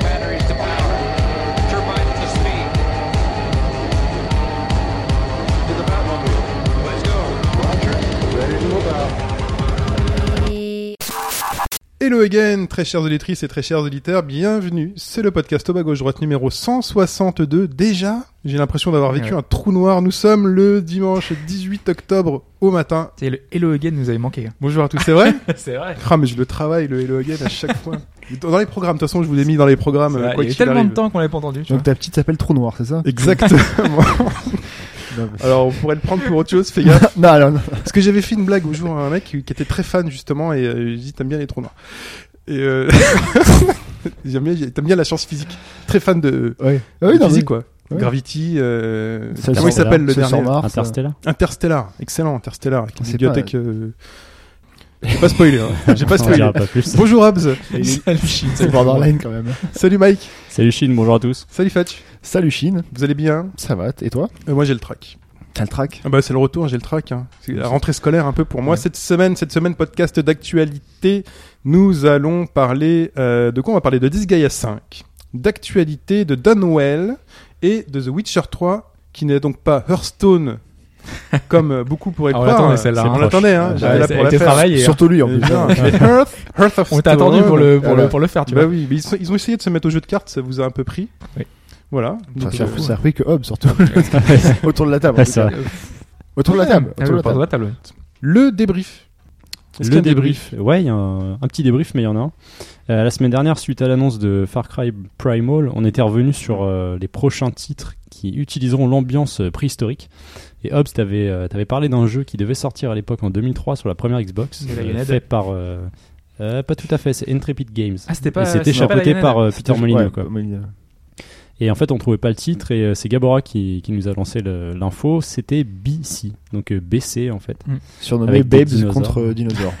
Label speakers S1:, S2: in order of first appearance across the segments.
S1: batteries to power. Turbines to speed. To the Batmobile. Let's go.
S2: Hello again, très chères auditrices et très chers auditeurs, bienvenue. C'est le podcast au bas gauche droite numéro 162. Déjà, j'ai l'impression d'avoir vécu
S3: Ouais.
S2: un trou noir. Nous sommes le dimanche 18 octobre au matin.
S3: C'est le Hello Again nous avait manqué. hein.
S2: Bonjour à tous, c'est vrai
S3: C'est vrai.
S2: Ah mais je le travaille le Hello Again à chaque fois. Dans les programmes, de toute façon je vous ai mis dans les programmes. euh, quoi
S3: il y a
S2: qu'il
S3: tellement
S2: arrive.
S3: de temps qu'on l'avait pas entendu. Tu vois.
S4: Donc ta petite s'appelle Trou Noir, c'est ça
S2: Exactement.
S4: Non, mais-
S2: Alors on pourrait le prendre pour autre chose, fais gaffe.
S4: Non, non, non.
S2: Parce que j'avais fait une blague au jour à un mec qui, qui était très fan justement et euh, j'ai dit t'aimes bien les trous noirs. Et euh... j'aime bien- t'aimes bien la science physique. Très fan de,
S4: Ouais. Ah oui,
S2: de
S4: non,
S2: physique
S4: mais-
S2: quoi.
S4: Ouais.
S2: Gravity. euh,
S4: Ça,
S2: Comment il
S4: c'est-
S2: s'appelle le
S4: ce
S2: dernier
S4: soir, Mars,
S5: Interstellar
S2: Interstellar. Excellent Interstellar. Avec une
S4: C'est
S2: bibliothèque. euh, J'ai pas spoilé. Hein. J'ai pas
S5: On en
S2: spoilé.
S5: dira pas plus.
S2: Bonjour Abs.
S3: Salut Chine.
S4: C'est borderline quand même.
S2: Salut Mike.
S5: Salut Chine, bonjour à tous.
S2: Salut Fatch.
S4: Salut Chine,
S2: Vous allez bien
S4: ça va, t- et toi
S2: Euh, Moi j'ai le track.
S4: T'as le track
S2: Ah bah c'est le retour, j'ai le track. hein. C'est la rentrée scolaire un peu pour moi.
S3: Ouais.
S2: Cette semaine, cette semaine podcast d'actualité, nous allons parler euh, de quoi On va parler de Disgaea 5, d'actualité de Dunwell et de The Witcher 3, qui n'est donc pas Hearthstone comme euh, beaucoup pourraient
S3: Ah, on
S2: croire.
S3: l'attendait, celle-là,
S2: C'est-
S3: hein.
S2: On l'attendait, hein.
S4: Ouais,
S2: J'étais là
S3: ça a
S2: pour la
S3: été
S2: faire.
S3: pareil. et-
S4: Surtout lui en
S2: Mais
S4: plus.
S2: non, mais Hearth- Hearth
S3: On t'a attendu pour le, pour,
S4: Voilà.
S3: le, pour le faire, tu
S2: Bah
S3: vois.
S2: oui, mais ils, sont- ils ont essayé de se mettre au jeu de cartes, ça vous a un peu pris.
S3: Oui.
S2: Voilà.
S4: Ça,
S2: Donc,
S4: ça,
S2: euh,
S4: ça a pris que Hob surtout. Autour de la table. en
S5: Ah,
S4: tout
S5: c'est
S4: cas.
S5: vrai.
S4: Autour de la table.
S3: Ah
S4: autour
S3: oui,
S4: de la
S3: pardon,
S4: table.
S3: la table.
S2: Le débrief. Est-ce qu'il y a
S5: Le
S2: un
S5: débrief. Ouais, il y a un, un petit débrief, mais il y en a un. Euh, la semaine dernière, suite à l'annonce de Far Cry Primal, on était revenu sur euh, les prochains titres qui utiliseront l'ambiance euh, préhistorique. Et Hobbs, t'avais euh, t'avais parlé d'un jeu qui devait sortir à l'époque en 2003 sur la première Xbox,
S3: De la
S5: euh,
S3: Lionhead.
S5: fait par. euh, euh, pas tout à fait, c'est Intrepid Games.
S3: Ah, c'était pas.
S5: et c'était
S3: pas la
S5: chapeauté
S3: Lionhead.
S5: par euh, Peter Molyneux.
S4: Ouais,
S5: quoi.
S4: Molyneux.
S5: Et en fait, on trouvait pas le titre, et euh, c'est Gabora qui, qui nous a lancé le- l'info. C'était BC, donc euh, BC en fait.
S4: Surnommé
S5: Avec des
S4: Babes
S5: dinosaures.
S4: contre euh, dinosaures.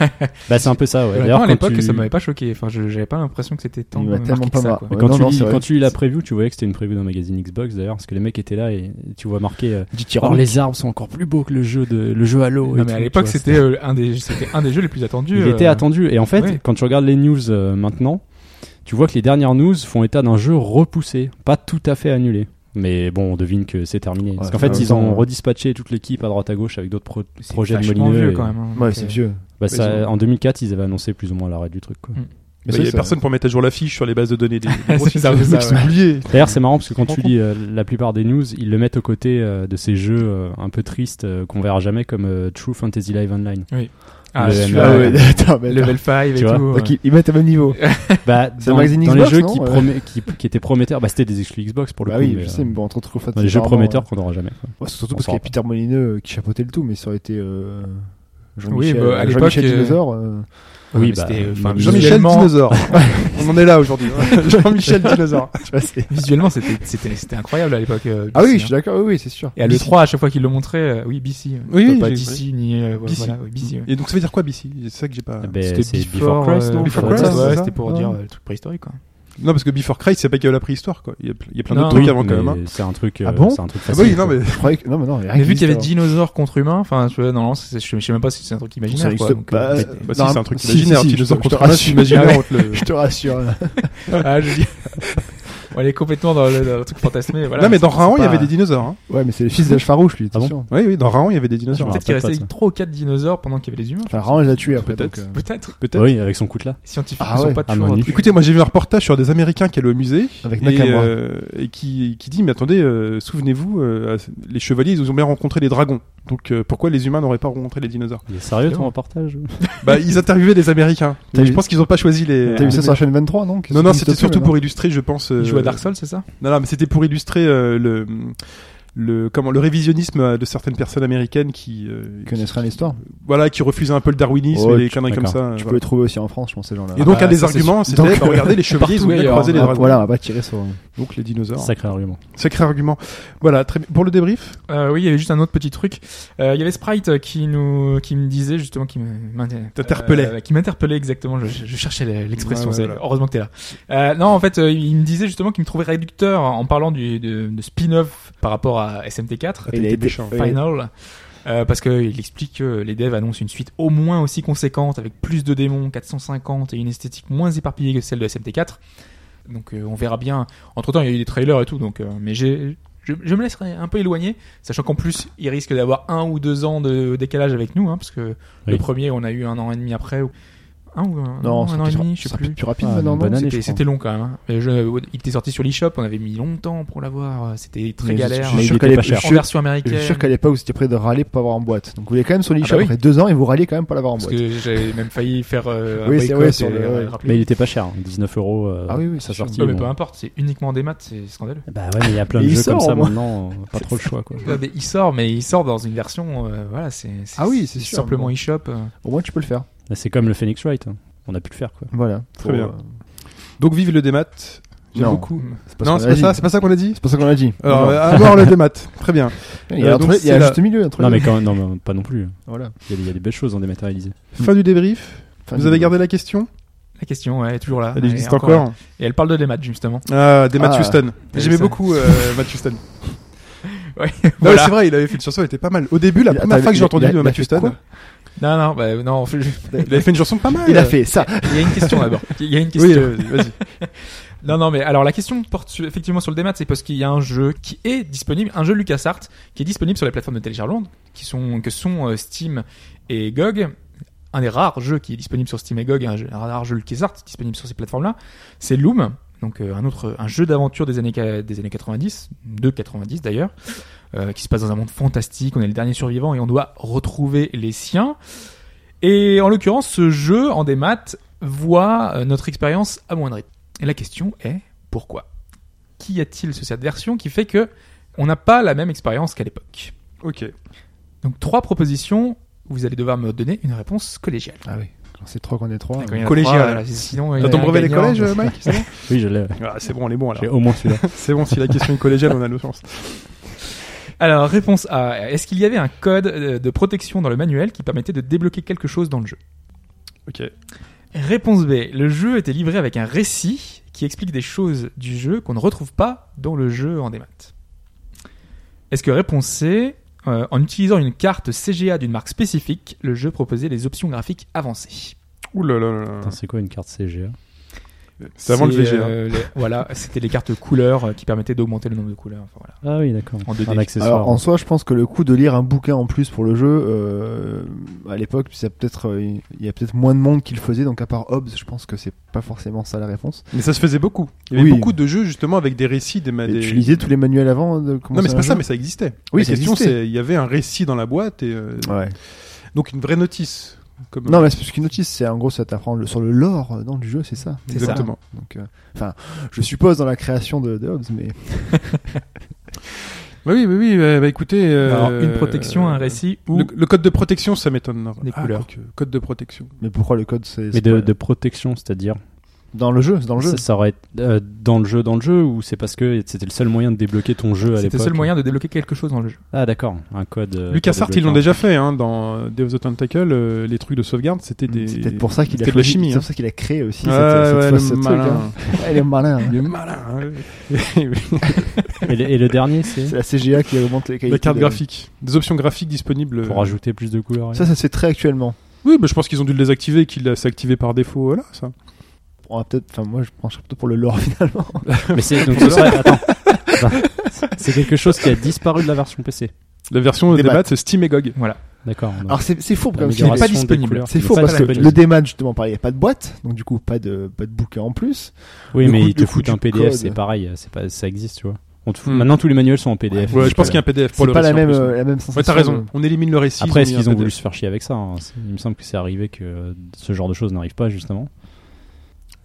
S5: Bah, c'est un peu ça, ouais.
S3: Honnêtement,
S5: D'ailleurs,
S3: à
S5: quand
S3: l'époque,
S5: tu-
S3: ça m'avait pas choqué. Enfin, je- j'avais pas l'impression que c'était tant
S4: Il m'a
S3: euh,
S4: tellement
S3: marqué que
S4: pas
S3: ça.
S4: mar-
S3: quoi.
S4: Ouais,
S5: quand,
S4: non,
S5: tu
S4: non,
S5: lis,
S4: c'est vrai.
S5: quand tu lis la preview, tu voyais que c'était une preview d'un magazine Xbox d'ailleurs, parce que les mecs étaient là et tu vois marqué. euh,
S4: Dit
S5: Or, les arbres sont encore plus beaux que le jeu, de, le jeu Halo. et tout,
S3: Non, mais à
S5: tu
S3: l'époque,
S5: vois,
S3: c'était euh, un des, c'était un des jeux les plus attendus.
S5: Il
S3: euh,
S5: était attendu. Et en fait,
S3: ouais.
S5: quand tu regardes les news euh, maintenant, tu vois que les dernières news font état d'un jeu repoussé, pas tout à fait annulé. Mais bon, on devine que c'est terminé. Parce qu'en
S4: c'est
S5: fait,
S4: un
S5: ils ont
S4: temps.
S5: redispatché toute l'équipe à droite à gauche avec d'autres pro-
S3: c'est
S5: projets de
S3: vachement
S5: Molineux.
S3: vieux
S5: et-
S3: quand même. hein.
S4: Ouais,
S3: Donc,
S4: c'est
S3: euh,
S4: vieux.
S5: Bah, ça,
S2: Ils ont-
S5: En 2004, ils avaient annoncé plus ou moins l'arrêt du truc. quoi.
S3: Mm.
S4: Ça, Ah
S2: Mais il n'y Bah, avait
S4: c'est-
S2: personne pour mettre à jour la fiche sur les bases de données des, des gros
S3: C'est ça,
S2: sites
S3: c'est ça,
S2: qui sont
S3: ouais.
S2: oubliés.
S5: D'ailleurs, c'est marrant parce que quand tu
S3: Je comprends.
S5: lis euh, la plupart des news, ils le mettent aux côtés euh, de ces jeux euh, un peu tristes euh, qu'on verra jamais comme euh, True Fantasy Live Online.
S3: Ah,
S5: Le
S3: celui-là,
S5: MMO.
S4: Ah
S3: ouais.
S4: ouais, attends, mais attends.
S3: Level 5 et
S5: Tu vois.
S3: tout.
S4: Donc
S3: ouais.
S4: ils- ils mettent au même niveau.
S5: Bah,
S4: C'est un
S5: dans,
S4: magazine
S5: dans les
S4: Xbox,
S5: jeux
S4: non
S5: qui,
S4: Ouais.
S5: promet- qui, qui étaient prometteurs, bah, c'était des exclus Xbox pour le
S4: Bah
S5: coup.
S4: oui,
S5: mais,
S4: je
S5: euh,
S4: sais, mais bon, entre trop
S5: dans les jeux prometteurs qu'on n'aura jamais. quoi.
S4: Ouais, c'est surtout
S5: On
S4: parce qu'il y a
S5: saura
S4: Peter Molineux euh, qui chapeautait le tout, mais ça aurait été euh,
S3: Oui,
S4: Jean-Michel
S3: bah, à
S4: euh,
S3: l'époque,
S4: Jean-Michel
S3: euh,
S4: Dinosaure. euh,
S5: Oui,
S3: mais
S5: bah,
S3: c'était, euh, enfin,
S5: Jean-Michel
S2: Jean-Michel
S3: visuellement-
S2: Dinosaure. On en est là aujourd'hui. Jean-Michel Dinosaure.
S4: tu vois, c'est-
S3: Visuellement, c'était- c'était c'était incroyable à l'époque. euh,
S4: Ah oui,
S3: BC,
S4: je suis d'accord, oui, oui, c'est sûr.
S3: hein. Et à l'E3, à chaque fois qu'il le montrait, euh, oui, BC. euh,
S2: Oui, oui,
S3: pas
S2: j'ai-
S3: DC, ni. euh, ouais,
S2: BC.
S3: Voilà, ouais, BC. ouais.
S2: Et donc ça veut dire quoi BC C'est ça que j'ai pas.
S5: Ah, ben,
S3: C'était
S5: c'est
S3: Before Christ, non
S2: Before
S3: Ouais,
S2: Christ,
S3: ouais,
S4: c'est ça
S3: c'était pour
S4: Ouais.
S3: dire euh, le truc préhistorique, quoi.
S2: Non parce que Before Christ c'est pas qu'il y a la préhistoire quoi. Il y a, il y a plein
S3: Non,
S2: d'autres
S5: Oui,
S2: trucs avant quand
S5: mais
S2: même. hein.
S5: C'est un truc. euh,
S4: Ah bon
S5: c'est un truc
S2: Ah
S5: facile.
S2: bah oui non mais
S4: Je croyais que... Non, mais non, il y a rien
S3: Mais
S4: qui
S3: vu qu'il y avait
S4: existe,
S3: dinosaures contre humains, enfin, tu vois, normalement, c'est- je sais même pas si c'est un truc
S4: Ça
S3: imaginaire,
S4: existe
S3: quoi. donc,
S4: pas.
S3: euh,
S2: bah si
S4: Non,
S2: c'est un truc
S4: si,
S2: imaginaire.
S4: si, si, je
S2: dinosaure
S4: te- je te
S2: contre un
S4: rassure.
S2: imaginaire. on te le-
S4: alors. Je te rassure.
S3: ah, je dis. On est complètement dans le, dans le truc fantasmé, voilà.
S2: non mais dans
S3: C'est
S2: Raon il y
S3: pas-
S2: avait des dinosaures. hein.
S4: Ouais, mais c'est le fils d'Age Farouche, lui,
S5: Ah bon
S4: attention.
S2: Oui oui dans Raon il y avait des dinosaures.
S5: Ah,
S3: Peut-être qu'il
S5: rappelle pas
S3: restait
S5: ça.
S3: 3 ou 4 dinosaures pendant qu'il y avait les humains.
S4: Enfin, Raon, il l'a tué après.
S2: Peut-être.
S4: donc, euh,
S3: Peut-être.
S2: Peut-être.
S5: Oui, avec son coup de là.
S3: Les scientifiques
S4: Ah
S3: ne sont
S4: ouais.
S3: pas
S5: Ah,
S3: toujours.
S5: magnifique.
S3: Écoutez,
S2: Écoutez moi j'ai vu un reportage sur des Américains qui allaient au musée.
S4: Avec
S2: Et,
S4: Nakamura.
S2: euh, et qui, qui dit mais attendez euh, souvenez-vous euh, les chevaliers ils ont bien rencontré les dragons donc euh, pourquoi les humains n'auraient pas rencontré les dinosaures
S5: Il est sérieux
S3: Évidemment.
S5: ton reportage
S2: Bah, ils interviewaient des Américains.
S4: T'as
S2: Et
S4: vu-
S2: je pense qu'ils ont pas choisi les.
S4: T'as vu ça sur la chaîne 23, non Qu'est-ce
S2: Non, non,
S4: que
S2: c'était
S4: c'est
S2: surtout
S4: que
S2: pour illustrer, je pense. euh,
S3: ils jouent à Dark Souls, c'est ça
S2: Non, non, mais c'était pour illustrer euh, le le comment le révisionnisme euh, de certaines personnes américaines qui euh,
S4: Ils connaissent rien à l'histoire.
S2: qui- voilà qui refusaient un peu le darwinisme
S4: Ouais,
S2: et les
S4: tu-
S2: conneries comme
S5: d'accord.
S2: ça. euh,
S4: Tu peux Ah,
S2: voilà.
S4: les trouver aussi en France, je pense, ces gens-là.
S2: Et donc
S3: bah,
S2: un des
S3: ça, c'est
S2: arguments,
S3: sûr.
S2: c'était
S3: Donc,
S2: bah, regardez les chevaliers ils ont
S3: partout
S2: bien
S3: ailleurs,
S2: croisé
S3: hein,
S2: les
S4: Ah,
S2: dragons.
S4: Voilà, on va pas tirer sur.
S2: Donc les dinosaures.
S5: Sacré argument.
S2: Sacré argument. Voilà, très bien. Pour le débrief,
S3: Euh, oui, il y avait juste un autre petit truc. Euh, il y avait Sprite euh, qui nous, qui me disait justement, qui me- m'inter-
S2: T'interpellait.
S3: euh, qui m'interpellait exactement. Je, je- je cherchais la- l'expression.
S2: Ouais, ouais,
S3: c'est-
S2: voilà.
S3: Heureusement que t'es là. Euh, non, en fait, euh, il me disait justement qu'il me trouvait réducteur en parlant du de, de spin-off par rapport à, à SMT4,
S4: Il a
S2: été
S4: été-
S2: méchant.
S4: oui.
S3: Final. Euh, parce qu'il explique que les devs annoncent une suite au moins aussi conséquente, avec plus de démons, 450, et une esthétique moins éparpillée que celle de SMT4. Donc euh, on verra bien. Entre temps, il y a eu des trailers et tout, donc, euh, mais j'ai- je, je me laisserai un peu éloigné, sachant qu'en plus, il risque d'avoir un ou deux ans de décalage avec nous, hein, parce que
S5: Oui.
S3: le premier, on a eu un an et demi après. Ou... Un ou un,
S4: Non,
S3: un
S4: ça
S3: an et
S4: peut être-
S3: demi, je sais
S4: ça peut
S3: plus.
S4: être plus rapide
S5: Ah,
S4: maintenant.
S5: une bonne
S4: non
S5: année,
S3: C'était
S5: je crois.
S3: c'était long quand même. hein. Le jeu, il était sorti sur l'eShop, on avait mis longtemps pour l'avoir, euh, c'était très
S4: Mais
S3: galère.
S4: Je
S5: Mais
S4: suis
S5: il
S4: sûr
S5: était
S4: qu'à
S5: pas
S4: l'ép-
S5: cher.
S4: je
S3: en
S4: suis-
S3: version
S4: je
S3: américaine.
S4: suis sûr qu'à l'époque, vous étiez prêt de râler pour avoir en boîte. Donc vous voulez quand même sur l'eShop
S3: Ah bah oui.
S4: après deux ans et vous râliez quand même pour l'avoir en
S3: Parce
S4: boîte.
S3: que j'avais même failli faire euh, un
S4: Oui, c'est-
S3: boycott
S4: ouais, sur
S3: et,
S4: le-
S3: euh,
S4: ouais.
S3: rappeler.
S5: Mais il était pas cher, hein, 19 euros. euh,
S4: Ah oui, oui,
S5: sa
S4: c'est sûr.
S5: sortie.
S3: Ouais, mais
S5: bon.
S3: peu importe, c'est uniquement des maths, c'est scandaleux.
S5: Bah ouais, mais il y a plein de
S4: Mais il
S5: jeux comme
S4: sort,
S5: ça
S4: au moins.
S5: maintenant, euh, pas trop le choix quoi.
S3: Ouais, mais il sort, mais il sort dans une version, euh, voilà, c'est c'est-
S4: Ah oui, c'est
S3: c'est
S4: sûr,
S3: simplement
S4: bon.
S3: eShop. euh.
S4: Au moins, tu peux le faire.
S5: Bah, C'est comme le Phoenix Wright, hein. on a pu le faire quoi.
S4: Voilà.
S2: Très bien. Donc vive le démat. J'aime
S4: Non.
S2: beaucoup.
S4: C'est pas
S2: non,
S4: ce
S2: c'est
S4: qu'on a
S2: pas,
S4: dit.
S2: ça, c'est pas ça qu'on a dit.
S4: C'est pas ça qu'on a dit.
S2: Alors,
S4: Non.
S2: euh, à voir le démat. Très bien.
S4: Il y a,
S2: euh,
S4: un
S2: donc
S4: truc- il y
S2: c'est
S4: a un
S2: la-
S4: juste milieu. Entre
S5: Non mais quand non, mais pas non plus.
S4: Voilà.
S5: Il y, a des- il y a des belles choses en dématérialisé.
S2: Fin du débrief.
S4: Enfin,
S2: Vous avez gardé la question
S3: La question, ouais, elle est toujours là.
S2: Elle
S3: Ouais,
S2: existe encore.
S3: là. Et elle parle de des maths, justement.
S2: Ah, des Matt
S4: Ah.
S2: Houston.
S3: T'as
S2: J'aimais
S3: vu ça
S2: beaucoup euh, Matt Houston.
S3: Ouais,
S2: Non, mais
S3: voilà.
S2: c'est vrai, il avait fait une chanson, elle était pas mal. Au début, la
S4: Il a-
S2: première
S4: t'as-
S2: fois que j'ai
S4: il a-
S2: entendu
S4: il a-
S2: de
S4: il a
S2: Matt
S4: fait
S2: Houston,
S4: quoi
S3: Non, non, bah, non, en fait, je-
S2: il avait fait une chanson pas mal.
S4: Il a fait ça.
S3: il y a une question d'abord. Il y a une question.
S2: Oui, euh, vas-y.
S3: Non, non, mais alors la question porte sur- effectivement sur le démat, c'est parce qu'il y a un jeu qui est disponible, un jeu LucasArts, qui est disponible sur les plateformes de téléchargement, qui sont, que sont euh, Steam et GOG. Un des rares jeux qui est disponible sur Steam et GOG, un, jeu- un rare jeu LucasArts disponible sur ces plateformes-là, c'est Loom, donc euh, un autre, un jeu d'aventure des années, ca- des années 90, de 90 d'ailleurs, euh, qui se passe dans un monde fantastique, on est le dernier survivant et on doit retrouver les siens. Et en l'occurrence, ce jeu en démat voit euh, notre expérience amoindrie. Et la question est pourquoi Qu'y a-t-il sur cette version qui fait que on n'a pas la même expérience qu'à l'époque
S2: Ok.
S3: Donc trois propositions, vous allez devoir me donner une réponse collégiale.
S4: Ah oui. C'est trois qu'on est trois.
S3: Quand il y en a
S2: collégiale.
S3: trois, euh, voilà, sinon, il y
S2: T'as
S3: a
S2: ton
S3: un
S2: brevet des
S3: gagnant.
S2: collèges, euh, Mike C'est bon
S5: Oui, je l'ai.
S2: Ah, C'est bon, on est bon
S5: J'ai
S2: alors.
S5: au moins celui-là.
S2: C'est bon, si la question est collégiale, on a nos chances.
S3: Alors réponse A, est-ce qu'il y avait un code euh, de protection dans le manuel qui permettait de débloquer quelque chose dans le jeu
S2: Ok.
S3: Réponse B, le jeu était livré avec un récit qui explique des choses du jeu qu'on ne retrouve pas dans le jeu en démat. Est-ce que réponse C, euh, en utilisant une carte CGA d'une marque spécifique, le jeu proposait des options graphiques avancées
S2: Ouh là là là là.
S5: Putain, C'est quoi une carte CGA
S2: C'est avant le hein.
S3: C'est,
S2: VGA.
S3: euh, les- voilà, c'était les cartes couleurs euh, qui permettaient d'augmenter le nombre de couleurs. Enfin, voilà.
S5: Ah oui, d'accord.
S3: En 2D.
S5: Un accessoire.
S4: Alors en soi, je pense que le coup de lire un bouquin en plus pour le jeu, euh, à l'époque, ça peut-être, euh, il y a peut-être moins de monde qui le faisait. Donc à part Hobbes, je pense que c'est pas forcément ça la réponse.
S2: Mais ça se faisait beaucoup. Il y avait
S4: Oui.
S2: beaucoup de jeux justement avec des récits, des. ma-
S4: Et
S2: des-
S4: tu lisais tous les manuels avant. De commencer
S2: Non, mais c'est
S4: un
S2: pas ça,
S4: jeu
S2: mais ça existait.
S4: Oui,
S2: la
S4: ça
S2: question,
S4: existait.
S2: c'est il y avait un récit dans la boîte et euh,
S4: Ouais.
S2: donc une vraie notice. Comme...
S4: Non, mais c'est parce qu'une notice, c'est en gros, ça t'apprend le- sur le lore euh, dans du jeu, c'est ça.
S3: C'est ça.
S2: exactement.
S4: Donc, euh, enfin, je suppose dans la création de, de Hobbes, mais
S2: Bah oui, oui, oui. euh, Bah écoutez, euh,
S3: Alors, une protection, un récit ou
S2: Le, le code de protection, ça m'étonne.
S3: Des couleurs.
S2: quoique, euh, Code de protection.
S4: mais pourquoi le code c'est
S5: Mais
S4: c'est
S5: de,
S4: pas-
S5: de protection, c'est-à-dire
S4: dans le jeu, c'est dans le jeu.
S5: ça, ça aurait été euh, dans le jeu, dans le jeu, ou c'est parce que c'était le seul moyen de débloquer ton jeu à l'époque
S3: c'était le seul moyen de débloquer quelque chose dans le jeu.
S5: Ah d'accord, un code. euh,
S2: Lucas
S5: pour
S2: Hart,
S5: débloquer
S2: ils l'ont
S5: un-
S2: déjà fait hein, dans euh, Day of the Tentacle. euh, les trucs de sauvegarde, c'était des.
S4: Mm, C'est peut-être pour ça qu'il a
S2: C'était de la
S4: choisi-
S2: chimie,
S4: C'est
S2: hein.
S4: pour ça qu'il a créé aussi
S2: Ouais,
S4: cette, cette
S2: ouais,
S4: fois,
S2: le
S4: ce truc.
S2: malin.
S4: hein. Ouais, il est malin. hein.
S2: Il est malin. hein.
S5: Et le, et le dernier, c'est
S4: C'est la CGA qui augmente les qualités.
S2: La carte
S4: de-
S2: graphique, des options graphiques disponibles.
S5: pour ajouter plus de couleurs. ouais.
S4: euh, Ça, ça se fait très actuellement.
S2: Oui, bah, je pense qu'ils ont dû le désactiver, qu'il a- s'est activé par défaut. Voilà, ça.
S4: On va peut-être, enfin moi je pencherais plutôt pour le lore finalement.
S5: Mais c'est donc ce serait- attends. Attends. C'est quelque chose qui a disparu de la version PC.
S2: La version
S4: Des
S2: débat,
S4: maths.
S2: c'est Steam et GOG.
S3: Voilà.
S5: D'accord. donc,
S4: Alors c'est c'est faux parce
S3: il est
S4: que
S3: pas
S5: l'amélioration des
S3: disponible.
S5: couleurs.
S4: c'est
S5: Il est
S4: faux
S5: pas
S4: parce que
S5: disponible.
S4: le démat justement pareil, il n'y a pas de boîte, donc du coup pas de pas de bouquin en plus.
S5: Oui,
S4: le
S5: mais
S4: coup-
S5: ils te
S4: le coup
S5: foutent
S4: du
S5: un PDF,
S4: code.
S5: c'est pareil, euh, c'est pas ça existe, tu vois. On te fout-
S2: Hmm.
S5: Maintenant tous les manuels sont en PDF.
S2: Ouais, je pense qu'il y a un PDF pour
S4: C'est
S2: le
S4: pas la
S2: récit, en
S4: même
S2: plus.
S4: euh, la même sensation.
S2: Ouais, t'as raison. On élimine le récit.
S5: Après,
S2: ont
S5: est-ce
S2: mis un
S5: qu'ils ont
S2: PDF.
S5: voulu se faire chier avec ça hein C'est- Il me semble que c'est arrivé que euh, ce genre de choses n'arrive pas, justement.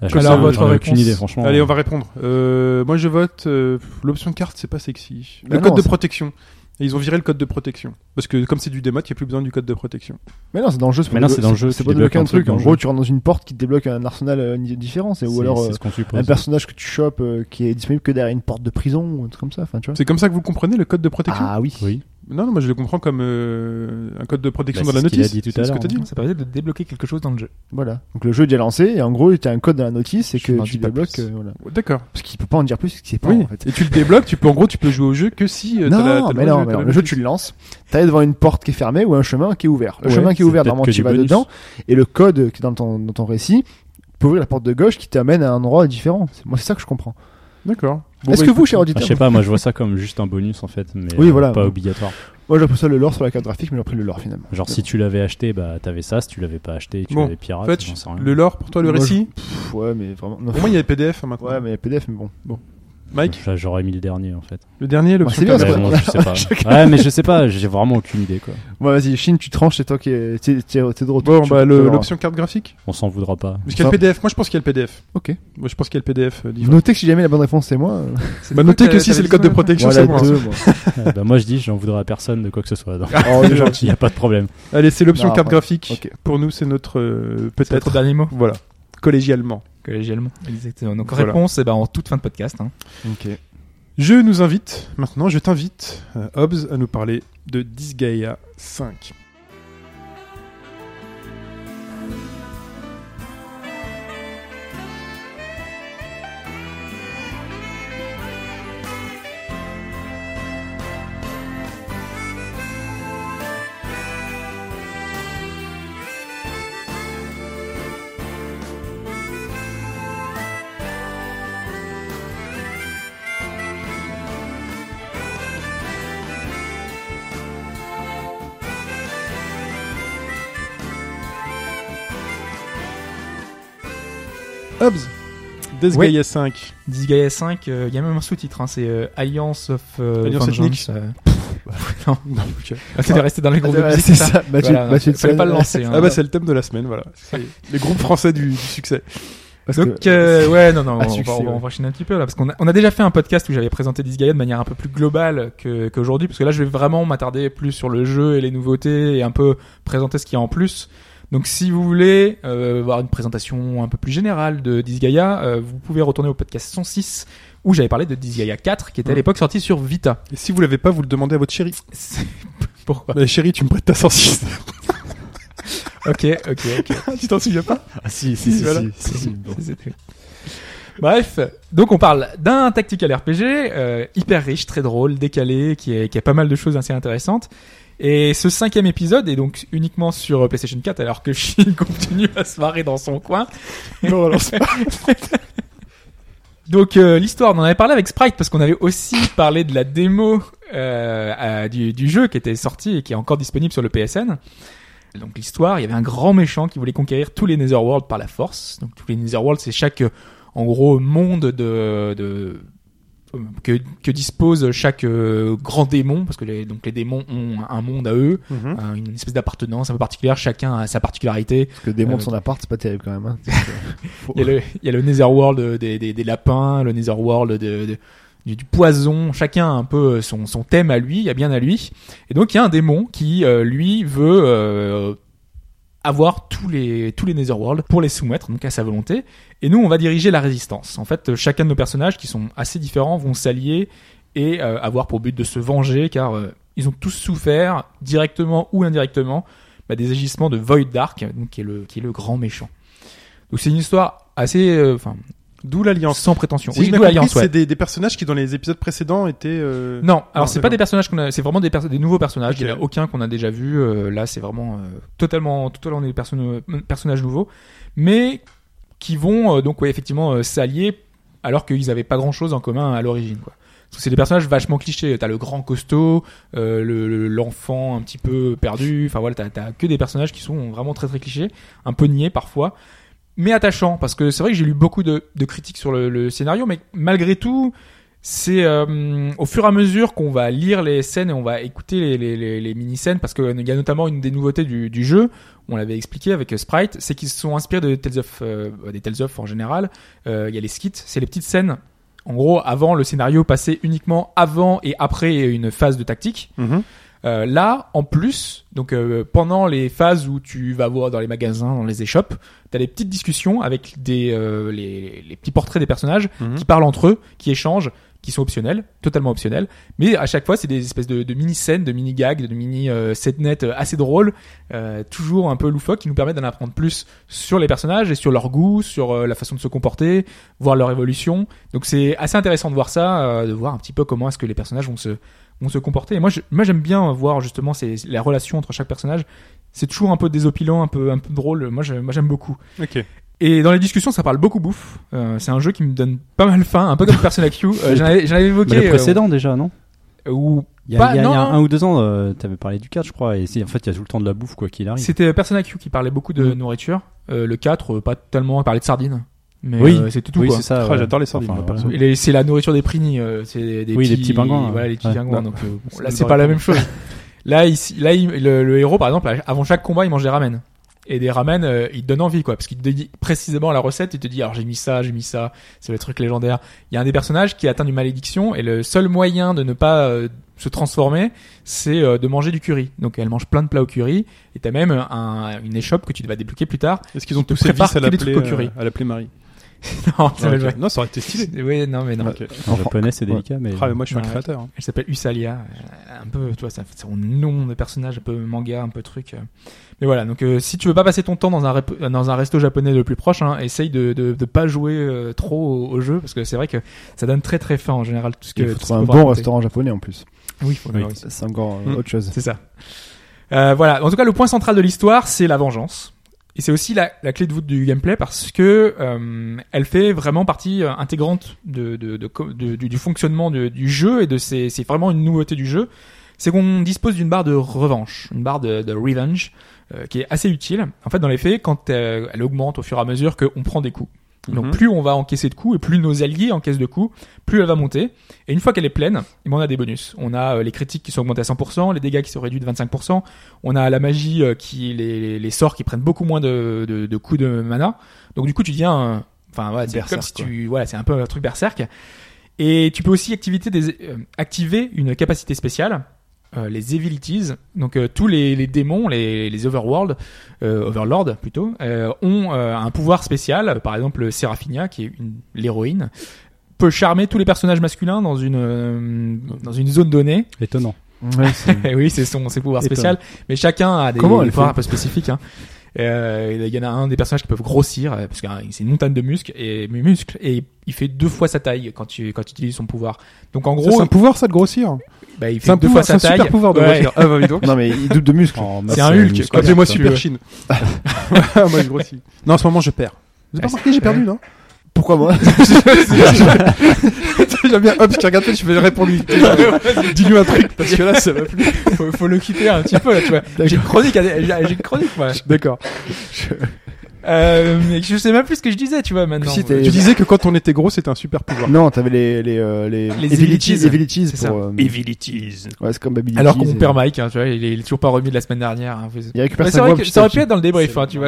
S5: Là,
S3: Alors,
S5: j'en ai
S3: votre
S5: aucune
S3: réponse.
S5: idée, franchement.
S2: Allez, on va répondre. Euh, moi, je vote. euh, pff, L'option carte, c'est pas sexy. Le
S4: Bah
S2: code
S4: non,
S2: de
S4: c'est-
S2: protection. Et ils ont viré le code de protection. Parce que comme c'est du démat, il n'y a plus besoin du code de protection.
S4: Mais non, c'est dans le jeu. pour
S5: Mais non,
S4: déblo-
S5: c'est dans le jeu,
S4: C'est
S5: tu
S4: pour débloquer un
S5: débloques
S4: truc.
S5: un truc
S4: En
S5: dans le
S4: gros,
S5: jeu.
S4: tu rentres dans une porte qui te débloque un arsenal euh, ni- différent, c'est ou
S5: C'est-
S4: alors
S5: c'est
S4: euh,
S5: ce qu'on suppose.
S4: un personnage que tu chopes euh, qui est disponible que derrière une porte de prison ou un truc comme ça. Enfin, tu vois.
S2: C'est comme ça que vous comprenez le code de protection
S4: Ah oui.
S5: Oui.
S2: Non, non, moi je le comprends comme euh, un code de protection
S5: Bah,
S2: dans la
S5: c'est ce qu'il a
S2: notice.
S5: dit tout
S2: C'est
S5: à
S2: ce que
S5: l'heure,
S2: t'as dit.
S5: hein.
S3: Ça permet de débloquer quelque chose dans le jeu.
S4: Voilà. Donc le jeu est déjà lancé et en gros, tu as un code dans la notice et
S3: Je
S4: que
S3: n'en
S4: tu
S3: dis pas
S4: débloques.
S3: plus.
S4: euh, voilà.
S5: hein.
S2: Ouais, D'accord.
S4: Parce qu'il peut pas en dire plus, parce qu'il sait pas
S2: Oui.
S4: en fait.
S2: Et tu le débloques, tu peux en gros, tu peux jouer au jeu que si euh, t'as la-
S4: Non,
S2: t'as
S4: mais
S2: le
S4: non, mais
S2: jeu, t'as
S4: non,
S2: la
S4: le jeu
S2: notice.
S4: tu le lances, t'as devant une porte qui est fermée ou un chemin qui est ouvert. Le
S5: Ouais,
S4: chemin qui est
S5: c'est
S4: ouvert,
S5: peut-être
S4: normalement
S5: que
S4: tu
S5: du
S4: vas
S5: bonus.
S4: dedans et le code qui est dans ton, dans ton récit peut ouvrir la porte de gauche qui t'amène à un endroit différent. C'est- Moi c'est ça que je comprends.
S2: D'accord. Bon,
S4: Est-ce
S2: bah,
S4: que vous, cher
S5: Ah,
S4: auditeur,
S5: je sais pas, moi je vois ça comme juste un bonus en fait, mais
S4: Oui,
S5: euh,
S4: voilà.
S5: pas obligatoire.
S4: moi j'appelle ça le lore sur la carte graphique, mais j'ai pris le lore finalement.
S5: Genre si tu l'avais acheté, bah t'avais ça, si tu l'avais pas acheté, tu
S2: Bon,
S5: l'avais pirate,
S2: en fait,
S5: j'en sais rien.
S2: Le lore pour toi, le
S4: Moi,
S2: récit
S4: Pff, ouais, mais vraiment. non.
S2: Pour moi, il y a les PDF hein, maintenant.
S4: Ouais, mais PDF, mais bon.
S2: Mike,
S5: Là, J'aurais mis le dernier en fait.
S2: le dernier, le
S4: Bah,
S2: sur
S4: c'est bien,
S2: ta-
S4: parce
S5: Ouais,
S4: que-
S5: bon, je sais pas. ouais, mais je sais pas, j'ai vraiment aucune idée quoi.
S4: Bon, vas-y, Chine, tu tranches, c'est toi qui es, t'es- t'es- t'es de retour.
S2: Bon,
S4: tu-
S2: bah,
S4: tu
S2: le-
S4: verras.
S2: l'option carte graphique
S5: On s'en voudra pas.
S2: Parce qu'il y a
S4: Ça-
S2: le PDF. Moi, je pense qu'il y a le PDF.
S4: Ok.
S2: Moi, je pense qu'il y a le PDF. euh, livré.
S4: Notez que si jamais la bonne réponse c'est moi, euh,
S2: Bah, notez que si c'est le code de protection,
S4: voilà
S2: c'est bon.
S4: deux, moi.
S5: Euh, bah moi je dis, j'en voudrais à personne de quoi que ce soit. Donc,
S4: Oh, le gentil.
S5: il y a pas de problème.
S2: Allez, c'est l'option
S4: Non,
S2: carte
S4: ouais.
S2: graphique.
S4: Ok.
S2: Pour nous, c'est notre euh,
S3: Peut-être
S2: peut-être.
S3: dernier mot
S2: Voilà. Collégialement.
S3: collégialement. Exactement. Donc
S2: Voilà.
S3: réponse, eh ben, en toute fin de podcast. hein.
S4: Ok.
S2: Je nous invite, maintenant, je t'invite, euh, Hobbs, à nous parler de Disgaea 5. Hobbs, Disgaea 5.
S3: Disgaea 5, euh, il y a même un sous-titre, hein, c'est euh, Alliance of euh,
S2: Alliance ethnique.
S3: Vengeance. euh. non,
S2: Non, ok.
S3: Ah, t'es resté dans les groupes de
S4: Ah,
S3: musique,
S4: c'est ça, Mathieu,
S3: Voilà,
S4: Mathieu
S3: fallait
S4: Pell.
S3: pas le lancer. hein.
S2: Ah bah c'est le thème de la semaine, voilà. C'est les groupes français du, du succès.
S4: Parce
S3: Donc,
S4: que-
S3: euh, ouais, non, non,
S4: Ah,
S3: on,
S4: succès,
S3: va, on va-
S4: ouais.
S3: on va enchaîner un petit peu là, parce qu'on a, on a déjà fait un podcast où j'avais présenté Disgaea de manière un peu plus globale que- qu'aujourd'hui, parce que là, je vais vraiment m'attarder plus sur le jeu et les nouveautés et un peu présenter ce qu'il y a en plus. Donc, si vous voulez euh, voir une présentation un peu plus générale de Disgaea, euh, vous pouvez retourner au podcast 106 où j'avais parlé de Disgaea 4, qui était
S4: Mmh.
S3: à
S2: Mm.
S3: l'époque sorti sur Vita.
S2: Et si vous l'avez pas, vous le demandez à votre chérie.
S3: C'est- Pourquoi
S2: Bah, chérie, tu me prêtes ta 106.
S3: Ok, ok, ok.
S2: tu t'en souviens pas
S4: Ah, si, si, si,
S2: Voilà.
S4: si, si, si, bon.
S3: C'était- Bref, donc on parle d'un tactical RPG euh, hyper riche, très drôle, décalé, qui, est, qui a pas mal de choses assez intéressantes. Et ce cinquième épisode est donc uniquement sur euh, PlayStation 4 alors que Shin continue à se marrer dans son coin.
S2: Non, alors c'est-
S3: Donc euh, l'histoire, on en avait parlé avec Sprite parce qu'on avait aussi parlé de la démo euh, à- du, du jeu qui était sorti et qui est encore disponible sur le PSN. Donc l'histoire, il y avait un grand méchant qui voulait conquérir tous les Netherworlds par la force. Donc tous les Netherworlds, c'est chaque euh, en gros monde de, de que, que dispose chaque euh, grand démon parce que les, donc les démons ont un monde à eux,
S2: Mhm.
S3: un- une espèce d'appartenance un peu particulière. Chacun a sa particularité.
S4: Parce que des montres
S3: Euh,
S4: son appart, c'est pas terrible quand même. hein. Faut-
S3: Il y a le, il y a le Netherworld euh, des, des, des lapins, le Netherworld de, de- du, du poison. Chacun a un peu euh, son, son thème à lui, il y a bien à lui. Et donc il y a un démon qui, euh, lui, veut euh, avoir tous les, tous les Netherworlds pour les soumettre, donc à sa volonté. Et nous, on va diriger la résistance. En fait, euh, chacun de nos personnages, qui sont assez différents, vont s'allier et euh, avoir pour but de se venger, car euh, ils ont tous souffert, directement ou indirectement, bah, des agissements de Void Dark, donc, qui, est le, qui est le grand méchant. Donc c'est une histoire assez... euh, Enfin,
S2: D'où l'alliance.
S3: sans prétention.
S2: Si
S3: Oui,
S2: j'ai
S3: d'où
S2: bien
S3: l'alliance,
S2: compris,
S3: ouais.
S2: C'est des, des personnages qui dans les épisodes précédents étaient. euh,
S3: Non, alors c'est
S2: d'accord.
S3: pas des personnages qu'on a, c'est vraiment des, perso- des nouveaux personnages.
S2: Ok.
S3: Il y en a aucun qu'on a déjà vu. euh, là, c'est vraiment euh, totalement, totalement des perso- personnages nouveaux, mais qui vont euh, donc ouais, effectivement euh, s'allier alors qu'ils avaient pas grand chose en commun à l'origine. quoi. Parce que c'est des personnages vachement clichés. T'as le grand costaud, euh, le- le- l'enfant un petit peu perdu. Enfin voilà, t'as- t'as que des personnages qui sont vraiment très très clichés, un peu niais parfois, mais attachants. Parce que c'est vrai que j'ai lu beaucoup de, de critiques sur le, le scénario, mais malgré tout, c'est euh, au fur et à mesure qu'on va lire les scènes et on va écouter les, les, les, les mini-scènes, parce qu'il y a notamment une des nouveautés du, du jeu, on l'avait expliqué avec euh, Sprite, c'est qu'ils se sont inspirés de Tales of, euh, des Tales of en général. Euh, Il y a les skits, c'est les petites scènes. En gros, avant, le scénario passait uniquement avant et après une phase de tactique.
S2: Mhm.
S3: Euh, là, en plus, donc euh, pendant les phases où tu vas voir dans les magasins, dans les échoppes, t'as des petites discussions avec des euh, les, les petits portraits des personnages
S2: Mhm.
S3: qui parlent entre eux, qui échangent, qui sont optionnels, totalement optionnels. Mais à chaque fois, c'est des espèces de, de mini scènes, de mini gags, de mini euh, setnets euh, assez drôles, euh, toujours un peu loufoques, qui nous permettent d'en apprendre plus sur les personnages et sur leur goût, sur euh, la façon de se comporter, voir leur évolution. Donc c'est assez intéressant de voir ça, euh, de voir un petit peu comment est-ce que les personnages vont se vont se comporter. Et moi, je- moi j'aime bien voir justement ces, la relation entre chaque personnage. C'est toujours un peu désopilant, un peu un peu drôle. Moi, je- moi j'aime beaucoup.
S2: Ok.
S3: Et dans les discussions, ça parle beaucoup bouffe. Euh, c'est un jeu qui me donne pas mal faim, un peu comme Persona Q. Euh, j'en avais j'en avais évoqué.
S5: Mais le précédent déjà, non
S3: euh, où
S5: Il y a,
S3: Bah,
S5: il y a- il y a
S3: non.
S5: un ou deux ans, euh, t'avais parlé du 4, je crois, et c'est- en fait, il y a tout le temps de la bouffe, quoi qu'il arrive.
S3: c'était Persona Q qui parlait beaucoup de
S5: Mm.
S3: nourriture. Euh, le 4, euh, pas tellement, il parlait de sardines. Mais
S5: Oui.
S3: euh, c'était tout
S5: oui,
S3: quoi.
S5: c'est ça.
S2: Ah,
S5: ouais.
S2: j'adore les sardines, moi,
S5: voilà.
S2: perso.
S3: Et les- c'est la nourriture des prigny, euh, c'est des, des
S5: Oui, les petits pingouins,
S3: Voilà, les petits
S5: ouais.
S3: pingouins.
S5: Ouais.
S3: Donc euh, bon,
S5: C'est
S3: là,
S5: une
S3: c'est
S5: vraie
S3: pas la même chose. là, ici, là, il- le, le héros, par exemple, avant chaque combat, il mange des ramen. Et des ramen, euh, il te donne envie, quoi, parce qu'il te dit précisément la recette. Il te dit, alors j'ai mis ça, j'ai mis ça. C'est le truc légendaire. Il y a un des personnages qui a atteint une malédiction et le seul moyen de ne pas euh, se transformer, c'est euh, de manger du curry. Donc elle mange plein de plats au curry. Et t'as même un- une échoppe que tu vas débloquer plus tard.
S2: Est-ce qu'ils ont
S3: Ils te
S2: tous ces
S3: préparent
S2: vis à
S3: que des
S2: l'appeler
S3: trucs au curry.
S2: euh, à l'appeler Marie
S5: Ah,
S3: non, ça
S2: Ouais,
S3: va le-
S2: ok. Non, ça aurait été stylé.
S3: Oui, non, mais non.
S2: Ok.
S5: En japonais, c'est délicat, mais.
S2: Ah, mais moi, je suis un
S3: Ouais.
S2: créateur. hein.
S3: Elle s'appelle Usalia, euh, un peu, tu vois, ça- c'est son nom de personnage, un peu manga, un peu truc. euh. Mais voilà, donc euh, si tu veux pas passer ton temps dans un, rep- dans un resto japonais le plus proche, hein, essaye de, de, de pas jouer euh, trop au, au jeu, parce que c'est vrai que ça donne très très faim en général tout ce que
S4: Il faut
S3: tout ce
S4: trouver un
S3: qu'on
S4: bon
S3: va raconter.
S4: restaurant japonais en plus.
S3: Oui, faut-
S5: Oui.
S3: oui,
S4: Ça, C'est encore euh,
S2: Mm.
S4: autre chose.
S3: c'est ça. Euh, voilà, en tout cas, le point central de l'histoire, c'est la vengeance. Et c'est aussi la, la clé de voûte du gameplay parce que euh, elle fait vraiment partie euh, intégrante de, de- de co- de- du, du fonctionnement de- du jeu et de ses- c'est vraiment une nouveauté du jeu. C'est qu'on dispose d'une barre de revanche, une barre de, de revenge euh, qui est assez utile. En fait, dans les faits, quand euh, elle augmente au fur et à mesure qu'on prend des coups. Donc
S2: Mhm.
S3: plus on va encaisser de coups et plus nos alliés encaissent de coups, plus elle va monter. Et une fois qu'elle est pleine, eh ben, on a des bonus. On a euh, les critiques qui sont augmentées à 100%, les dégâts qui sont réduits de 25%, on a la magie euh, qui les, les- les sorts qui prennent beaucoup moins de, de- de coups de mana. Donc du coup, tu deviens un- enfin voilà, c'est comme
S4: Berserk,
S3: si tu voilà, c'est un peu un truc berserk. Et tu peux aussi activer, des, euh, activer une capacité spéciale, euh, les Evilities. Donc euh, tous les, les démons, les, les Overworld, euh, Overlord plutôt, euh, ont euh, un pouvoir spécial. Par exemple, Seraphinia, qui est une- l'héroïne, peut charmer tous les personnages masculins dans une, euh, dans une zone donnée.
S5: Étonnant.
S4: Ouais, c'est-
S3: Eh oui, c'est son ses pouvoirs spéciaux. Mais chacun a des,
S4: Comment elle
S3: des pouvoirs
S4: fait
S3: un peu spécifiques. hein. Euh, Il y en a un des personnages qui peuvent grossir euh, parce que hein, c'est une montagne de muscles et mes muscles et il fait deux fois sa taille quand tu quand tu utilises son pouvoir. Donc en
S2: Ça,
S3: gros,
S2: C'est un pouvoir, ça, de grossir.
S3: bah, il fait
S2: C'est un
S3: deux
S2: pouvoir,
S3: fois
S2: c'est
S3: sa
S2: un
S3: taille.
S2: super pouvoir de
S3: Ouais.
S2: grossir. Ah, bah, dis donc.
S4: non mais il double de muscles.
S5: Ah.
S3: C'est un Hulk, quoi.
S2: Appelez-moi
S3: Tu
S2: Super
S3: veux.
S2: Chine. Moi, je grossis. Non, en ce moment, je perds. Vous avez pas
S3: Ah,
S2: remarqué, j'ai perdu, non
S4: Pourquoi moi
S2: J'aime bien Hobbs qui regarde, je vais répondre lui. Dis-lui un truc, parce que là, ça va plus.
S3: faut, faut le quitter un petit peu là, tu vois. J'ai une chronique, à- j'ai j'ai une chronique moi.
S4: D'accord.
S3: Euh, mais je sais même plus ce que je disais, tu vois maintenant.
S4: Si, t'es-
S3: Euh,
S2: Tu disais que quand on était gros, c'était un super pouvoir.
S4: Non, t'avais les les euh, les
S3: Les
S4: Evilities,
S3: Evilities.
S4: Evilities
S3: C'est
S4: pour
S3: ça.
S4: euh,
S2: Evilities.
S4: ouais, c'est comme Babylicities
S3: alors
S4: et-
S3: qu'on perd Mike, hein, tu vois, il est, il est toujours pas remis de la semaine dernière. hein.
S4: Il récupère
S3: Ouais,
S4: sa
S3: c'est vrai
S4: voix
S3: que
S4: petit
S3: ça
S4: à
S3: aurait
S4: petit.
S3: pu être dans le débrief, hein, tu vois.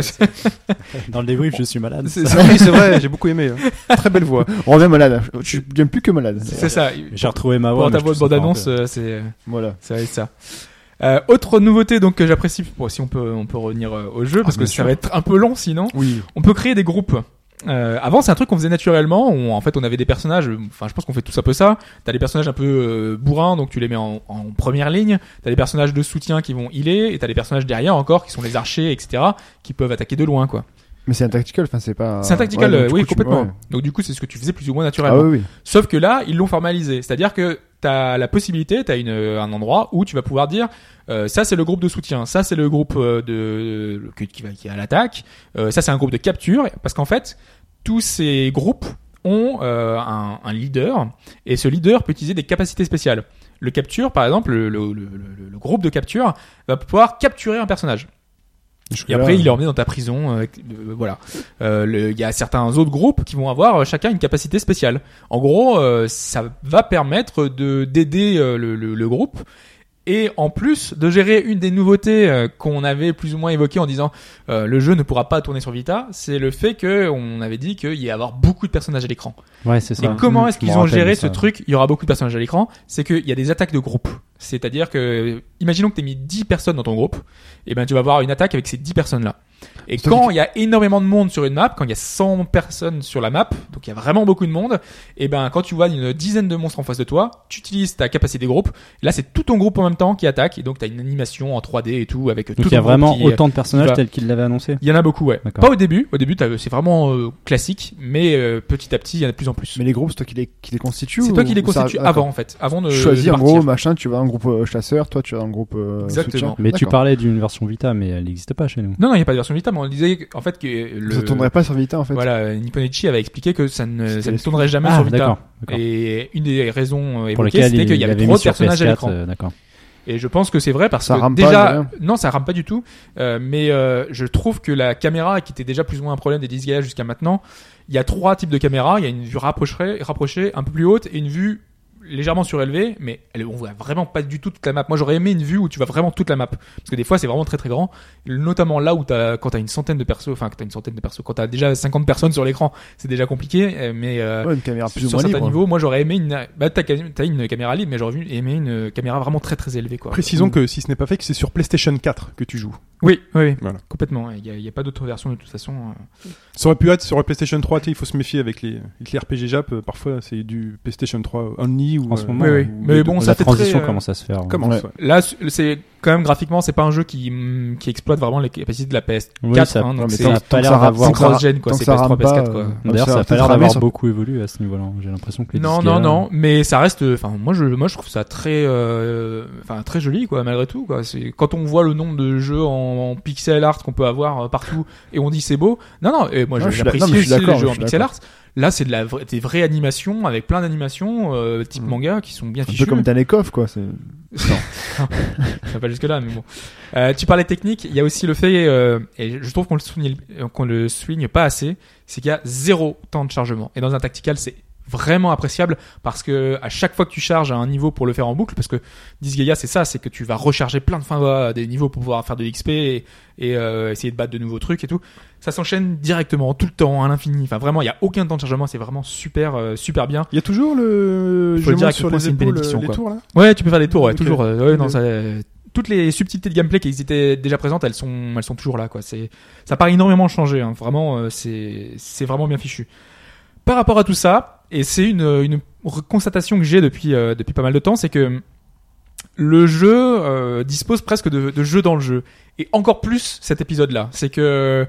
S5: Dans le débrief, je suis malade.
S3: C'est-
S2: Oui, c'est vrai, j'ai beaucoup aimé. hein. Très belle voix.
S4: On revient malade. Je suis bien plus que malade.
S3: C'est ça.
S5: J'ai retrouvé ma voix.
S3: Pour
S5: mais
S3: ta
S5: je trouve ça
S3: bande-annonce,
S5: pas un
S3: euh, c'est.
S4: Voilà.
S3: ça va être ça. Euh, autre nouveauté donc que j'apprécie, bon, si on peut on peut revenir euh, au jeu parce que
S4: Ah, bien
S3: ça
S4: sûr.
S3: va être un peu long sinon.
S2: Oui.
S3: On peut créer des groupes. Euh, avant c'est un truc qu'on faisait naturellement. On, en fait on avait des personnages. euh, Enfin je pense qu'on fait tous un peu ça. T'as des personnages un peu euh, bourrins donc tu les mets en, en première ligne. T'as des personnages de soutien qui vont healer et t'as des personnages derrière encore qui sont les archers etc qui peuvent attaquer de loin quoi.
S4: Mais c'est un tactical, enfin c'est pas.
S3: c'est un tactical
S4: Ah, Ouais,
S3: euh,
S4: donc, du
S3: oui
S4: coup, tu-
S3: complètement.
S4: ouais.
S3: Donc du coup c'est ce que tu faisais plus ou moins
S4: Ah
S3: naturellement.
S4: oui, oui.
S3: Sauf que là, ils l'ont formalisé. C'est-à-dire que t'as la possibilité, t'as une, euh, un endroit où tu vas pouvoir dire, euh, ça c'est le groupe de soutien, ça c'est le groupe euh, de, de- qui, qui va qui est à l'attaque, euh, ça c'est un groupe de capture, parce qu'en fait, tous ces groupes ont euh, un, un leader, et ce leader peut utiliser des capacités spéciales. Le capture, par exemple, le, le- le- le- le groupe de capture va pouvoir capturer un personnage. Et après, il est emmené dans ta prison. euh, euh, voilà. Euh, le- Il y a certains autres groupes qui vont avoir euh, chacun une capacité spéciale. En gros, euh, ça va permettre de d'aider euh, le, le- le groupe. Et en plus de gérer une des nouveautés euh, qu'on avait plus ou moins évoquées en disant euh, le jeu ne pourra pas tourner sur Vita, c'est le fait que on avait dit qu'il y allait avoir beaucoup de personnages à l'écran.
S5: peu. Ouais, c'est
S3: Et
S5: ça.
S3: comment
S5: Ah, hmm,
S3: est-ce
S5: Je
S3: qu'ils
S5: me
S3: ont
S5: rappelle
S3: géré
S5: de
S3: ce
S5: ça.
S3: truc Il y aura beaucoup de personnages à l'écran. C'est qu'il y a des attaques de groupe. eh C'est-à-dire que, imaginons que tu mis 10 personnes dans ton groupe, et ben tu vas avoir une attaque avec ces 10 personnes-là. Et
S4: Surtout
S3: quand il y a énormément de monde sur une map, quand il y a 100 personnes sur la map, donc il y a vraiment beaucoup de monde, et ben quand tu vois une dizaine de monstres en face de toi, tu utilises ta capacité groupe. Là, c'est tout ton groupe en même temps qui attaque, et donc tu as une animation en 3D et tout avec tout
S5: Donc il y a
S3: ton groupe
S5: vraiment
S3: qui-
S5: autant de personnages
S3: va-
S5: tels qu'il l'avait annoncé.
S3: Il y en a beaucoup, ouais.
S5: D'accord.
S3: Pas au début. Au début, t'as- c'est vraiment euh, classique, mais euh, petit à petit, il y en a de plus en plus.
S4: Mais les groupes, c'est toi qui les, qui les constitues
S3: C'est
S4: ou-
S3: toi qui les
S4: ou ça-
S3: constitues
S4: d'accord.
S3: avant, en fait, avant de,
S4: Tu choisis
S3: de
S4: un
S3: partir.
S4: gros machin, tu vas dans un groupe euh, chasseur, toi tu vas dans un groupe euh,
S3: Exactement.
S4: soutien.
S5: Mais tu
S4: D'accord.
S5: parlais d'une version Vita, mais elle n'existe pas chez nous.
S3: Non, non, il n'y a pas de version Vita, mais on disait en fait que le.
S4: Ça tournerait pas sur Vita en fait.
S3: Voilà, Nipponichi avait expliqué que ça ne,
S4: C'était
S3: ça ne
S4: les-
S3: tournerait jamais
S5: Ah,
S3: sur Vita.
S5: d'accord. d'accord.
S3: Et une des raisons euh,
S5: Pour
S3: évoquées,
S5: lequel
S3: c'était
S5: il,
S3: qu'il y
S5: il
S3: avait
S5: avait
S3: trop
S5: mis
S3: de
S5: sur
S3: personnages à
S5: PS4.
S3: l'écran.
S5: euh, d'accord.
S3: Et je pense que c'est vrai parce
S4: Ça
S3: que
S4: rame pas, hein.
S3: déjà,
S4: ni rien.
S3: non, ça rame pas du tout. euh, mais euh, je trouve que la caméra, qui était déjà plus ou moins un problème des disgaillages jusqu'à maintenant, il y a trois types de caméras. Il y a une vue rapprochée, rapprochée, un peu plus haute, et une vue légèrement surélevée. Mais elle, on voit vraiment pas du tout toute la map. Moi, j'aurais aimé une vue où tu vois vraiment toute la map, parce que des fois, c'est vraiment très très grand. Notamment là où t'as, quand t'as une centaine de persos, enfin, quand t'as une centaine de persos, quand t'as déjà 50 personnes sur l'écran, c'est déjà compliqué. euh, Mais euh,
S4: Ouais, une caméra plus ou
S3: sur
S4: moins
S3: certains
S4: libre.
S3: niveaux, moi j'aurais aimé une. Bah, t'as quasi- t'as une caméra libre, mais j'aurais vu- aimé une caméra vraiment très très élevée, quoi.
S2: Précisons que si ce n'est pas fait, que c'est sur PlayStation 4 que tu joues.
S3: Oui, oui, oui.
S2: Voilà.
S3: complètement. Il n'y a, pas d'autre version de toute façon. euh.
S2: Ça aurait pu être sur la PlayStation 3, tu sais, il faut se méfier avec les, avec les RPG Jap, euh, parfois c'est du PlayStation 3 only ou
S5: En
S2: euh,
S5: ce moment,
S3: oui,
S2: ou
S3: oui.
S2: les
S3: Mais
S2: deux.
S3: bon,
S5: la
S3: ça fait très,
S5: transition
S3: euh,
S5: commence à se faire.
S2: Commence,
S4: Ouais.
S2: ouais.
S3: Là, c'est quand même graphiquement, c'est pas un jeu qui, hum, qui exploite vraiment les capacités de la PS4.
S5: Oui, ça-
S3: hein,
S4: Ouais,
S3: donc
S4: mais
S3: c'est
S5: ça a
S4: tant-
S5: pas
S4: tant
S5: l'air
S4: que ça
S5: d'avoir-
S4: tant que ça-
S3: cross-gen, quoi,
S4: tant que
S3: c'est
S4: ça
S3: PS3,
S4: rame pas,
S3: PS4, quoi.
S4: euh,
S5: D'ailleurs, ça a
S4: peut-être
S5: pas l'air
S4: ramé
S5: d'avoir
S4: sur-
S5: beaucoup évolué à ce niveau-là. hein. J'ai l'impression que les
S3: Non,
S5: disques,
S3: non,
S5: euh,
S3: non, mais ça reste. Enfin, moi, je, moi, je trouve ça très, euh, enfin, très joli, quoi, malgré tout, quoi. C'est quand on voit le nombre de jeux en, en pixel art qu'on peut avoir euh, partout et on dit c'est beau. Non, non, et moi,
S4: Ouais,
S3: je-
S4: je suis d'ac-
S3: j'apprécie
S4: non, mais je suis
S3: aussi les
S4: d'accord,
S3: jeux
S4: je
S3: en
S4: suis
S3: pixel
S4: d'accord.
S3: art. Là, c'est de la vraie, des vraies animations avec plein d'animations euh, type
S4: Mm.
S3: manga qui sont bien
S4: Un
S3: fichues.
S4: peu comme Danekov quoi. c'est-
S3: Ça va pas jusque là, mais bon. Euh, tu parlais technique. Il y a aussi le fait, euh, et je trouve qu'on le souligne, euh, qu'on le souligne pas assez, c'est qu'il y a zéro temps de chargement. Et dans un tactical, c'est vraiment appréciable parce que à chaque fois que tu charges à un niveau pour le faire en boucle, parce que Disgaea, c'est ça, c'est que tu vas recharger plein de fins à des niveaux pour pouvoir faire de l'XP et, et, euh, essayer de battre de nouveaux trucs et tout. Ça s'enchaîne directement, tout le temps, à l'infini. Enfin, vraiment, il y a aucun temps de chargement. C'est vraiment super, euh, super bien.
S2: Il y a toujours le
S3: Faut
S2: je
S3: dire à
S2: monte
S3: quel
S2: sur
S3: point
S2: les
S3: c'est une
S2: épaules,
S3: bénédiction,
S2: les
S3: quoi.
S2: tours là
S3: Ouais, tu peux faire les tours, ouais,
S2: Ok.
S3: toujours. euh, ouais, non,
S2: Ok.
S3: ça, euh, toutes les subtilités de gameplay qui étaient déjà présentes, elles sont, elles sont toujours là, quoi. C'est, ça paraît énormément changé, hein. Vraiment, euh, c'est, c'est vraiment bien fichu. Par rapport à tout ça, et c'est une, une constatation que j'ai depuis, euh, depuis pas mal de temps, c'est que le jeu euh, dispose presque de, de jeux dans le jeu. Et encore plus cet épisode-là. C'est que,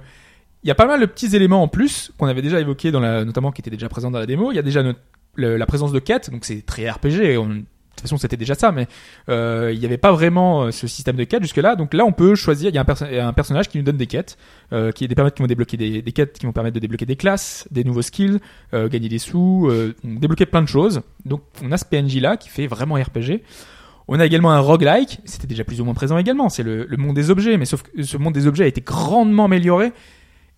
S3: il y a pas mal de petits éléments en plus qu'on avait déjà évoqués dans la, notamment qui étaient déjà présents dans la démo. Il y a déjà notre- le- la présence de quêtes, donc c'est très RPG. et on- de toute façon, c'était déjà ça, mais euh, il n'y avait pas vraiment euh, ce système de quêtes jusque-là. Donc là, on peut choisir. Il y a un, perso- un personnage qui nous donne des quêtes, euh, qui, des, permettent- qui vont débloquer des, des quêtes, qui vont permettre de débloquer des classes, des nouveaux skills, euh, gagner des sous, euh, débloquer plein de choses. Donc on a ce PNJ là qui fait vraiment RPG. On a également un roguelike, c'était déjà plus ou moins présent également, c'est le, le monde des objets, mais sauf que ce monde des objets a été grandement amélioré,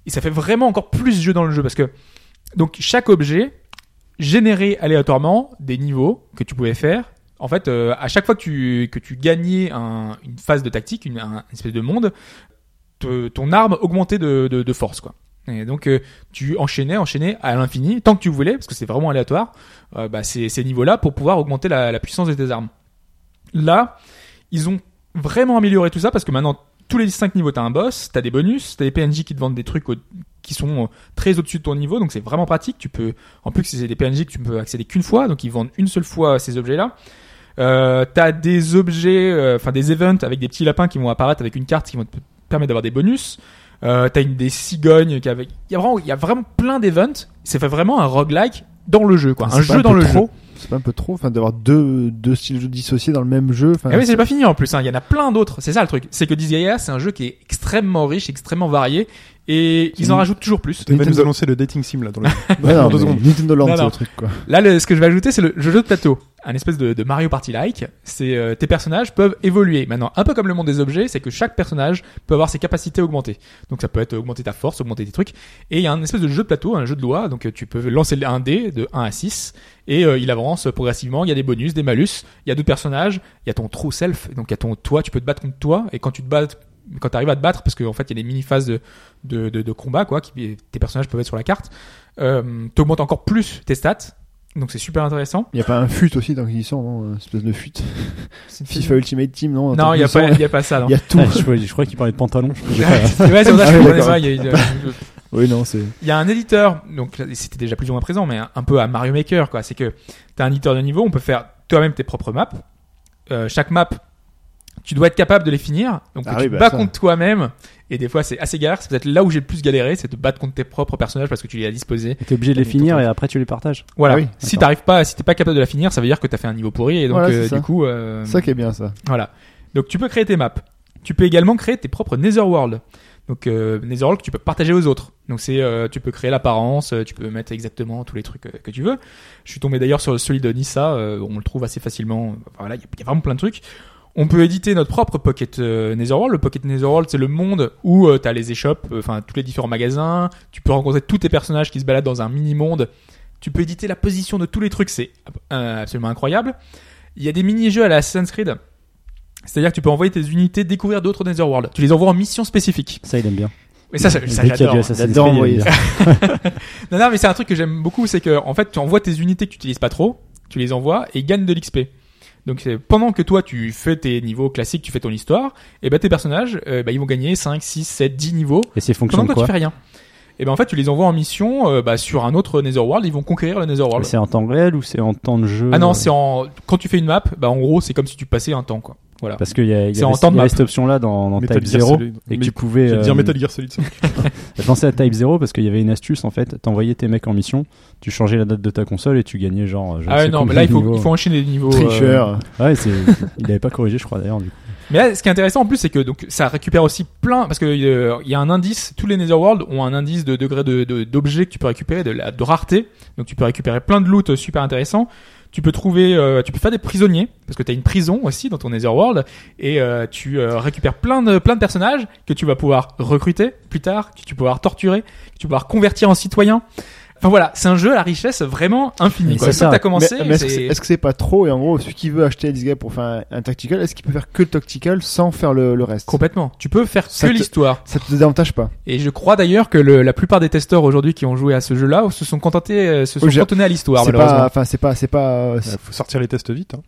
S3: et ça fait vraiment encore plus jeu dans le jeu, parce que donc chaque objet générait aléatoirement des niveaux que tu pouvais faire. En fait, euh, à chaque fois que tu, que tu gagnais un- une phase de tactique, une, un- une espèce de monde, te- ton arme augmentait de, de- de force, quoi. Et donc euh, tu enchaînais, enchaînais à l'infini, tant que tu voulais, parce que c'est vraiment aléatoire, euh, bah, ces, ces niveaux-là pour pouvoir augmenter la, la puissance de tes armes. Là, ils ont vraiment amélioré tout ça parce que maintenant, tous les 5 niveaux, t'as un boss, t'as des bonus, t'as des PNJ qui te vendent des trucs au- qui sont euh, très au-dessus de ton niveau, donc c'est vraiment pratique. Tu peux, en plus, c'est des PNJ que tu ne peux accéder qu'une fois, donc ils vendent une seule fois ces objets-là. Euh, t'as des objets, euh, enfin des events avec des petits lapins qui vont apparaître avec une carte qui vont te permettre d'avoir des bonus. Euh, t'as une des cigognes qui avec, il y a vraiment, il y a vraiment plein d'events. C'est fait vraiment un roguelike dans le jeu, quoi.
S4: C'est
S3: Un
S4: pas
S3: jeu
S4: peu
S3: dans le jeu.
S4: trop C'est pas un peu trop, enfin d'avoir deux deux styles de jeu dissociés dans le même jeu. enfin,
S3: Ah oui, c'est pas fini en plus. hein. Il y en a plein d'autres. C'est ça le truc. C'est que Disgaea, c'est un jeu qui est extrêmement riche, extrêmement varié, et ils en
S4: une-
S3: rajoutent toujours plus.
S2: Il va nous
S4: Nintendo-
S2: annoncer le dating sim là dans le
S4: Ouais, non,
S2: deux
S4: mais
S2: secondes.
S4: Nintendo Land
S3: Non,
S4: c'est
S3: non.
S4: le truc quoi.
S3: Là, le- ce que je vais ajouter, c'est le jeu de plateau, un espèce de, de Mario Party-like. C'est euh, tes personnages peuvent évoluer. Maintenant, un peu comme le monde des objets, c'est que chaque personnage peut avoir ses capacités augmentées. Donc, ça peut être augmenter ta force, augmenter tes trucs. Et il y a un espèce de jeu de plateau, un jeu de loi. Donc, euh, tu peux lancer un dé de 1 à 6 et euh, il avance progressivement. Il y a des bonus, des malus. Il y a d'autres personnages. Il y a ton true self. Donc, il y a ton toi. Tu peux te battre contre toi. Et quand tu te bats, quand tu arrives à te battre, parce qu'en fait, il y a des mini-phases de, de, de, de combat, quoi, qui, tes personnages peuvent être sur la carte, euh, t'augmentes encore plus tes stats. Donc c'est super intéressant.
S4: Il n'y a pas un fut aussi dans qu'ils sont, non Une espèce de fut. FIFA Ultimate Team, non
S3: Non, il n'y a, pas-
S4: Il
S3: y a pas ça. Non.
S4: y a tout.
S5: Ah, je, je crois qu'il parlait de pantalon. J'ai pas-
S3: Ouais, c'est pour ça que
S4: Ah oui,
S3: je comprenais
S4: d'accord.
S3: pas, il y a- il y a-
S4: Oui, non, c'est.
S3: Il y a un éditeur, donc là, c'était déjà plus ou moins présent, mais un, un peu à Mario Maker, quoi. C'est que t'as un éditeur de niveau, on peut faire toi-même tes propres maps. Euh, chaque map, tu dois être capable de les finir. Donc
S4: Ah
S3: tu
S4: oui,
S3: te
S4: bah
S3: bats
S4: ça.
S3: contre toi-même. Et des fois, c'est assez galère. C'est peut-être là où j'ai le plus galéré, c'est de battre contre tes propres personnages parce que tu les as disposés.
S5: T'es obligé de les
S3: Ton
S5: finir
S3: tour.
S5: et après tu les partages.
S3: Voilà.
S4: Ah oui,
S3: si
S5: d'accord.
S3: t'arrives pas, si t'es pas capable de la finir, ça veut dire que t'as fait un niveau pourri et donc
S4: Voilà, c'est
S3: euh,
S4: ça.
S3: du coup, euh,
S4: Ça qui est bien, ça.
S3: voilà. Donc tu peux créer tes maps. Tu peux également créer tes propres Netherworld. Donc euh, Netherworld que tu peux partager aux autres. Donc c'est euh, tu peux créer l'apparence, euh, tu peux mettre exactement tous les trucs euh, que tu veux. Je suis tombé d'ailleurs sur celui de Nissa, euh, on le trouve assez facilement. Enfin, voilà, il y, a- il y a vraiment plein de trucs. On peut éditer notre propre Pocket euh, Netherworld. Le Pocket Netherworld, c'est le monde où tu as les échoppes, euh, enfin tous les différents magasins. Tu peux rencontrer tous tes personnages qui se baladent dans un mini monde. Tu peux éditer la position de tous les trucs, c'est euh, absolument incroyable. Il y a des mini-jeux à la Assassin's Creed. C'est-à-dire que tu peux envoyer tes unités découvrir d'autres Netherworld. Tu les envoies en mission spécifique.
S5: Ça, il aime bien.
S3: Mais ça, ça, ça,
S5: Dès qu'il y a
S3: j'adore. hein.
S5: du Assassin's
S4: J'adore
S5: Creed, il aime
S4: envoyer
S5: bien.
S3: Non, non, mais c'est un truc que j'aime beaucoup, c'est que en fait, tu envoies tes unités que tu utilises pas trop, tu les envoies et ils gagnent de l'XP. Donc c'est- pendant que toi tu fais tes niveaux classiques, tu fais ton histoire, et ben tes personnages, euh, bah, ils vont gagner 5, 6, 7, 10 niveaux
S5: Et c'est fonction
S3: pendant
S5: de
S3: que toi
S5: quoi
S3: tu fais rien. Et ben en fait, tu les envoies en mission euh, bah, sur un autre Netherworld, ils vont conquérir le Netherworld.
S5: C'est en temps réel ou c'est en temps de jeu
S3: Ah
S5: euh,
S3: non, c'est en quand tu fais une map, bah en gros, c'est comme si tu passais un temps quoi. Voilà.
S5: Parce qu'il y a, il y
S3: C'est en
S5: avait-
S3: temps de
S5: il y avait
S3: map.
S5: cette option-là dans, dans
S2: Metal
S5: Type
S2: Gear
S5: 0
S2: Solid.
S5: et que
S2: Mais-
S5: tu pouvais.
S2: J'allais dire
S5: euh,
S2: Metal Gear Solid 5.
S5: Je pensais à Type 0 parce qu'il y avait une astuce en fait. T'envoyais tes mecs en mission, tu changeais la date de ta console et tu gagnais genre. je ne
S3: Ah ouais,
S5: sais
S3: non, mais
S5: combien
S3: là il
S5: de
S3: faut,
S5: niveaux. hein.
S3: il faut enchaîner les
S5: Oh,
S3: niveaux. euh,
S4: Tricheur.
S5: Ah Ouais, c'est... il avait pas corrigé, je crois d'ailleurs. Du coup.
S3: Mais là, ce qui est intéressant en plus, c'est que donc ça récupère aussi plein parce que euh, il y a un indice. Tous les Netherworld ont un indice de degré de de- d'objets que tu peux récupérer, de, la, de rareté. Donc tu peux récupérer plein de loot euh, super intéressants. Tu peux trouver, euh, tu peux faire des prisonniers parce que t'as une prison aussi dans ton Netherworld et euh, tu euh, récupères plein de plein de personnages que tu vas pouvoir recruter plus tard, que tu vas pouvoir torturer, que tu vas pouvoir convertir en citoyens. Enfin voilà, c'est un jeu à la richesse vraiment infinie.
S5: Mais c'est
S3: Quoi. Une fois
S5: ça.
S3: que t'as commencé,
S4: Mais- mais est-ce que
S3: c'est-
S4: c'est- est-ce que c'est pas trop Et en gros, celui qui veut acheter Disgaea pour faire un, un tactical, est-ce qu'il peut faire que le tactical sans faire le, le reste
S3: complètement. Tu peux faire que
S4: Ça te-
S3: l'histoire.
S4: Ça te désavantage pas
S3: Et je crois d'ailleurs que le- la plupart des testeurs aujourd'hui qui ont joué à ce jeu-là se sont contentés, euh, se sont
S4: Oui, j'ai-
S3: cantonnés à l'histoire
S4: C'est pas,
S3: malheureusement.
S4: enfin, c'est pas, c'est pas. euh, c'est-
S2: Il faut sortir les tests vite. hein.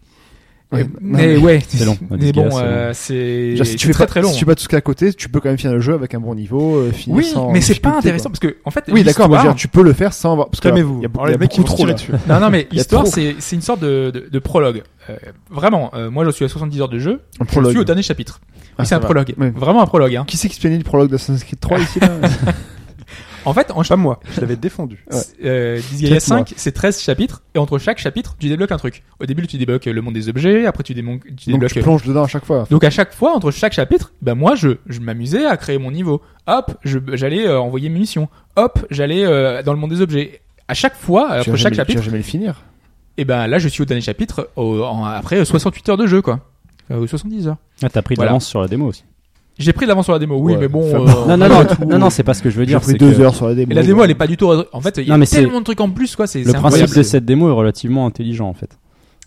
S3: Euh,
S4: ouais, non,
S3: mais ouais,
S5: C'est long, on dit
S3: Mais bon,
S5: gars, c'est
S3: euh, c'est
S4: Genre, si
S3: c'est
S4: tu fais
S3: très
S4: pas,
S3: très long.
S4: Si tu fais pas tout ce qu'il y a à côté, tu peux quand même finir le jeu avec un bon niveau. euh, finir
S3: oui,
S4: sans
S3: mais c'est pas
S4: difficulté,
S3: intéressant
S4: quoi.
S3: parce que en fait,
S4: Oui, d'accord, mais je veux dire,
S3: l'histoire-
S4: tu peux le faire sans avoir. Parce que
S2: Calmez-vous.
S4: il y a-
S2: Alors,
S4: il y
S2: les
S4: a
S2: mecs, ils
S4: beaucoup
S2: vont
S4: trop,
S2: se tirer
S4: là.
S2: dessus.
S3: Non, non, mais
S4: Il y a
S3: histoire,
S4: trop.
S3: c'est c'est une sorte de, de, de prologue. Euh, vraiment, euh, moi je suis à 70 heures de jeu.
S4: Un
S3: Je suis au
S4: prologue.
S3: dernier chapitre. Oui,
S4: Ah,
S3: c'est un
S4: ça va.
S3: prologue.
S4: Oui.
S3: Vraiment un prologue. Hein.
S4: Qui c'est qui se plaignait du prologue d'Assassin's Creed 3 ici là
S3: En fait, en
S2: Pas moi, je l'avais défendu.
S4: Ouais.
S3: Euh, Disgaea
S4: Quatre
S3: 5, c'est 13 chapitres, et entre chaque chapitre, tu débloques un truc. Au début, tu débloques le monde des objets, après tu, démon- tu
S4: Donc
S3: débloques
S4: tu plonges dedans à chaque fois.
S3: Donc à chaque fois, entre chaque chapitre, ben moi je, je m'amusais à créer mon niveau. Hop, je- j'allais euh, envoyer mes missions. Hop, j'allais euh, dans le monde des objets. À chaque fois,
S4: Tu
S3: après
S4: vas jamais-
S3: chaque
S4: Tu
S3: chapitre,
S4: vas jamais le finir.
S3: et ben là je suis au dernier chapitre, au- en- après euh, 68 heures de jeu quoi. Euh, ou 70 heures.
S5: Ah, t'as pris de
S3: Voilà.
S5: l'avance sur la démo aussi.
S3: J'ai pris de l'avance sur la démo, oui,
S4: Ouais,
S3: mais bon.
S4: ça
S3: euh,
S5: Non, non, non, non, non, c'est pas ce que je veux
S4: J'ai
S5: dire.
S4: pris
S5: c'est
S4: deux
S5: que
S4: heures sur la démo. euh,
S3: Et la démo elle est pas du tout. rés- En fait, il y a
S5: Non, mais c'est-
S3: tellement de trucs en plus quoi. C'est
S5: Le
S3: c'est
S5: principe
S3: incroyable.
S5: de cette démo est relativement intelligent en fait.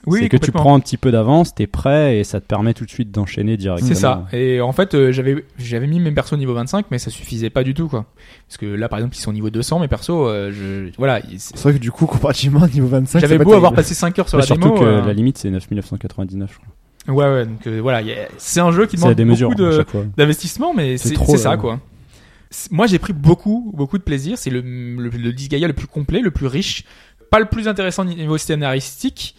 S3: Oui,
S5: c'est que tu
S3: complètement.
S5: prends un petit peu d'avance, t'es prêt et ça te permet tout de suite d'enchaîner directement.
S3: C'est ça. Et en fait, euh, j'avais j'avais mis mes persos niveau 25, mais ça suffisait pas du tout quoi. Parce que là, par exemple, ils sont niveau 200, mes persos, euh, je voilà, ils-
S4: C'est vrai que du coup, comparativement au niveau 25,
S3: J'avais
S4: c'est pas
S3: beau avoir
S4: terrible.
S3: passé 5 heures sur
S5: Ouais,
S3: la
S5: surtout
S3: démo.
S5: que
S3: euh,
S5: la limite c'est 9999, je crois.
S3: Ouais, ouais, donc euh, voilà, y a- c'est un jeu qui
S5: C'est hein, à
S3: demande
S5: des mesures
S3: beaucoup
S5: à
S3: de-
S5: chaque fois.
S3: d'investissement, mais
S4: C'est
S3: c'est
S4: trop,
S3: c'est ça,
S4: là.
S3: quoi. C'est- Moi, j'ai pris beaucoup, beaucoup de plaisir. C'est le, le, le Disgaea le plus complet, le plus riche, pas le plus intéressant niveau scénaristique,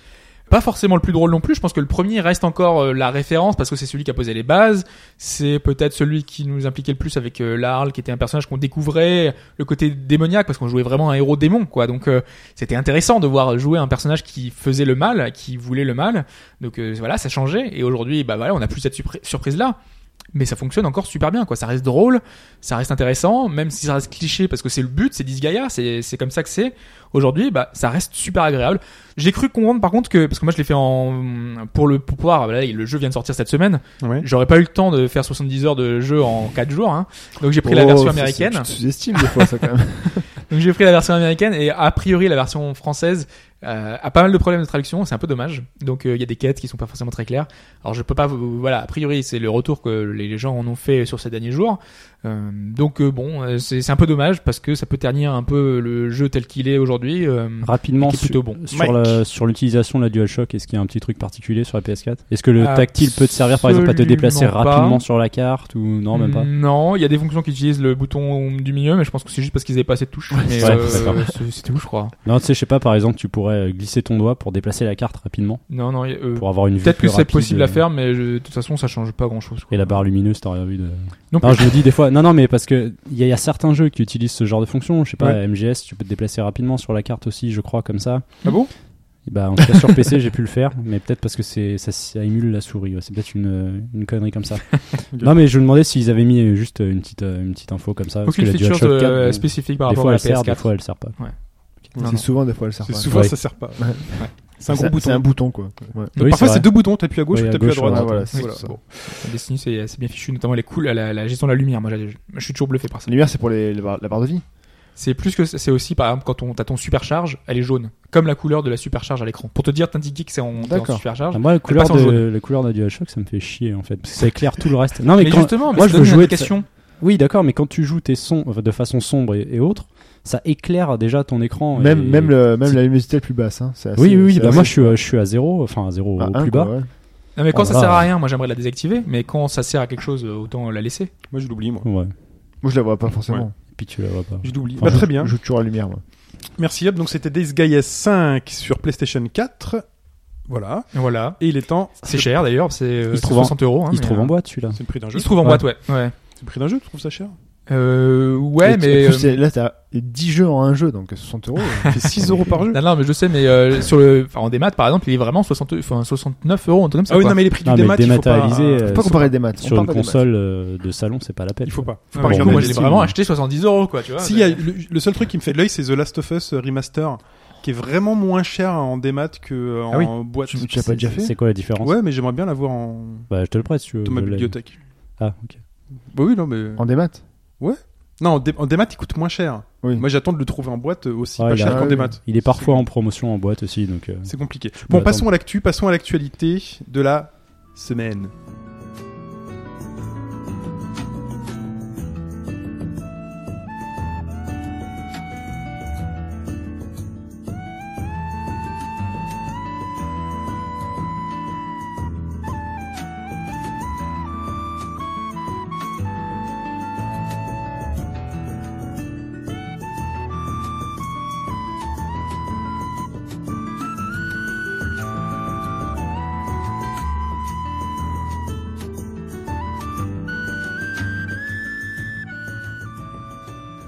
S3: pas forcément le plus drôle non plus. Je pense que le premier reste encore euh, la référence parce que c'est celui qui a posé les bases. C'est peut-être celui qui nous impliquait le plus avec euh, Larl, qui était un personnage qu'on découvrait, le côté démoniaque, parce qu'on jouait vraiment un héros démon, quoi. Donc euh, c'était intéressant de voir jouer un personnage qui faisait le mal, qui voulait le mal. Donc euh, voilà, ça changeait. Et aujourd'hui, bah voilà, on a plus cette surprise là mais ça fonctionne encore super bien quoi ça reste drôle ça reste intéressant même si ça reste cliché parce que c'est le but c'est Disgaea c'est c'est comme ça que c'est aujourd'hui bah ça reste super agréable j'ai cru comprendre par contre que parce que moi je l'ai fait en pour le pour pouvoir voilà, le jeu vient de sortir cette semaine
S2: Ouais.
S3: j'aurais pas eu le temps de faire 70 heures de jeu en 4 jours hein. donc j'ai pris la
S4: Oh,
S3: version
S4: ça, c'est-
S3: américaine
S4: Tu te sous-estimes des fois, ça quand même.
S3: donc j'ai pris la version américaine et a priori la version française euh, a pas mal de problèmes de traduction, c'est un peu dommage. Donc euh, il y a des quêtes qui sont pas forcément très claires. Alors je peux pas, vous- voilà, a priori c'est le retour que les gens en ont fait sur ces derniers jours. Euh, donc euh, bon, euh, c'est c'est un peu dommage parce que ça peut ternir un peu le jeu tel qu'il est aujourd'hui. euh,
S5: Rapidement
S3: qui est
S5: sur,
S3: plutôt bon.
S5: sur la- sur l'utilisation de la DualShock, est-ce qu'il y a un petit truc particulier sur la PS4 Est-ce que le tactile peut te servir par exemple à te déplacer
S3: Absolument pas. Hmm.
S5: rapidement sur la carte ou non même pas
S3: Non, il y a des fonctions qui utilisent le bouton du milieu, mais je pense que c'est juste parce qu'ils avaient pas assez de touches. Mais,
S5: ouais,
S3: euh,
S5: d'accord.
S3: c'est- C'était où je crois
S5: Non, tu sais, je sais pas. Par exemple, tu pourrais euh, glisser ton doigt pour déplacer la carte rapidement
S3: Non, non. euh,
S5: pour avoir une vue
S3: Peut-être
S5: plus
S3: que c'est
S5: rapide,
S3: possible
S5: euh,
S3: à faire, mais je- de toute façon, ça change pas grand-chose. quoi.
S5: Et la barre lumineuse, t'as rien vu de.
S3: Non
S5: Non, je me dis des fois. Non, non, mais parce que il y, a- il y a certains jeux qui utilisent ce genre de fonction. Je sais pas,
S3: Ouais.
S5: MGS, tu peux te déplacer rapidement sur la carte aussi, je crois, comme ça.
S3: Ah bon
S5: Et Bah, en tout cas, sur PC, j'ai pu le faire, mais peut-être parce que c'est ça, ça émule la souris. ouais. C'est peut-être une, une connerie comme ça. non, mais je me demandais s'ils avaient mis euh, juste euh, une petite, euh, une petite info comme ça. parce que
S3: Aucune
S5: la
S3: feature
S5: DualShock 4,
S3: euh,
S5: bon,
S3: spécifique par
S5: des
S3: rapport
S5: fois
S3: à la
S5: elle sert, des
S3: PS4.
S5: fois elle sert pas.
S3: Non,
S4: C'est
S3: non.
S4: souvent des fois elle sert
S2: C'est
S4: pas.
S2: souvent
S5: Ouais.
S2: ça sert pas. C'est
S4: C'est
S2: un gros bouton.
S4: C'est un bouton quoi. Ouais.
S2: Donc, parfois
S5: Oui, c'est
S2: c'est
S5: vrai.
S2: deux boutons, t'appuies à gauche
S5: Oui,
S2: ou
S5: à
S2: t'appuies à
S5: gauche,
S2: droite.
S4: ouais, voilà, c'est
S2: Voilà,
S4: ça.
S2: bon.
S3: Destiny, c'est c'est bien fichu, notamment les cool, la, la gestion de la lumière. Moi, j'ai- je suis toujours bluffé par ça.
S4: La lumière c'est pour les, la barre- la barre de vie.
S3: C'est plus que c'est aussi, par exemple, quand on t'as ton supercharge, elle est jaune, comme la couleur de la supercharge à l'écran. Pour te dire, t'indiquer que c'est en, t'es en
S4: D'accord.
S3: supercharge.
S5: Ah, moi, la couleur,
S3: passe en
S5: de,
S3: jaune.
S5: la couleur de la DualShock, ça me fait chier en fait, parce que ça éclaire tout le reste. Non, mais,
S3: mais
S5: quand-
S3: justement,
S5: moi,
S3: moi,
S5: je veux
S3: je veux
S5: jouer
S3: jouer
S5: de ça. oui, d'accord, mais quand tu joues tes sons enfin, de façon sombre et, et autre, ça éclaire déjà ton écran.
S4: Même,
S5: et-
S4: même, le, même
S5: c'est-
S4: la luminosité la plus basse. Hein. C'est assez-
S5: Oui, oui, oui,
S4: c'est
S5: bah
S4: assez-
S5: moi je suis, euh, je suis à zéro, enfin à zéro
S4: à
S5: au
S4: un,
S5: plus
S4: quoi,
S5: bas.
S4: ouais.
S3: Non, mais quand
S5: Ah,
S3: ça
S5: voilà.
S3: sert à rien, moi, j'aimerais la désactiver, mais quand ça sert à quelque chose, euh, autant la laisser.
S2: Moi je l'oublie, moi.
S5: Ouais.
S4: Moi je la vois pas forcément.
S5: Et puis tu euh, la vois pas.
S2: Je l'oublie.
S5: Enfin,
S2: Bah,
S5: je-
S2: très bien.
S4: Je joue toujours à la lumière. Moi.
S2: Merci Hop. Donc c'était Days Gaia 5 sur PlayStation 4. Voilà.
S3: Voilà.
S2: Et il est temps.
S3: C'est cher d'ailleurs, c'est euh,
S5: Il se
S3: c'est
S5: trouve en-
S3: 60 euros. hein,
S5: Il se
S3: mais,
S5: trouve
S3: euh,
S5: en boîte celui-là.
S2: C'est le prix d'un jeu.
S3: Il se trouve en
S5: Ouais.
S3: boîte, ouais. Ouais,
S2: C'est le prix d'un jeu, tu trouves ça cher
S3: Euh, ouais
S4: Et-
S3: mais.
S4: en plus,
S3: euh,
S4: c'est- là t'as 10 jeux en un jeu donc 60 euros. hein.
S2: Ça fait 6 euros par jeu.
S3: Non, non, mais je sais, mais euh, sur le, enfin, en démat, par exemple, il est vraiment 60, enfin, 69 euros, un truc comme ça.
S2: Ah oui,
S3: quoi.
S2: non, mais les prix du
S5: Non, mais
S2: démat, il faut pas.
S5: dématérialisé, euh,
S4: Faut pas comparer des maths. on
S5: Sur
S4: parle
S5: une
S4: pas des maths.
S5: console euh, de salon, c'est pas la peine.
S2: Il faut pas. Faut pas
S3: Ouais, mais
S5: bon,
S2: regarder
S3: moi,
S2: les
S3: j'ai
S5: si,
S2: prix.
S3: vraiment
S5: mais-
S3: acheté 70 euros, quoi, tu vois.
S2: Si, il y a le, le seul truc qui me fait de l'œil, c'est The Last of Us euh, Remaster, qui est vraiment moins cher en démat que euh,
S3: Ah oui.
S2: en boîte.
S4: Tu- tu l'as pas déjà fait
S5: C'est quoi la différence
S2: Ouais, mais j'aimerais bien l'avoir en
S5: Bah, je te le prête si tu veux.
S2: dans ma
S5: je l'ai.
S2: bibliothèque.
S5: Ah, ok.
S2: Bah oui, non, mais.
S4: En des maths.
S2: Non, en, dé- en démat, il coûte moins cher.
S4: Oui.
S2: Moi, j'attends de le trouver en boîte euh, aussi
S5: Ouais,
S2: pas
S5: il a-
S2: cher qu'en
S4: oui.
S2: démat.
S5: Il est parfois en promotion en boîte aussi, donc. euh,
S2: C'est compliqué. Bon,
S5: Bah,
S2: passons à l'actu, passons à l'actualité de la semaine.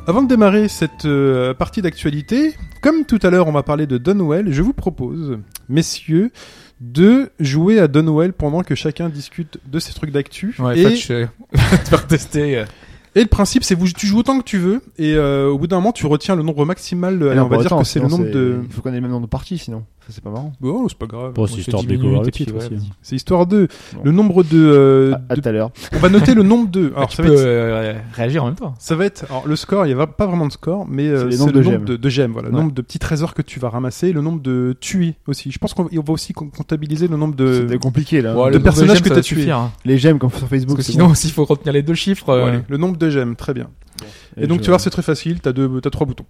S2: Avant de démarrer cette euh, partie d'actualité, comme tout à l'heure on va parler de Dunwell, je vous propose, messieurs, de jouer à Dunwell pendant que chacun discute de ses trucs d'actu.
S3: Ouais,
S2: et,
S3: Fetch, euh, te faire tester. euh.
S2: et le principe, c'est vous tu joues autant que tu veux, et euh, au bout d'un moment tu retiens le nombre maximal. de-
S4: Mais
S2: allez,
S4: Eh non,
S2: on va
S4: pas
S2: dire
S4: autant,
S2: que c'est le
S4: sinon,
S2: nombre de.
S4: Il faut qu'on ait le même nombre de parties sinon. Ça c'est pas marrant.
S2: Bon, c'est pas grave.
S5: Bon,
S3: On
S5: c'est
S3: fait
S5: histoire
S3: 10
S5: de découvrir
S3: minutes,
S5: le
S3: et puis
S5: titre
S3: ouais,
S5: aussi.
S3: vas-y.
S2: C'est histoire de.
S4: Bon. Ah,
S2: Le nombre de. euh,
S4: À à
S2: de-
S4: tout à l'heure.
S2: On va noter le nombre de. Alors,
S3: Ah, tu
S2: ça
S3: peux
S2: va être
S3: euh, ré- réagir en même temps.
S2: Ça va être alors le score, il n'y a pas vraiment de score, mais euh,
S4: les
S2: c'est
S4: nombres
S2: le
S4: de
S2: nombre
S4: gemmes.
S2: de, de gemmes, voilà, le
S4: Ouais.
S2: nombre de petits trésors que tu vas ramasser, le nombre de tués aussi. Je pense qu'on on va aussi com- comptabiliser le nombre de,
S4: C'était compliqué là.
S3: Bon, le
S2: de
S3: nombre
S2: personnages
S3: gemmes,
S2: que
S3: ça
S2: t'as
S3: va
S2: tués.
S3: suffire, hein.
S4: Les j'aime comme sur
S3: Parce
S4: Facebook.
S3: que
S4: c'est
S3: sinon, s'il faut retenir les deux chiffres.
S2: Bon,
S3: euh,
S2: allez, le nombre de gemmes, très bien.
S4: bon.
S2: Et, donc
S4: je-
S2: tu vois, c'est très facile, t'as deux, t'as trois boutons.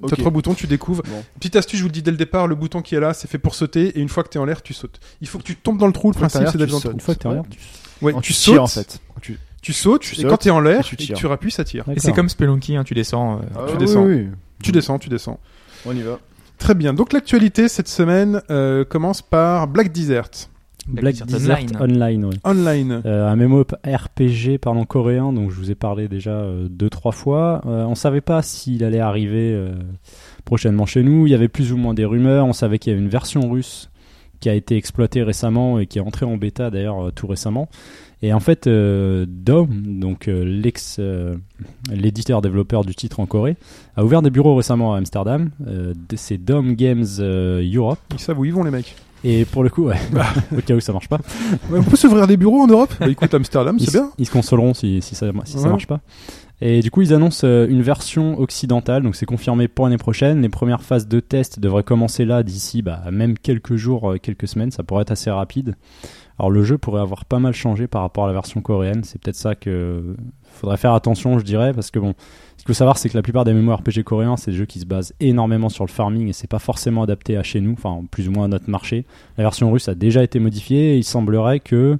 S4: Ok.
S2: T'as trois boutons, tu découvres.
S4: Bon.
S2: Petite astuce, je vous le dis dès le départ, le bouton qui est là, c'est fait pour sauter, et une fois que t'es en l'air, tu sautes. Il faut que tu tombes dans le trou, le
S4: Une fois que t'es en
S2: principe
S4: l'air,
S2: c'est d'être dans
S4: tu
S2: le trou.
S5: Une fois que t'es en l'air, tu-
S2: Ouais,
S4: Quand
S2: tu
S4: tires,
S2: sautes,
S4: en fait. Quand tu-
S2: tu sautes,
S4: Tu
S2: et quand
S4: sautes,
S2: t'es en l'air,
S4: et tu
S2: et que
S4: tires.
S2: tu rappuies, ça tire.
S3: Et c'est comme Spelunky, hein, tu descends. euh,
S4: Ah
S2: tu
S4: oui,
S2: descends.
S4: oui, oui.
S2: Tu descends, tu descends.
S4: On y va.
S2: Très bien. Donc l'actualité cette semaine euh, commence par Black Desert
S5: Black
S3: Desert
S5: Desert
S3: Online.
S5: Online, ouais.
S2: Online.
S5: Euh, un MMORPG pardon, coréen dont je vous ai parlé déjà euh, deux trois fois. Euh, on savait pas s'il allait arriver euh, prochainement chez nous. Il y avait plus ou moins des rumeurs. On savait qu'il y avait une version russe qui a été exploitée récemment et qui est entrée en bêta d'ailleurs euh, tout récemment. Et en fait, euh, Dom, donc euh, l'ex euh, l'éditeur développeur du titre en Corée, a ouvert des bureaux récemment à Amsterdam. Euh, C'est Dom Games euh, Europe.
S2: Ils savent où ils vont les mecs.
S5: Et pour le coup, ouais, au cas où ça marche pas.
S2: Ouais, on peut s'ouvrir des bureaux en Europe Bah écoute, Amsterdam,
S5: ils,
S2: c'est bien.
S5: ils se consoleront si, si ça, si ça
S2: Ouais.
S5: marche pas. Et du coup, ils annoncent euh, une version occidentale, donc c'est confirmé pour l'année prochaine. Les premières phases de test devraient commencer là d'ici bah, même quelques jours, euh, quelques semaines, ça pourrait être assez rapide. Alors le jeu pourrait avoir pas mal changé par rapport à la version coréenne, c'est peut-être ça que euh, faudrait faire attention, je dirais, parce que bon, ce qu'il faut savoir, c'est que la plupart des mémoires RPG coréens, c'est des jeux qui se basent énormément sur le farming et c'est pas forcément adapté à chez nous, enfin plus ou moins à notre marché. La version russe a déjà été modifiée et il semblerait que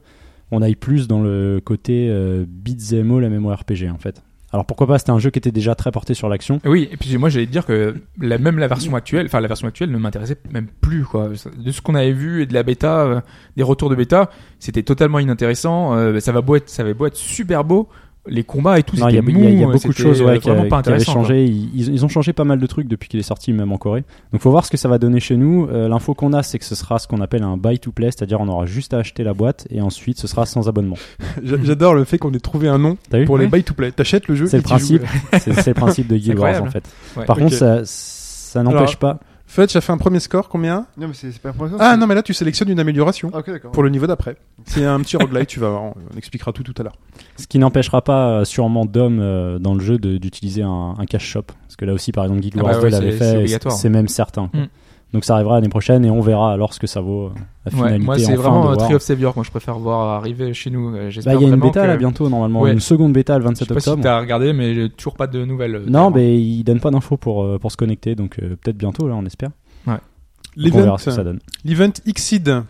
S5: on aille plus dans le côté euh, beat'em all la mémoire RPG en fait. Alors pourquoi pas, c'était un jeu qui était déjà très porté sur l'action.
S3: Oui, et puis moi j'allais te dire que la, même la version actuelle, enfin la version actuelle ne m'intéressait même plus quoi. De ce qu'on avait vu et de la bêta, euh, des retours de bêta, c'était totalement inintéressant. Euh, ça va beau être, ça va beau être super beau, les combats et tout.
S5: Non, il y, a-
S3: c'était
S5: il y a- il y a
S3: mou,
S5: beaucoup de
S3: c'était
S5: choses ouais, qui,
S3: vraiment
S5: a-
S3: pas
S5: qui avaient
S3: intéressant. quoi.
S5: changé. Ils, ils- ils ont changé pas mal de trucs depuis qu'il est sorti, même en Corée. Donc faut voir ce que ça va donner chez nous. Euh, L'info qu'on a, c'est que ce sera ce qu'on appelle un buy to play, c'est-à-dire on aura juste à acheter la boîte et ensuite ce sera sans abonnement.
S2: J'a- J'adore le fait qu'on ait trouvé un nom
S5: T'as vu
S2: pour les
S3: Ouais.
S2: buy to play. T'achètes le jeu.
S5: C'est
S2: et
S5: le
S2: tu joues.
S5: principe. C'est c'est le principe de Guild Wars
S3: incroyable.
S5: en fait.
S3: Ouais.
S5: Par
S2: Ok.
S5: contre, ça, ça n'empêche
S2: Alors,
S5: pas.
S2: Fetch a fait un premier score, combien
S4: Non, mais c'est c'est pas un point de
S2: Ah
S4: c'est-
S2: non, mais là tu sélectionnes une amélioration
S4: Ah, ok, d'accord.
S2: pour le niveau d'après. C'est un petit roguelite, tu vas voir, on on expliquera tout tout à l'heure.
S5: Ce qui n'empêchera pas euh, sûrement Dom euh, dans le jeu de- d'utiliser un, un cash shop. Parce que là aussi, par exemple, Guild
S3: Ah
S5: Wars
S3: bah
S5: 2
S3: ouais,
S5: l'avait
S3: c'est- c'est
S5: fait. et
S3: obligatoire.
S5: C'est même certain. quoi.
S3: Mm.
S5: Donc ça arrivera l'année prochaine et on verra alors ce que ça vaut. euh, La
S3: Ouais,
S5: finalité
S3: moi c'est
S5: enfin, de
S3: vraiment euh,
S5: voir.
S3: Tree of Savior, moi je préfère voir arriver chez nous. Euh,
S5: Bah, il
S3: J'espère
S5: y a une
S3: vraiment
S5: bêta
S3: que-
S5: là bientôt normalement,
S3: Ouais.
S5: une seconde bêta le
S3: Je sais
S5: 27
S3: pas si
S5: octobre.
S3: t'as regardé, mais j'ai toujours pas de nouvelles. euh,
S5: non,
S3: clairement.
S5: mais il donne pas d'infos pour, euh, pour se connecter, donc euh, peut-être bientôt là, on espère. Donc, on verra
S2: L'event,
S5: ce que ça donne.
S2: l'event Xseed.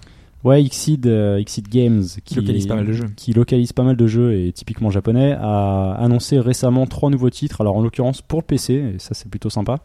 S5: Ouais, Xseed, euh, Xseed Games, qui
S3: localise pas mal de jeux.
S5: qui localise pas mal de jeux et typiquement japonais, a annoncé récemment trois nouveaux titres. Alors en l'occurrence pour le PC, et ça c'est plutôt sympa.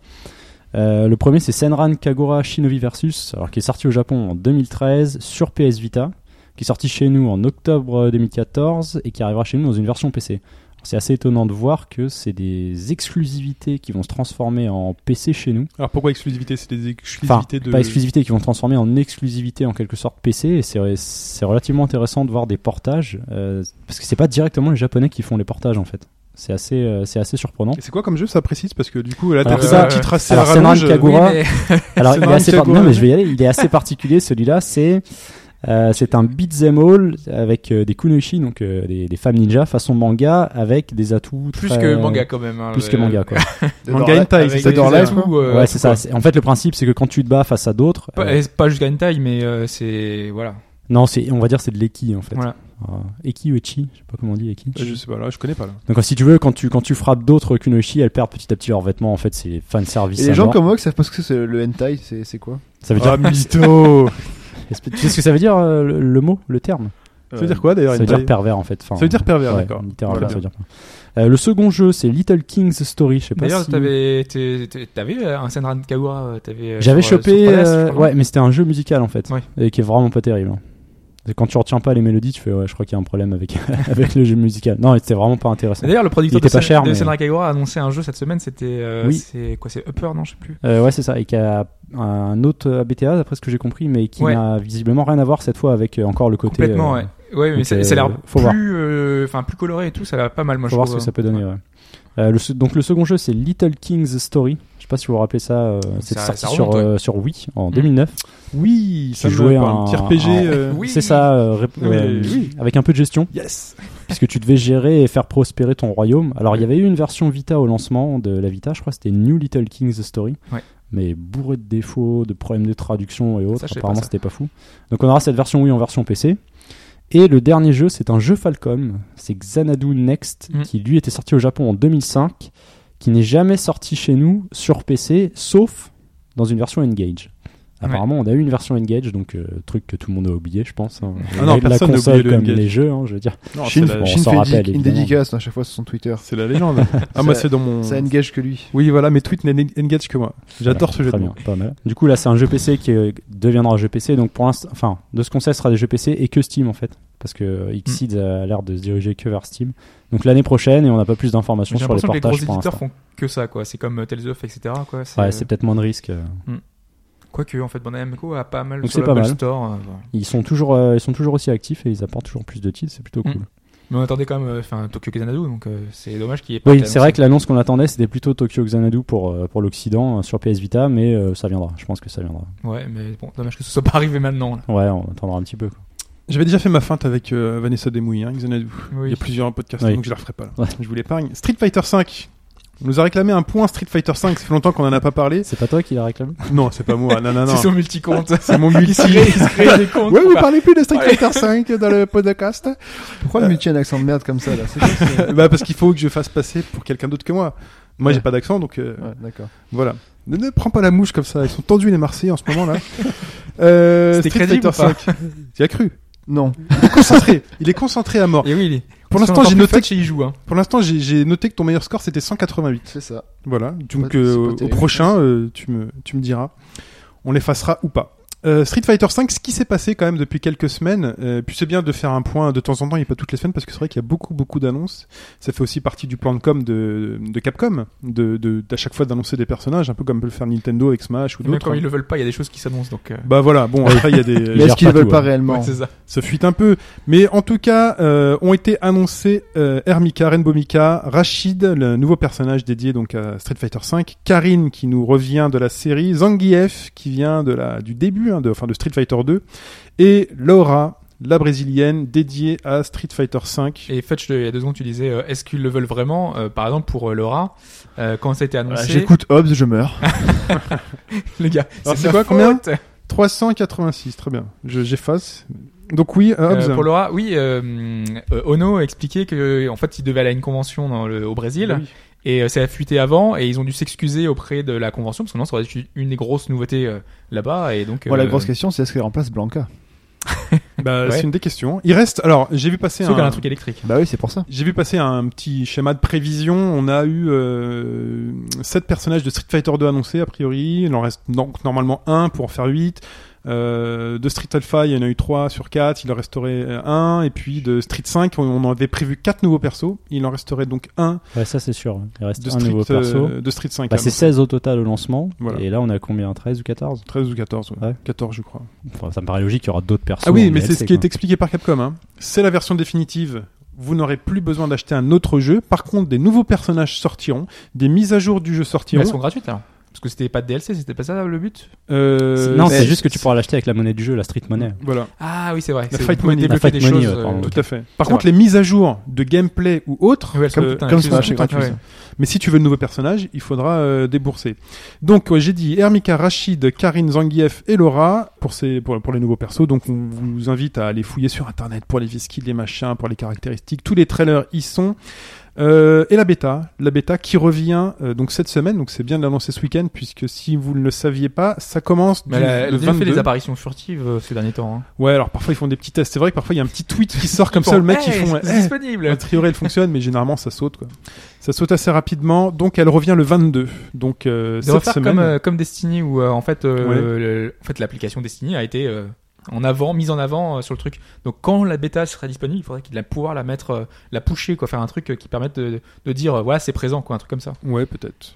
S5: Euh, le premier c'est Senran Kagura Shinobi Versus, alors qui est sorti au Japon en 2013 sur PS Vita, qui est sorti chez nous en octobre 2014 et qui arrivera chez nous dans une version PC. Alors, C'est assez étonnant de voir que c'est des exclusivités qui vont se transformer en PC chez nous.
S2: Alors pourquoi exclusivité C'est des
S5: Enfin,
S2: exclusivités de.
S5: pas exclusivité, qui vont transformer en exclusivité en quelque sorte PC. Et c'est, c'est relativement intéressant de voir des portages, euh, parce que c'est pas directement les Japonais qui font les portages en fait. C'est assez, euh, c'est assez surprenant.
S2: Et C'est quoi comme jeu Ça précise parce que du coup là t'as
S5: Alors,
S2: fait
S5: ça-
S2: un titre assez
S5: alors,
S2: à
S5: Senran
S2: rallonge.
S5: Kagura- Goura.
S3: Oui, mais-
S5: Alors,
S2: C'est
S5: il est
S2: marrant,
S5: assez
S2: Thiago,
S5: par- non, mais
S2: hein.
S5: je vais y aller. Il est assez particulier celui-là. C'est euh, c'est un beat'em all avec euh, des kunoichi, donc euh, des, des femmes ninja façon manga, avec des atouts
S3: plus
S5: très-
S3: que manga quand même. hein,
S5: euh, plus
S3: le-
S5: que manga quoi.
S2: Manga hentai,
S3: Avec
S2: c'est
S3: des
S4: J'adore Life,
S2: hein.
S3: atouts, euh,
S5: ouais, c'est ça.
S3: quoi.
S5: C'est- En fait, le principe, c'est que quand tu te bats face à d'autres,
S3: Pas,
S5: euh,
S3: et c'est pas jusqu'à une taille, mais euh, c'est voilà.
S5: non, c'est on va dire c'est de l'eki en fait.
S3: Voilà.
S5: Euh, eki ou echi, je sais pas comment on dit eki.
S2: Euh, Je sais pas là, je connais pas là.
S5: Donc si tu veux, quand tu, quand tu frappes d'autres kunoichi, elles perdent petit à petit leurs vêtements. En fait, c'est fan service.
S4: Et les gens comme moi qui savent pas ce que c'est le hentai, c'est c'est quoi
S5: ça veut dire.
S2: Ah mytho
S5: Tu sais ce que ça veut dire euh, le, le mot, le terme
S2: Ça veut dire quoi d'ailleurs
S5: Ça veut
S2: hentai
S5: dire pervers en fait. Enfin,
S2: Ça veut dire pervers,
S5: ouais,
S2: d'accord.
S5: littéralement,
S2: Voilà.
S5: ça veut dire pervers. Euh, le second jeu, c'est Little King's Story. Je sais pas
S3: D'ailleurs,
S5: si.
S3: t'avais, t'es- t'es- t'avais un Senran Kagura, euh, t'avais. euh,
S5: J'avais
S3: sur, euh,
S5: chopé.
S3: sur Palace,
S5: euh,
S3: je crois,
S5: ouais, mais c'était un jeu musical en fait,
S3: Ouais.
S5: et qui est vraiment pas terrible. hein. Et Quand tu retiens pas les mélodies, tu fais ouais, je crois qu'il y a un problème avec avec le jeu musical. Non, c'était vraiment pas intéressant.
S3: D'ailleurs, le
S5: Il
S3: producteur
S5: était
S3: de,
S5: pas
S3: Sen-
S5: cher,
S3: de
S5: mais-
S3: Senran Kagura a annoncé un jeu cette semaine. C'était euh,
S5: Oui.
S3: c'est quoi C'est Upper, non, je sais plus.
S5: Euh, ouais, c'est ça, et qui a un autre ABTA, d'après ce que j'ai compris, mais qui
S3: Ouais.
S5: n'a visiblement rien à voir cette fois avec euh, encore le côté.
S3: Complètement,
S5: euh,
S3: ouais. Ouais, mais
S5: donc,
S3: ça, ça a
S5: euh,
S3: l'air
S5: faut
S3: plus,
S5: voir.
S3: euh, enfin plus coloré et tout. Ça a l'air pas mal, moi.
S5: Faut
S3: je
S5: voir ce
S3: trouve. hein.
S5: que ça peut donner. ouais. Euh, le se- donc le second jeu c'est Little King's Story. Je sais pas si vous vous rappelez ça. euh, c'est
S3: Ça-
S5: sorti
S3: ça
S5: sur
S3: remonte, ouais.
S5: euh, sur Wii en
S3: Mm.
S5: 2009.
S2: Oui, ça
S5: Tu
S2: me
S5: jouais
S2: parle.
S5: un-
S2: Petit RPG.
S5: un-
S2: euh,
S3: Oui.
S5: C'est ça, euh, ré-
S2: Non, mais
S5: euh,
S2: oui.
S5: avec un peu de gestion,
S2: Yes.
S5: puisque tu devais gérer et faire prospérer ton royaume. Alors il y avait eu une version Vita au lancement de la Vita, je crois que c'était New Little King's Story,
S3: Ouais.
S5: mais bourré de défauts, de problèmes de traduction et autres.
S3: je sais pas
S5: Apparemment
S3: ça.
S5: c'était pas fou. Donc on aura cette version Wii en version PC. Et le dernier jeu, c'est un jeu Falcom, c'est Xanadu Next,
S3: Mm.
S5: qui lui était sorti au Japon en 2005, qui n'est jamais sorti chez nous sur PC, sauf dans une version Engage. Apparemment, on a eu une version Engage, donc euh, truc que tout le monde a oublié, je pense. hein.
S2: Ah non,
S5: la, la
S2: personne n'a
S5: console
S2: oublié le
S5: comme
S2: Engage.
S5: les jeux, hein, je veux dire.
S2: Non, c'est
S4: Shin,
S2: la-
S5: on
S4: Shin
S5: s'en
S4: fait
S5: rappelle,
S4: une
S5: évidemment.
S4: dédicace à chaque fois sur son Twitter.
S2: C'est la légende. Ah moi
S4: Ça-
S2: c'est dans mon.
S4: Ça engage que lui.
S2: Oui voilà, mes tweets n'engage que moi. J'adore ce jeu.
S5: Très
S2: de
S5: bien,
S2: mots.
S5: pas mal. Du coup, là, c'est un jeu PC qui euh, deviendra un jeu PC. Donc, pour l'instant, enfin, de ce qu'on sait, ce sera des jeux PC et que Steam, en fait. Parce que euh,
S3: Mm.
S5: Xseed a l'air de se diriger que vers Steam. Donc, l'année prochaine, et on n'a pas plus d'informations
S3: J'ai
S5: sur les
S3: l'impression que les gros
S5: portages pour
S3: éditeurs
S5: l'instant.
S3: font que ça, quoi. C'est comme euh, Tales of, etc. Quoi. C'est,
S5: Ouais, c'est peut-être moins de risques. euh.
S3: Quoique, en fait, Bandai Co a pas mal
S5: Donc
S3: sur
S5: c'est pas
S3: l'Apple
S5: mal.
S3: Store. euh, voilà.
S5: Ils sont toujours, euh, ils sont toujours aussi actifs et ils apportent toujours plus de titres. C'est plutôt
S3: Mm.
S5: cool.
S3: Mais on attendait quand même euh, enfin, Tokyo Kazanadu, donc euh, c'est dommage qu'il y ait pas
S5: Oui,
S3: été
S5: c'est vrai que l'annonce qu'on attendait, c'était plutôt Tokyo Xanadu pour euh, pour l'Occident euh, sur PS Vita, mais euh, ça viendra. Je pense que ça viendra.
S3: annoncé. Ouais, mais bon, dommage que ce soit pas arrivé maintenant. là.
S5: Ouais, on attendra un petit peu. quoi.
S2: J'avais déjà fait ma feinte avec euh, Vanessa Demouy, hein, Xanadu.
S3: Oui.
S2: Il y a plusieurs podcasts,
S5: Oui.
S2: donc je la referai pas. là.
S5: Ouais.
S2: Je vous l'épargne. Street Fighter 5. On nous a réclamé un point Street Fighter 5, ça fait longtemps qu'on en a pas parlé.
S5: C'est pas toi qui la réclame
S2: Non, c'est pas moi, non, non, Ah non.
S3: C'est son multicompte.
S2: C'est mon
S3: Il
S2: multi.
S3: se crée- il se crée des comptes.
S2: Ouais, vous
S3: Enfin,
S2: parlez plus de Street Fighter 5 dans le podcast
S4: Pourquoi le multi a un accent de merde comme ça là C'est quoi, ce-
S2: Bah parce qu'il faut que je fasse passer pour quelqu'un d'autre que moi. Moi, j'ai
S4: Ouais.
S2: pas d'accent, donc euh,
S4: Ouais, d'accord.
S2: voilà. Ne, ne prends pas la mouche comme ça, ils sont tendus les Marseillais en ce moment là. Euh,
S3: C'était
S2: Street
S3: crédible
S2: Fighter
S3: ou pas
S2: 5. Tu as cru
S4: Non.
S2: Concentré. Il est concentré à mort.
S3: Et oui, il est-
S2: Pour
S3: ils
S2: l'instant,
S3: sont
S2: j'ai
S3: encore plus
S2: noté,
S3: fat chez il joue. hein.
S2: pour l'instant, j'ai- j'ai noté que ton meilleur score c'était 188.
S4: C'est ça.
S2: Voilà, donc
S4: c'est
S2: euh,
S4: pas
S2: au
S4: terrible.
S2: prochain, euh, tu, me, tu me diras. On l'effacera ou pas. Euh, Street Fighter 5, ce qui s'est passé quand même depuis quelques semaines, euh, puis c'est bien de faire un point de temps en temps et pas toutes les semaines parce que c'est vrai qu'il y a beaucoup beaucoup d'annonces. Ça fait aussi partie du plan de com de, de Capcom, de, de, d'à chaque fois d'annoncer des personnages, un peu comme peut le faire Nintendo avec Smash ou
S3: Et Même quand
S2: d'autres.
S3: ils le veulent pas, il y a des choses qui s'annoncent. Donc, euh,
S2: Bah voilà, bon après il y a des,
S4: Mais
S5: gère
S4: est-ce qu'ils
S5: pas
S4: le veulent
S5: tout,
S4: pas
S5: hein.
S4: réellement
S3: ouais, c'est ça.
S2: ça fuite un peu. Mais en tout cas, euh, ont été annoncés euh, Hermika, Rainbow Mika, Rachid, le nouveau personnage dédié donc à Street Fighter V, Karine qui nous revient de la série, Zangief qui vient de la du début, hein, de, enfin de Street Fighter 2, et Laura, la brésilienne dédiée à Street Fighter V.
S3: Et Fetch, il y a deux secondes, tu disais, euh, est-ce qu'ils le veulent vraiment Euh, Par exemple, pour euh, Laura, euh, quand ça a été
S4: Voilà,
S3: annoncé,
S4: J'écoute Hobbes, je meurs.
S3: les gars,
S2: Alors,
S3: c'est
S2: c'est
S3: ma
S2: quoi, Ah, combien
S3: faute
S2: 386, très bien. Je- J'efface. Donc oui,
S3: Euh,
S2: Hobbs.
S3: pour Laura, oui, euh, euh, Ono a expliqué que en fait, il devait aller à une convention dans le- au Brésil
S2: Oui.
S3: et euh, ça a fuité avant et ils ont dû s'excuser auprès de la convention parce que non, ça aurait été une des grosses nouveautés euh, là-bas et donc.
S4: Moi, la
S3: euh,
S4: grosse question, c'est est-ce qu'elle remplace Blanca
S2: Bah,
S3: Ouais.
S2: C'est une des questions. Il reste. Alors j'ai vu passer
S3: Sauf qu'elle a
S2: un
S3: un truc électrique.
S4: Bah oui, c'est pour ça.
S2: J'ai vu passer un petit schéma de prévision. On a eu euh, 7 personnages de Street Fighter 2 annoncés, a priori. Il en reste donc normalement un pour en faire 8. Euh, de Street Alpha, il y en a eu 3 sur 4. Il en resterait euh, un. Et puis de Street 5, on en avait prévu 4 nouveaux persos. Il en resterait donc un
S5: Ouais, ça c'est sûr. Il reste
S2: de
S5: un
S2: Street,
S5: nouveau perso.
S2: euh, de Street 5.
S5: Bah,
S2: à
S5: c'est 16 au total au lancement.
S2: Voilà.
S5: Et là, on a combien 13 ou 14
S2: 13 ou 14, ouais.
S5: Ouais.
S2: 14 je crois.
S5: Enfin, ça me paraît logique qu'il y aura d'autres personnes.
S2: Ah oui, mais c'est ce qui est expliqué par Capcom. hein. C'est la version définitive. Vous n'aurez plus besoin d'acheter un autre jeu. Par contre, des nouveaux personnages sortiront, des mises à jour du jeu
S3: Mais
S2: sortiront.
S3: Bah, elles sont gratuites alors. Parce que c'était pas de DLC, c'était pas ça le but
S2: Euh,
S5: Non,
S2: mais-
S5: c'est juste que tu pourras l'acheter avec la monnaie du jeu, la street money.
S2: Voilà,
S3: Ah oui, c'est vrai.
S2: La
S3: c'est-
S2: Fight
S3: vous pouvez
S2: Money. La
S3: débloquer
S5: Fight
S3: des
S5: Money,
S3: choses.
S5: ouais, pardon.
S3: euh,
S2: tout
S5: Ok.
S2: à fait. Par
S3: C'est
S2: contre, les mises à jour de gameplay ou autres,
S3: Ouais, elles sont
S2: euh,
S3: toutes
S2: comme,
S3: incluses.
S4: Smash,
S2: sont
S4: c'est gratuit,
S2: incluses.
S3: ça.
S2: Mais si tu veux de nouveaux personnages, il faudra euh, débourser. Donc, ouais, j'ai dit Hermika, Rachid, Karine, Zangief et Laura pour, ces, pour, pour les nouveaux persos. Donc, on vous invite à aller fouiller sur Internet pour les skills, les machins, pour les caractéristiques. Tous les trailers y sont. Euh, et la bêta, la bêta qui revient euh, donc cette semaine, donc c'est bien de l'annoncer ce week-end puisque si vous ne le saviez pas, ça commence
S3: Mais
S2: du-
S3: elle a, elle
S2: le
S3: a déjà fait
S2: 22.
S3: des apparitions furtives euh, ces derniers temps. hein.
S2: Ouais, alors parfois ils font des petits tests. C'est vrai que parfois il y a un petit tweet qui sort comme
S3: Ils
S2: ça,
S3: font,
S2: le mec
S3: Hey,
S2: ils font.
S3: c'est
S2: eh,
S3: disponible.
S2: a priori elle fonctionne, mais généralement ça saute quoi. Ça saute assez rapidement, donc elle revient le 22. Donc euh,
S3: De
S2: cette
S3: refaire
S2: semaine.
S3: comme, euh, comme Destiny où euh, en fait euh,
S2: Ouais.
S3: le- en fait l'application Destiny a été euh, en avant mise en avant euh, sur le truc. Donc quand la bêta sera disponible, il faudrait qu'il la pouvoir la mettre euh, la pusher quoi, faire un truc euh, qui permette de, de dire euh, voilà, c'est présent quoi, un truc comme ça.
S2: Ouais, peut-être.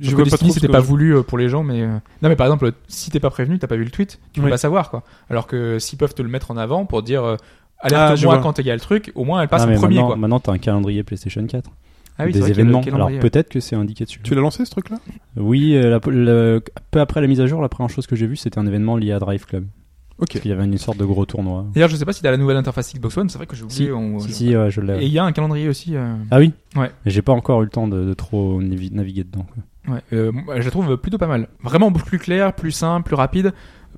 S3: Je vois
S2: trop
S3: Destiny,
S2: ce
S3: c'était
S2: que-
S3: pas voulu euh, pour les gens mais euh, non mais par exemple, si t'es pas prévenu, t'as pas vu le tweet, tu
S2: Ouais.
S3: peux pas savoir quoi. Alors que s'ils peuvent te le mettre en avant pour dire euh,
S2: Ah, je
S3: Alerte-moi
S2: vois.
S3: quand il y a le truc, au moins elle passe
S5: Ah,
S3: en
S5: mais
S3: premier
S5: maintenant,
S3: quoi.
S5: maintenant, t'as un calendrier PlayStation 4.
S3: Ah oui,
S5: des
S3: c'est vrai qu'il y a le
S5: événements. Alors
S3: calendrier.
S5: peut-être que c'est indiqué dessus.
S2: Tu l'as lancé ce truc là
S5: Oui, euh, la- le- peu après la mise à jour, la première chose que j'ai vue, c'était un événement lié à Drive Club.
S2: Ok.
S5: Il y avait une sorte de gros tournoi.
S3: D'ailleurs, je sais pas si t'as la nouvelle interface Xbox One, c'est vrai que j'ai oublié.
S5: Si,
S3: on-
S5: si, si, ouais, je l'ai.
S3: Et il y a un calendrier aussi. euh,
S5: Ah oui
S3: Ouais.
S5: Mais J'ai pas encore eu le temps de, de trop navi- naviguer dedans. quoi.
S3: Ouais, euh, moi, je la trouve plutôt pas mal. Vraiment beaucoup plus clair, plus simple, plus rapide.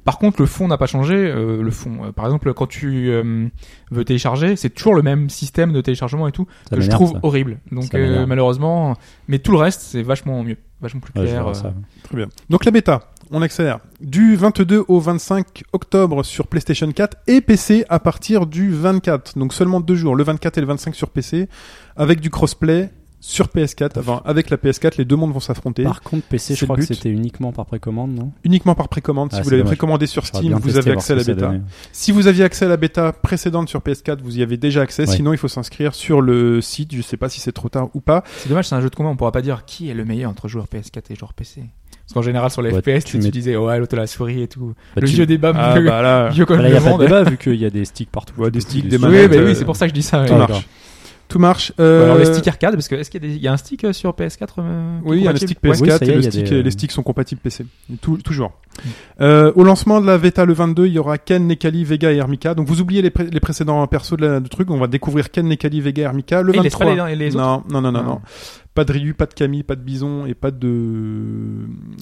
S3: Par contre, le fond n'a pas changé. euh, le fond, euh, par exemple, quand tu euh, veux télécharger, c'est toujours le même système de téléchargement et tout
S5: Ça
S3: que je
S5: m'énerve,
S3: trouve
S5: ça.
S3: horrible. Donc
S5: Ça
S3: euh,
S5: m'énerve.
S3: malheureusement, mais tout le reste, c'est vachement mieux, vachement plus
S5: Ouais, je vais
S3: clair.
S5: voir
S3: euh.
S5: ça.
S2: Très bien. Donc la bêta, on accélère. Du 22 au 25 octobre sur PlayStation 4 et PC à partir du 24. Donc seulement deux jours, le 24 et le 25 sur PC, avec du crossplay sur PS4. Enfin, avec la PS4, les deux mondes vont s'affronter.
S5: Par contre, PC,
S2: euh, C'est
S5: je
S2: le
S5: crois que
S2: but.
S5: c'était uniquement par précommande, non
S2: Uniquement par précommande. si
S5: Ah,
S2: vous
S5: c'est
S2: l'avez
S5: dommage.
S2: précommandé sur
S5: J'aurais
S2: Steam,
S5: bien
S2: vous
S5: testé,
S2: avez
S5: voir
S2: accès à la
S5: ce que ça
S2: bêta.
S5: donnait.
S2: Si vous aviez accès à la bêta précédente sur PS4, vous y avez déjà accès.
S5: Ouais.
S2: Sinon, il faut s'inscrire sur le site. Je sais pas si c'est trop tard ou pas.
S3: C'est dommage, c'est un jeu de combat. On pourra pas dire qui est le meilleur entre joueurs PS4 et joueurs PC. Parce qu'en général, sur les
S5: Ouais,
S3: FPS,
S5: tu
S3: tu,
S5: mets-
S3: disais ouais, l'autre a la souris et tout.
S5: Bah,
S3: le
S5: tu-
S3: vieux débat,
S2: Ah
S3: vieux,
S2: bah là,
S3: vieux comme
S5: Bah, Là, il
S3: le
S5: n'y a pas
S3: monde.
S5: de débat vu qu'il y a des sticks partout.
S2: Ouais, des sticks, des
S3: Oui,
S2: manettes,
S3: bah
S2: euh,
S3: oui, c'est pour ça que je dis ça.
S2: tout
S3: ouais.
S2: marche.
S5: d'accord.
S2: Tout marche.
S3: Ou
S2: euh,
S3: Alors les sticks arcade, parce que est-ce qu'il y, a des- il y a un stick euh, sur PS4 euh, qui est
S2: Oui, il y a le
S3: compatible
S2: stick
S3: Ouais.
S2: PS4
S5: Oui, ça y
S2: et
S5: est,
S2: le
S5: il y a
S2: stick-
S5: des- Mm.
S2: et les sticks sont compatibles PC. Tou- toujours. Euh, au lancement de la Veta le 22, il y aura Ken, Nekali, Vega et Hermika. Donc vous oubliez les, pré- les précédents persos de la- du truc. On va découvrir Ken, Nekali, Vega, Hermika. Le
S3: Et il laisse pas
S2: 23.
S3: les- les autres
S2: non, non, non, non,
S3: Ah.
S2: non. Pas de Ryu, pas de Camille, pas de Bison et pas de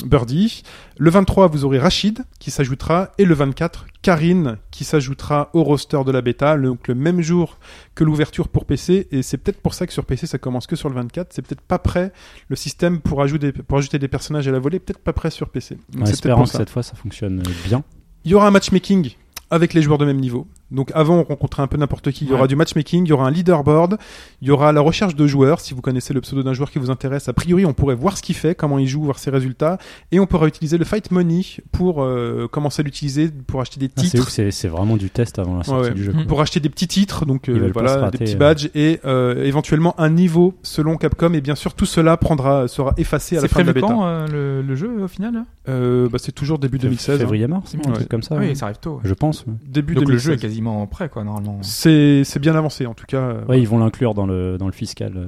S2: Birdie. Le 23, vous aurez Rachid qui s'ajoutera. Et le 24, Karine qui s'ajoutera au roster de la bêta. Le- Donc le même jour que l'ouverture pour PC. Et c'est peut-être pour ça que sur PC, ça commence que sur le 24. C'est peut-être pas prêt le système pour ajouter, pour ajouter des personnages à la volée, peut-être pas prêt sur PC. Donc
S5: En
S2: c'est peut-être
S5: espérant
S2: pour
S5: que
S2: ça.
S5: cette fois ça fonctionne euh, bien.
S2: Il y aura un matchmaking avec les joueurs de même niveau. Donc avant, on rencontrait un peu n'importe qui. Il y aura
S3: Ouais.
S2: du matchmaking, il y aura un leaderboard, il y aura la recherche de joueurs. Si vous connaissez le pseudo d'un joueur qui vous intéresse, a priori, on pourrait voir ce qu'il fait, comment il joue, voir ses résultats. Et on pourra utiliser le Fight Money pour euh, commencer à l'utiliser, pour acheter des
S5: Ah, c'est
S2: titres.
S5: ouf, c'est c'est vraiment du test avant la sortie
S2: ouais. Mmh,
S5: du jeu.
S3: Mm.
S2: pour acheter des petits titres, donc euh,
S5: Ils veulent pas se
S2: voilà,
S5: rater,
S2: des petits
S5: euh.
S2: badges et euh, éventuellement un niveau selon Capcom. Et bien sûr, tout cela prendra, sera effacé à la
S3: C'est
S2: fin de la
S3: prévu
S2: bêta.
S3: quand euh, le, le jeu au final
S2: Euh, bah, c'est toujours début 2016. hein.
S5: Février-mars, un
S2: Ah, Ouais.
S5: truc comme ça. ouais.
S3: Oui, ça arrive tôt. ouais.
S5: Je pense. ouais.
S2: Début
S3: Donc le jeu est
S2: 2016.
S3: quasiment prêt, quoi, normalement.
S2: C'est c'est bien avancé en tout cas. euh,
S5: Ouais, ils vont l'inclure dans le, dans le fiscal euh,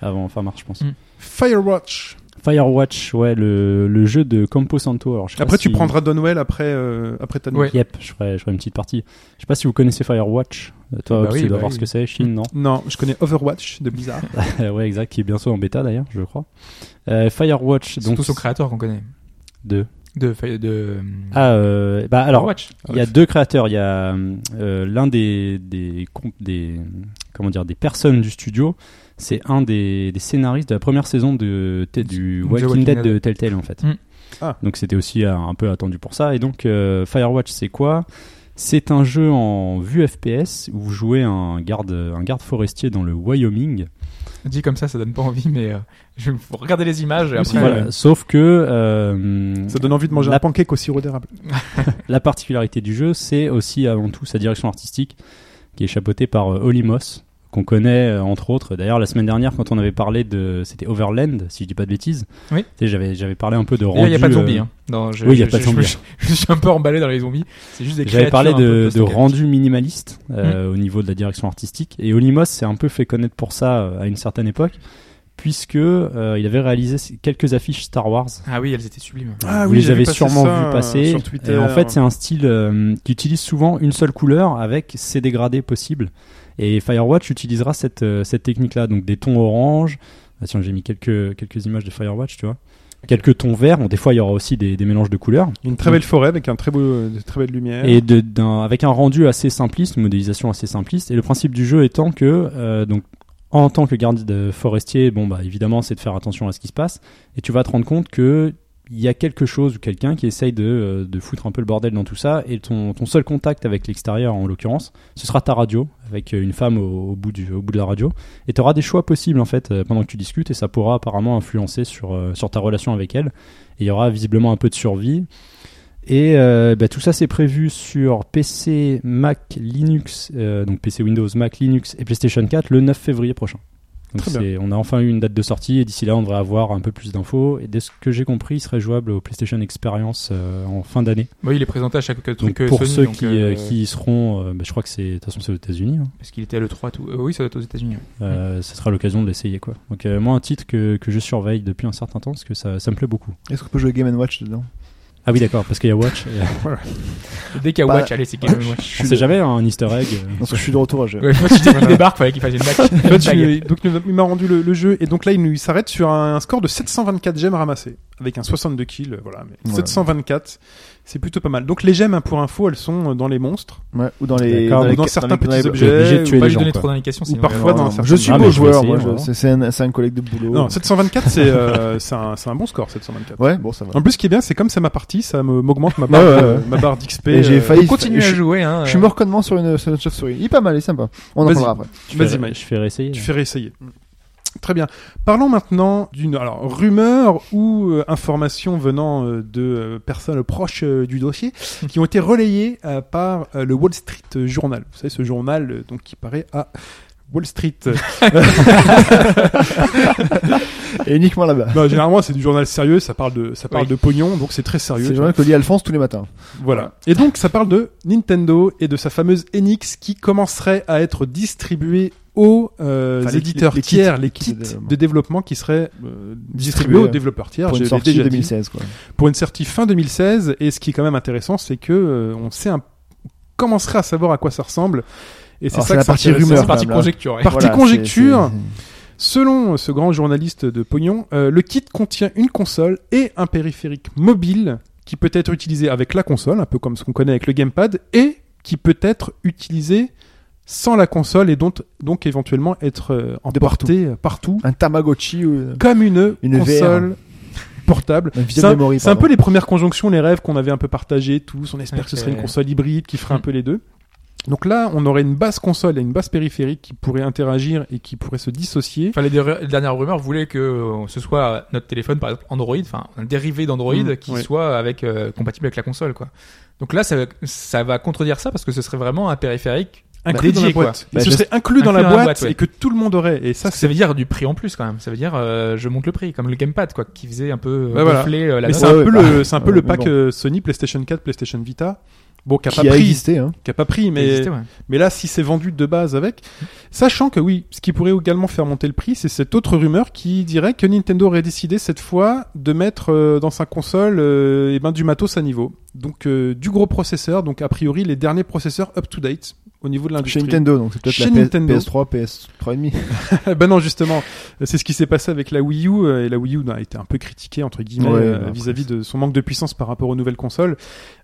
S5: avant fin mars, je pense.
S3: Mm.
S2: Firewatch.
S5: Firewatch, ouais, le, le jeu de Campo Santo. Alors, je sais pas
S2: Après, tu
S5: Ah, si-
S2: prendras Donwell après, euh, après ta
S3: Ouais.
S5: Yep, je ferai, je ferai une petite partie. Je sais pas si vous connaissez Firewatch. Euh, Toi,
S3: Bah
S5: Hobbs,
S3: oui,
S5: tu dois
S3: bah
S5: voir
S3: oui.
S5: ce que c'est. Chine, non
S2: Non, je connais Overwatch de Blizzard.
S5: Euh, Ouais, exact, qui est bientôt en bêta d'ailleurs, je crois. Euh, Firewatch,
S3: C'est
S5: donc.
S3: tout son créateur qu'on connaît.
S5: deux.
S3: De, de, de
S5: Ah, euh, bah alors,
S3: Overwatch.
S5: Il y a deux créateurs. Il y a euh, l'un des, des comp- des comment dire des personnes du studio. C'est un des, des scénaristes de la première saison de, t- du
S3: The
S5: Walking,
S3: Walking
S5: Dead,
S3: Dead.
S5: de Telltale en fait.
S3: Mm.
S2: Ah.
S5: Donc c'était aussi euh, un peu attendu pour ça. Et donc euh, Firewatch, c'est quoi C'est un jeu en vue FPS où vous jouez un garde un garde forestier dans le Wyoming.
S3: Dit comme ça, ça donne pas envie, mais euh, je faut regarder les images. Et
S2: Oui, si,
S3: après,
S5: Voilà.
S3: euh,
S5: Sauf que euh,
S2: Ça donne envie de manger
S5: La-
S2: un pancake au sirop d'érable.
S5: La particularité du jeu, c'est aussi avant tout sa direction artistique, qui est chapeautée par euh, Oli Moss, qu'on connaît euh, entre autres. D'ailleurs, la semaine dernière, quand on avait parlé de. C'était Overland, si je dis pas de bêtises.
S3: Oui.
S5: Tu sais, J'avais, j'avais parlé un peu de rendu.
S3: D'ailleurs, il n'y a pas de zombies.
S5: euh,
S3: Hein. Non, je,
S5: oui, il y a
S3: je-
S5: pas de
S3: je-
S5: zombies.
S3: Je, je suis un peu emballé dans les zombies. C'est juste des
S5: J'avais
S3: créatures
S5: parlé
S3: un peu Mm.
S5: de, de
S3: post-apocalyptiques.
S5: rendu minimaliste euh, au niveau de la direction artistique. Et Olimos s'est un peu fait connaître pour ça euh, à une certaine époque, puisque euh, il avait réalisé quelques affiches Star Wars
S3: Ah oui, elles étaient sublimes.
S2: Ah
S5: vous
S2: oui,
S5: les
S2: j'avais
S5: avez
S2: passé
S5: sûrement
S2: ça,
S5: vu passer.
S2: euh, sur Twitter.
S5: Et en fait, c'est un style euh, qui utilise souvent une seule couleur avec ses dégradés possibles. Et Firewatch utilisera cette, euh, cette technique-là, donc des tons orange. Ah, tiens, j'ai mis quelques, quelques images de Firewatch, tu vois. Quelques tons verts. Bon, des fois, il y aura aussi des, des mélanges de couleurs.
S2: une très belle forêt avec un très beau, euh, de très belle lumière.
S5: Et de- d'un- avec un rendu assez simpliste, une modélisation assez simpliste. Et le principe du jeu étant que, euh, donc, en tant que garde euh, forestier, bon, bah, évidemment, c'est de faire attention à ce qui se passe. Et tu vas te rendre compte que il y a quelque chose ou quelqu'un qui essaye de, euh, de foutre un peu le bordel dans tout ça. Et ton, ton seul contact avec l'extérieur, en l'occurrence, ce sera ta radio, avec euh, une femme au, au bout, du, au bout de la radio. Et tu auras des choix possibles, en fait, euh, pendant que tu discutes. Et ça pourra apparemment influencer sur, euh, sur ta relation avec elle. Et il y aura visiblement un peu de survie. Et euh, bah, tout ça, c'est prévu sur PC, Mac, Linux, euh, donc PC, Windows, Mac, Linux et PlayStation 4 le 9 février prochain. Donc
S2: Très
S5: c'est- on a enfin eu une date de sortie et d'ici là, on devrait avoir un peu plus d'infos. Et de ce que j'ai compris, il serait jouable au PlayStation Experience euh, en fin d'année.
S3: Oui, il est présenté à chaque truc
S5: Donc
S3: euh,
S5: pour
S3: Sony,
S5: ceux
S3: donc,
S5: qui,
S3: euh,
S5: euh, qui y seront, euh, bah, je crois que c'est de toute façon c'est aux États-Unis. hein.
S3: Parce qu'il était à l'E3, tout. euh, oui, ça doit être aux États-Unis. ouais.
S5: Euh, Ce sera l'occasion de l'essayer quoi. Donc euh, moi, un titre que, que je surveille depuis un certain temps parce que ça, ça me plaît beaucoup.
S4: Est-ce qu'on peut jouer Game Watch dedans
S5: Ah oui, d'accord, parce qu'il y a Watch. et-
S3: Dès qu'il y a
S4: Bah,
S3: Watch, allez, c'est Game Watch.
S4: Je
S5: on
S4: suis
S5: sait
S4: de-
S5: jamais un Easter egg. euh,
S4: Parce que je suis de retour à jeu.
S3: Ouais, Watch, dès qu'il débarque, fallait qu'il fasse une bague.
S2: En fait, je-
S3: Bague.
S2: donc il m'a- il m'a rendu le, le jeu et donc là il, nous- il s'arrête sur un, un score de 724 gemmes ramassées avec un 62 kills. euh, Voilà, mais
S4: Voilà.
S2: 724, c'est plutôt pas mal. Donc les gemmes hein, pour info, elles sont euh, dans les monstres.
S4: Ouais, ou dans les.
S5: D'accord,
S4: les-
S2: ou dans
S4: les-
S2: certains
S4: les-
S2: petits
S4: les-
S2: objets,
S5: obligé de
S2: ou
S5: tuer
S3: Pas
S5: les
S3: lui
S5: gens,
S3: donner
S5: quoi.
S3: trop d'indications.
S2: Ou
S3: sinon, euh,
S2: parfois,
S3: on
S4: Ouais,
S3: va-
S2: dans
S4: non,
S2: un certain-
S4: Je suis
S5: Ah, mais
S4: beau
S5: je vais
S4: joueur,
S5: essayer,
S4: moi.
S5: on va
S4: je-
S5: voir.
S4: c'est- C'est un, c'est un collègue de boulot.
S2: Non, 724 c'est euh, c'est un, c'est un bon score 724.
S4: Ouais, bon, ça va.
S2: En plus, ce qui est bien, c'est comme c'est ma partie, ça me- m'augmente ma barre,
S4: Ouais, ouais,
S2: euh,
S4: ouais.
S2: ma barre d'XP.
S4: Et j'ai failli-
S3: On continue
S4: je-
S3: à jouer. Hein,
S4: Je suis
S3: euh,
S4: mort connement sur une, sur une chauve-souris. Il est pas mal, il est sympa. On en
S2: Vas-y.
S4: parlera après.
S5: Je
S2: Vas-y,
S5: fais-
S2: Mike.
S5: Je fais réessayer.
S2: Tu fais réessayer. Très bien. Parlons maintenant d'une alors rumeur ou euh, information venant euh, de euh, personnes proches euh, du dossier qui ont été relayées euh, par euh, le Wall Street Journal. Vous savez ce journal euh, donc qui paraît à Wall Street.
S4: Et uniquement là-bas.
S2: Non, généralement, c'est du journal sérieux, ça parle de, ça parle
S3: Oui.
S2: de pognon, donc c'est très sérieux.
S4: C'est le journal que lit Alphonse tous les matins.
S2: Voilà. Et donc, ça parle de Nintendo et de sa fameuse NX qui commencerait à être distribuée aux euh,
S4: Enfin, les-
S2: éditeurs
S4: les- les kits-
S2: tiers, les
S4: les
S2: kits
S4: kits de
S2: de,
S4: développement.
S2: développement qui seraient euh, distribués
S4: Distribués,
S2: aux
S4: euh,
S2: développeurs tiers.
S4: Pour
S2: je
S4: une
S2: l'ai
S4: sortie
S2: déjà dit.
S4: 2016, quoi.
S2: Pour une sortie fin 2016. Et ce qui est quand même intéressant, c'est que euh, on sait un... on commencerait à savoir à quoi ça ressemble. Et c'est
S4: Alors, c'est
S2: ça que
S4: la
S2: c'est
S4: partie
S2: intéressant.
S4: rumeur,
S3: euh, C'est parti
S4: quand même, là.
S3: conjecture. ouais.
S2: Partie
S4: Voilà, c'est-
S2: conjecture.
S4: c'est-
S2: Selon euh, ce grand journaliste de Pognon, euh, le kit contient une console et un périphérique mobile qui peut être utilisé avec la console, un peu comme ce qu'on connaît avec le gamepad, et qui peut être utilisé sans la console et donc, donc éventuellement être euh, emporté euh, partout,
S4: un Tamagotchi ou
S2: comme
S4: Ah.
S2: une,
S4: Une
S2: console portable.
S4: un
S2: C'est
S4: Video
S2: un,
S4: Memory.
S2: c'est un
S4: pardon.
S2: peu les premières conjonctions, les rêves qu'on avait un peu partagés tous. On espère que ce
S3: Ok.
S2: serait une console hybride qui ferait un
S3: Mm.
S2: peu les deux. Donc là, on aurait une base console et une base périphérique qui pourraient interagir et qui pourraient se dissocier.
S3: Enfin, les der- les dernières rumeurs voulaient que euh, ce soit notre téléphone, par exemple Android, enfin un dérivé d'Android
S2: Mm,
S3: qui
S2: oui.
S3: soit avec euh, compatible avec la console, quoi. Donc là, ça, ça va contredire ça parce que ce serait vraiment un périphérique.
S2: inclus
S3: Bah,
S2: dans la
S3: dédié, quoi.
S2: boîte. Et
S4: Bah,
S2: ce
S4: je-
S2: serait inclus dans la
S3: inclus dans
S2: boîte,
S3: la boîte, ouais.
S2: et que tout le monde aurait. Et ça,
S3: Ça, ça
S2: c'est.
S3: veut dire du prix en plus quand même. Ça veut dire euh, je monte le prix comme le gamepad, quoi, qui faisait un peu
S2: Bah,
S3: euh,
S2: voilà.
S3: gonfler euh, la
S2: Mais
S3: note.
S2: c'est un
S4: Ouais,
S2: peu
S4: ouais,
S2: le, c'est un peu le
S4: mais
S2: pack
S4: bon.
S2: euh, Sony, PlayStation 4, PlayStation Vita. Bon, qui a
S4: qui
S2: pas
S4: a
S2: pris,
S4: existé. Hein.
S2: qui a pas pris,
S3: Ça
S2: mais
S3: existait, ouais.
S2: mais là, si c'est vendu de base avec, sachant que oui, ce qui pourrait également faire monter le prix, c'est cette autre rumeur qui dirait que Nintendo aurait décidé cette fois de mettre euh, dans sa console et ben du matos à niveau, donc euh, du gros processeur, donc a priori les derniers processeurs up to date au niveau de
S4: Chez
S2: l'industrie.
S4: Nintendo, donc c'est peut-être
S2: Chez
S4: la PS-
S2: Nintendo.
S4: PS3, PS3,5.
S2: ben non, justement, c'est ce qui s'est passé avec la Wii U euh, et la Wii U a été un peu critiquée entre guillemets
S4: Ouais,
S2: euh,
S4: bah,
S2: vis-à-vis de son manque de puissance par rapport aux nouvelles consoles.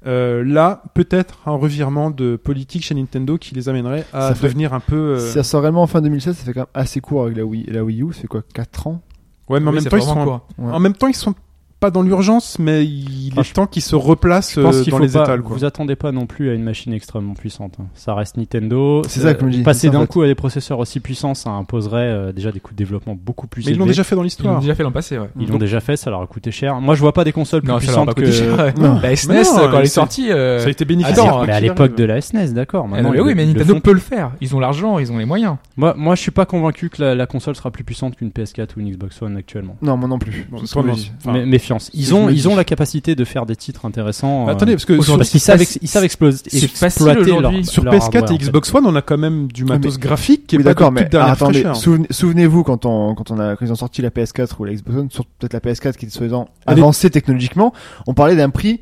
S2: Euh, là, peut-être un revirement de politique chez Nintendo qui les amènerait à
S4: Ça fait-
S2: devenir un peu. euh,
S4: Si ça sort vraiment en fin 2016, ça fait quand même assez court avec la Wii, la Wii U. C'est quoi, 4 ans
S2: Ouais, mais en
S3: Oui,
S2: même
S3: c'est
S2: temps, ils
S3: vraiment
S2: sont.
S3: court.
S4: Ouais.
S2: En même temps, ils sont pas dans l'urgence, mais il
S5: Ah,
S2: est
S5: je-
S2: temps qu'ils se replacent
S5: Je pense
S2: euh,
S5: qu'il
S2: dans
S5: faut
S2: les
S5: pas-
S2: étals. Quoi.
S5: Vous attendez pas non plus à une machine extrêmement puissante. hein. Ça reste Nintendo. Euh,
S4: C'est ça que je me dis, c'est
S5: Passer
S4: ça, en
S5: d'un
S4: fait.
S5: coup à des processeurs aussi puissants, ça imposerait euh, déjà des coûts de développement beaucoup plus
S2: Mais ils l'ont
S5: élevés.
S2: déjà fait dans
S3: Ils l'ont
S2: l'histoire.
S3: déjà fait l'an passé, ouais.
S5: Ils l'ont déjà fait, ça leur a coûté cher. Moi, je vois pas des consoles plus
S3: Non, ça leur
S5: puissantes
S3: a pas
S5: que.
S3: coûté cher. ouais.
S4: Non.
S3: La SNES,
S2: Mais non,
S3: quand elle est
S2: c'est-
S3: sortie, euh,
S2: Ça a été
S5: Ah,
S2: bénéfique.
S3: Attends,
S5: mais à
S2: qu'il
S5: l'époque
S2: arrive.
S5: de la SNES, d'accord.
S3: ah non,
S5: Maintenant,
S3: mais
S5: ils
S3: oui,
S5: le-
S3: mais
S5: le
S3: Nintendo
S5: font.
S3: peut le faire. Ils ont l'argent, ils ont les moyens.
S5: Moi, moi, je suis pas convaincu que la, la console sera plus puissante qu'une PS4 ou une Xbox One actuellement.
S4: Non, moi non plus.
S2: Bon,
S4: C'est ce
S2: toi,
S4: que je
S2: non.
S4: dis.
S2: Enfin,
S5: Mais- méfiance.
S4: ce
S5: Ils
S4: que
S5: ont,
S4: je me
S5: ils
S4: dis.
S5: ont la capacité de faire des titres intéressants.
S2: Mais
S5: euh,
S2: attendez, parce que sur,
S3: Aujourd'hui,
S5: parce qu'ils savent, ex- ils savent exploser-
S3: c'est facile
S5: exploiter leur,
S3: aujourd'hui.
S2: sur
S5: leur
S2: PS4
S5: hardware,
S2: et
S5: en fait.
S2: Xbox One, on a quand même du matos graphique qui est
S4: Oui,
S2: pas de
S4: d'accord, mais
S2: toute dernière
S4: attendez,
S2: fraîcheur.
S4: souvenez- souvenez-vous quand on, quand on a, quand ils ont sorti la PS4 ou la Xbox One, surtout peut-être la PS4 qui est soi-disant
S2: Un des-
S4: avancée technologiquement, on parlait d'un prix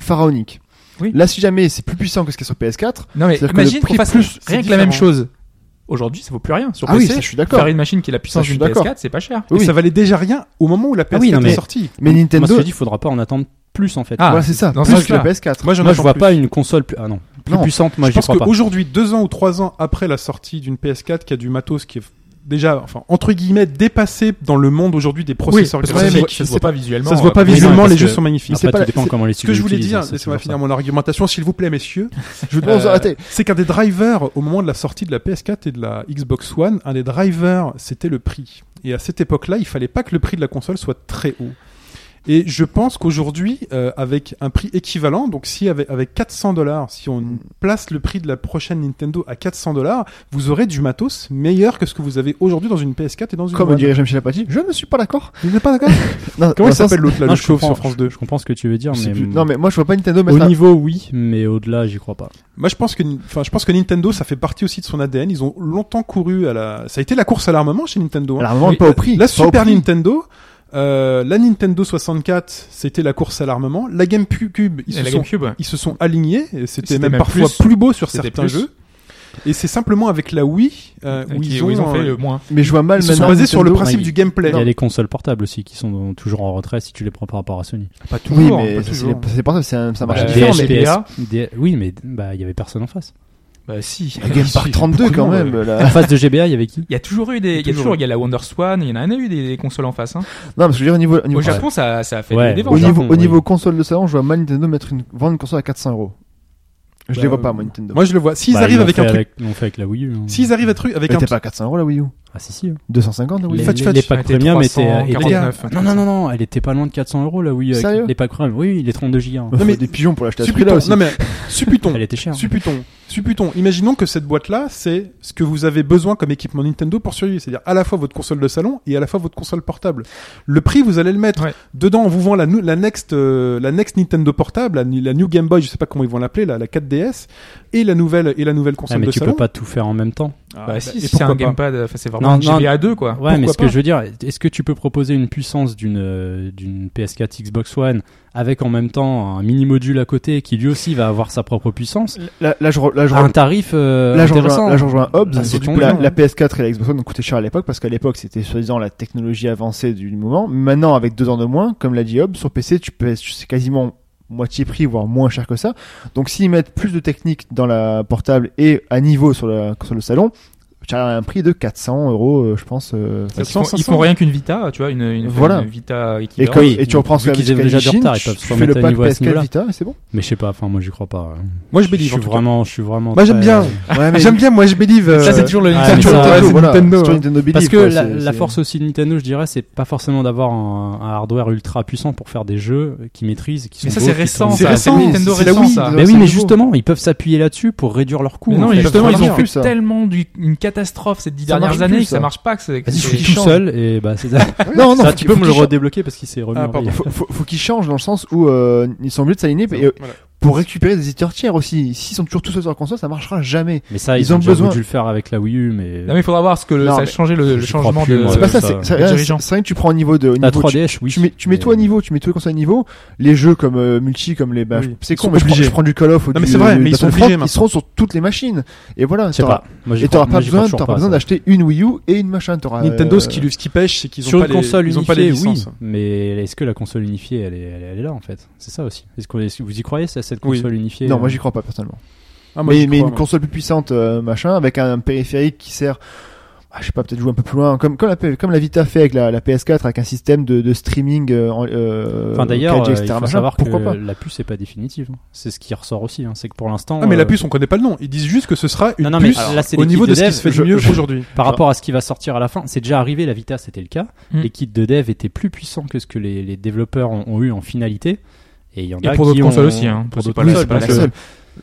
S4: pharaonique.
S3: Oui.
S4: Là, si jamais c'est plus puissant que ce qu'il y a sur PS4,
S3: Non mais
S4: C'est-à-dire que
S3: imagine
S4: le prix
S3: qu'on fasse
S4: plus,
S3: rien
S4: c'est
S3: que la même
S4: différent.
S3: chose. Aujourd'hui, ça vaut plus rien sur
S4: ah oui,
S3: PC.
S4: ça, je suis d'accord.
S3: faire une machine qui a la puissance
S4: Ça, je
S3: d'une
S4: suis d'accord.
S3: PS4, c'est pas cher.
S2: Et
S4: Oui.
S2: ça valait déjà rien au moment où la PS4
S5: oui, non,
S2: est
S5: mais-
S2: sortie.
S4: Mais
S5: Moi,
S4: Nintendo,
S5: je te dis, faudra pas en attendre plus en fait.
S3: Ah,
S4: voilà, c'est ça,
S3: dans ce
S4: plus que la
S3: sens-là.
S4: PS4.
S2: Moi, j'en
S5: Moi, je
S2: attends
S5: vois
S2: plus.
S5: pas une console plus, ah non, plus
S4: Non.
S5: puissante. Moi,
S2: Je
S5: j'y
S2: pense
S5: crois pas.
S2: qu'aujourd'hui, deux ans ou trois ans après la sortie d'une PS4 qui a du matos qui est déjà, enfin, entre guillemets, dépassé dans le monde aujourd'hui des processeurs
S3: parce que ça, se voit-
S2: graphiques.
S3: ça se voit pas visuellement.
S2: Ça se voit pas
S3: euh,
S5: Oui,
S2: visuellement,
S5: parce
S2: les jeux
S5: que-
S2: sont magnifiques.
S5: Après,
S4: pas
S5: tout
S4: la-
S5: dépend
S4: c'est-
S5: comment les
S2: Ce que je voulais dire, laissez-moi finir mon argumentation, s'il vous plaît, messieurs.
S4: Je veux
S2: Euh,
S4: arrêter.
S2: C'est qu'un des drivers, au moment de la sortie de la PS4 et de la Xbox One, un des drivers, c'était le prix. Et à cette époque-là, il fallait pas que le prix de la console soit très haut. Et je pense qu'aujourd'hui, euh, avec un prix équivalent, donc si avec, avec 400 dollars, si on
S4: Hmm.
S2: place le prix de la prochaine Nintendo à 400 dollars, vous aurez du matos meilleur que ce que vous avez aujourd'hui dans une PS4 et dans une.
S4: Comme
S2: One.
S4: dirait Jean-Michel Apathy, je ne suis pas d'accord.
S2: Vous n'êtes pas d'accord
S4: Non, dans
S2: Comment il
S4: le sens-
S2: s'appelle l'autre là,
S5: Non,
S2: le
S5: je
S2: chauve sur
S5: comprends,
S2: France 2
S5: Je comprends ce que tu veux dire,
S4: je sais
S5: mais, mm,
S4: plus. Non, mais moi, je vois pas Nintendo
S5: au
S4: mettre la-
S5: niveau oui, mais au-delà, j'y crois pas.
S2: Moi, je pense que, enfin, je pense que Nintendo, ça fait partie aussi de son ADN. Ils ont longtemps couru à la. Ça a été la course à l'armement chez Nintendo. hein.
S4: Alors, vraiment,
S3: Oui,
S4: pas au prix.
S2: La
S4: pas au
S2: Super
S4: prix.
S2: Nintendo, euh, la Nintendo 64, c'était la course à l'armement. La GameCube, ils
S3: et
S2: se
S3: la
S2: sont,
S3: GameCube. ouais.
S2: ils se sont alignés. et C'était
S3: C'était
S2: même,
S3: même
S2: parfois plus,
S3: plus.
S2: beau sur
S3: C'était
S2: certains
S3: plus.
S2: jeux. Et c'est simplement avec la Wii euh,
S3: Euh,
S2: où,
S3: qui-
S2: ils ont,
S3: fait
S2: euh,
S3: le moins.
S4: Mais je vois mal
S2: ils se sont
S4: maintenant
S2: basés sur le
S4: Nintendo-
S2: principe
S5: Ouais,
S2: du
S5: il-
S2: gameplay.
S5: Il y a les consoles portables aussi qui sont euh, toujours en retrait si tu les prends par rapport à Sony.
S2: Pas
S4: Oui,
S2: toujours,
S4: mais
S2: pas
S4: ça,
S2: toujours.
S4: c'est c'est pas ça, c'est un- ça marche
S3: Bah,
S4: différent.
S3: DS,
S4: mais-
S3: mais
S2: E
S3: PSA.
S5: D- oui, mais bah il y avait personne en face.
S3: Bah si.
S4: Le Game Park 32 quand même.
S5: En
S2: Ah.
S4: là.
S5: face de GBA, il y avait qui
S3: Il y a toujours eu des, il y a
S2: Toujours.
S3: toujours, il y a la Wonder Swan, il y en a eu des, des consoles en face. Hein.
S4: Non, parce que je veux dire, au niveau, au
S3: Au
S4: niveau,
S3: Japon, ça, ça a fait
S5: Ouais.
S3: des hein.
S4: au
S3: ventes.
S5: Japon,
S4: niveau, au
S5: oui.
S4: niveau console de salon, je vois mal Nintendo mettre une, vendre une console à 400 euros. Je
S2: Bah,
S4: les vois pas, moi, Nintendo.
S2: Moi, je le vois. S'ils
S5: Bah,
S2: arrivent
S5: l'ont
S2: avec
S5: fait
S2: un truc,
S5: Ils l'ont fait avec la Wii U. hein.
S2: s'ils arrivent à tru- avec
S4: Elle
S2: un
S4: était pas à 400 euros la Wii U.
S5: Ah si si. euh.
S4: 250 la Wii
S5: Les,
S4: U
S2: Fetch,
S5: les-
S2: fetch.
S5: les packs
S3: Était
S5: premium étaient,
S3: 349,
S5: étaient- Non non non non, elle euh, était pas loin de 400 euros la Wii. avec
S4: Sérieux
S5: Les packs premium. Oui, oui, les 32 gigas.
S4: Faut
S2: Non, mais-
S4: des pigeons pour l'acheter à ce prix-là
S2: Suputons.
S4: aussi.
S2: Non mais suputons.
S5: Elle était chère. hein.
S2: Suputons. Suputons. Imaginons que cette boîte-là, c'est ce que vous avez besoin comme équipement Nintendo pour survivre. C'est-à-dire à la fois votre console de salon et à la fois votre console portable. Le prix, vous allez le mettre.
S3: Ouais.
S2: Dedans, on vous vend la, nou- la next, euh, la next Nintendo portable, la, ni- la New Game Boy, je sais pas comment ils vont l'appeler, la, la 4DS, et la nouvelle, et la nouvelle
S5: Ah,
S2: console
S5: mais
S2: de
S5: tu
S2: salon.
S5: peux pas tout faire en même temps.
S2: Ah,
S3: Bah
S2: bah,
S3: si,
S2: et
S3: si c'est un
S2: pourquoi pas
S3: gamepad, enfin, c'est vraiment
S5: Non,
S3: un
S5: non.
S3: GBA 2 quoi.
S5: Ouais, mais
S2: Pourquoi
S5: ce que
S2: pas
S5: je veux dire, est-ce que tu peux proposer une puissance d'une euh, d'une PS4 Xbox One avec en même temps un mini module à côté qui lui aussi va avoir sa propre puissance
S4: Là, là, je, re- là, je,
S5: à
S4: re-
S5: Ah, un tarif euh,
S4: là, je
S5: intéressant
S4: rejoins, là, je rejoins Hobbes.
S5: Ah, c'est
S4: c'est
S5: ton
S4: la,
S5: pognon,
S4: la
S5: hein.
S4: PS4 et la Xbox One ont coûté cher à l'époque parce qu'à l'époque c'était soi-disant la technologie avancée du moment. Maintenant, avec deux ans de moins, comme l'a dit Hobbes, sur PC, tu peux, c'est quasiment moitié prix, voire moins cher que ça. Donc, s'ils mettent plus de technique dans la portable et à niveau sur, la, sur le salon, tu as un prix de 400 euros, euh, je pense. euh,
S3: Ils font, ils
S2: 500.
S3: font rien qu'une Vita, tu vois, une, une,
S4: Voilà.
S3: une Vita
S4: et,
S3: équivalente.
S4: quand-
S5: oui,
S4: et tu reprends ce
S5: vu
S4: qu'avait
S5: qu'ils avaient
S4: dit
S5: déjà de
S4: Chine,
S5: retard, ils peuvent
S4: tu
S5: se
S4: fais
S5: remettre
S4: le
S5: à
S4: pack
S5: niveau à ce
S4: PS4
S5: niveau-là.
S4: Vita et c'est bon.
S5: hein. Mais je sais pas, enfin moi j'y crois pas. hein.
S2: Moi, je
S5: Je
S2: believe.
S5: suis
S2: en tout cas.
S5: vraiment, je suis vraiment.
S2: Moi, j'aime
S5: très-
S2: bien.
S4: Ouais, mais-
S2: J'aime bien. Moi, je believe. euh,
S3: Ça c'est toujours le
S5: Ah,
S3: Nintendo.
S5: mais
S4: sur
S5: ça,
S4: Nintendo,
S2: c'est
S4: voilà,
S2: Nintendo,
S4: sur
S2: hein.
S4: Nintendo Believe,
S5: Parce que
S4: quoi,
S5: la,
S4: c'est-
S5: la
S4: c'est-
S5: force aussi de Nintendo, je dirais, c'est pas forcément d'avoir un, un hardware ultra puissant pour faire des jeux qui maîtrisent, qui sont
S3: Mais ça
S5: beaux,
S3: c'est
S5: qui
S3: récent,
S5: sont-
S2: C'est
S3: ça,
S2: récent,
S3: c'est Nintendo
S2: c'est la
S3: récent
S2: Wii,
S3: ça.
S4: de-
S5: Mais
S4: Ah, c'est
S5: oui, mais
S4: nouveau.
S5: justement, ils peuvent s'appuiser là-dessus pour réduire leurs coûts.
S3: Mais non,
S5: en
S3: et
S5: fait.
S3: justement,
S4: ça
S3: ils ont
S4: marche
S3: fait
S4: plus, ça.
S3: tellement du- une catastrophe ces dix
S4: Ça marche
S3: dernières
S4: plus,
S3: années que ça
S4: ça.
S3: marche pas. que c'est-
S5: Vas-y, je
S3: c'est-
S5: suis tout seul et bah c'est ça.
S4: Non, non,
S5: Ça,
S4: faut
S5: tu
S4: qu'il-
S5: peux
S4: faut
S5: me le
S4: qu'il change.
S5: redébloquer parce qu'il s'est remis.
S2: Ah,
S5: en
S2: pardon.
S5: veille.
S4: faut, faut, faut qu'ils changent dans le sens où euh, ils sont obligés de s'aligner et, euh,
S2: Voilà.
S4: pour récupérer des éditeurs tiers aussi. S'ils sont toujours tous seuls sur la console, ça marchera jamais.
S5: Mais ça, ils,
S4: Ils
S5: ont,
S4: ont
S5: déjà
S4: besoin-
S5: dû le faire avec la Wii U, mais
S3: Non mais il faudra voir ce que le-
S4: Non,
S3: ça a
S4: mais-
S3: changé le, le
S5: je crois
S3: changement
S5: plus,
S3: de.
S5: moi,
S4: C'est pas ça,
S5: ça-
S4: c'est
S3: le
S4: c'est-
S3: dirigeant.
S4: c'est vrai que tu prends au niveau de. Au niveau
S5: la 3DS, oui.
S4: tu,
S5: euh,
S4: tu mets, tu mets
S5: Mais-
S4: tout à niveau, tu mets tous les consoles à niveau, les jeux comme euh, Multi, comme les. Bah,
S2: Oui.
S4: C'est
S2: Ils
S4: con,
S2: sont
S4: mais je prends,
S2: obligés.
S4: je prends du Call of ou
S2: Non, mais
S4: du,
S2: c'est vrai,
S4: du
S2: mais ils sont
S4: Battlefront,
S2: obligés maintenant.
S4: ils seront sur toutes les machines. Et voilà,
S5: Je sais
S4: t'auras-
S5: pas. Moi, j'y
S4: Et
S5: crois-
S4: t'auras
S5: moi,
S4: pas
S5: j'y crois
S4: besoin,
S5: toujours
S4: t'auras pas
S5: pas,
S4: besoin
S5: ça.
S4: d'acheter une Wii U et une machin. t'auras,
S2: Nintendo,
S4: euh,
S2: ce qui, ce qui pêche, c'est qu'ils ont
S5: Sur
S2: pas
S5: une console
S2: les, ils ont pas les
S5: unifiée, oui.
S2: licences.
S5: Mais est-ce que la console unifiée, elle est, elle est, elle est là en fait C'est ça aussi. Est-ce que est-ce que vous y croyez ça, cette
S2: Oui.
S5: console unifiée euh
S4: Non, moi j'y crois pas personnellement.
S2: Ah, moi,
S4: mais
S2: j'y
S4: mais
S2: crois,
S4: une
S2: moi.
S4: console plus puissante, euh, machin, avec un, périphérique qui sert, ah, je sais pas, peut-être jouer un peu plus loin, comme comme la, P- comme la Vita fait avec la, la PS4, avec un système de, de streaming. euh, en- euh,
S5: Enfin d'ailleurs,
S4: 4G,
S5: euh, il
S4: etc.,
S5: faut
S4: machin,
S5: savoir que
S4: pourquoi pas.
S5: la puce n'est pas définitive. C'est ce qui ressort aussi. hein. C'est que pour l'instant,
S2: Ah mais la
S5: euh,
S2: puce on connaît pas le nom, ils disent juste que ce sera une
S5: non, mais
S2: puce
S5: alors là, c'est
S2: au
S5: l'équipe
S2: niveau
S5: de
S2: de, ce
S5: dev,
S2: qui se fait
S5: je-
S2: de mieux
S5: je-
S2: aujourd'hui.
S5: par
S4: Genre-
S5: rapport à ce qui va sortir à la fin, c'est déjà arrivé. La Vita, c'était le cas.
S3: Mm.
S5: Les kits de dev étaient plus puissants que ce que les, les développeurs ont, ont eu en finalité. Et il y en
S3: Et
S5: a
S3: pour
S5: qui
S3: d'autres
S5: ont-
S3: consoles aussi, hein.
S5: pour
S3: C'est
S5: d'autres
S3: pas la-
S5: consoles,
S3: c'est pas la
S5: parce
S4: La
S5: que-
S4: seule.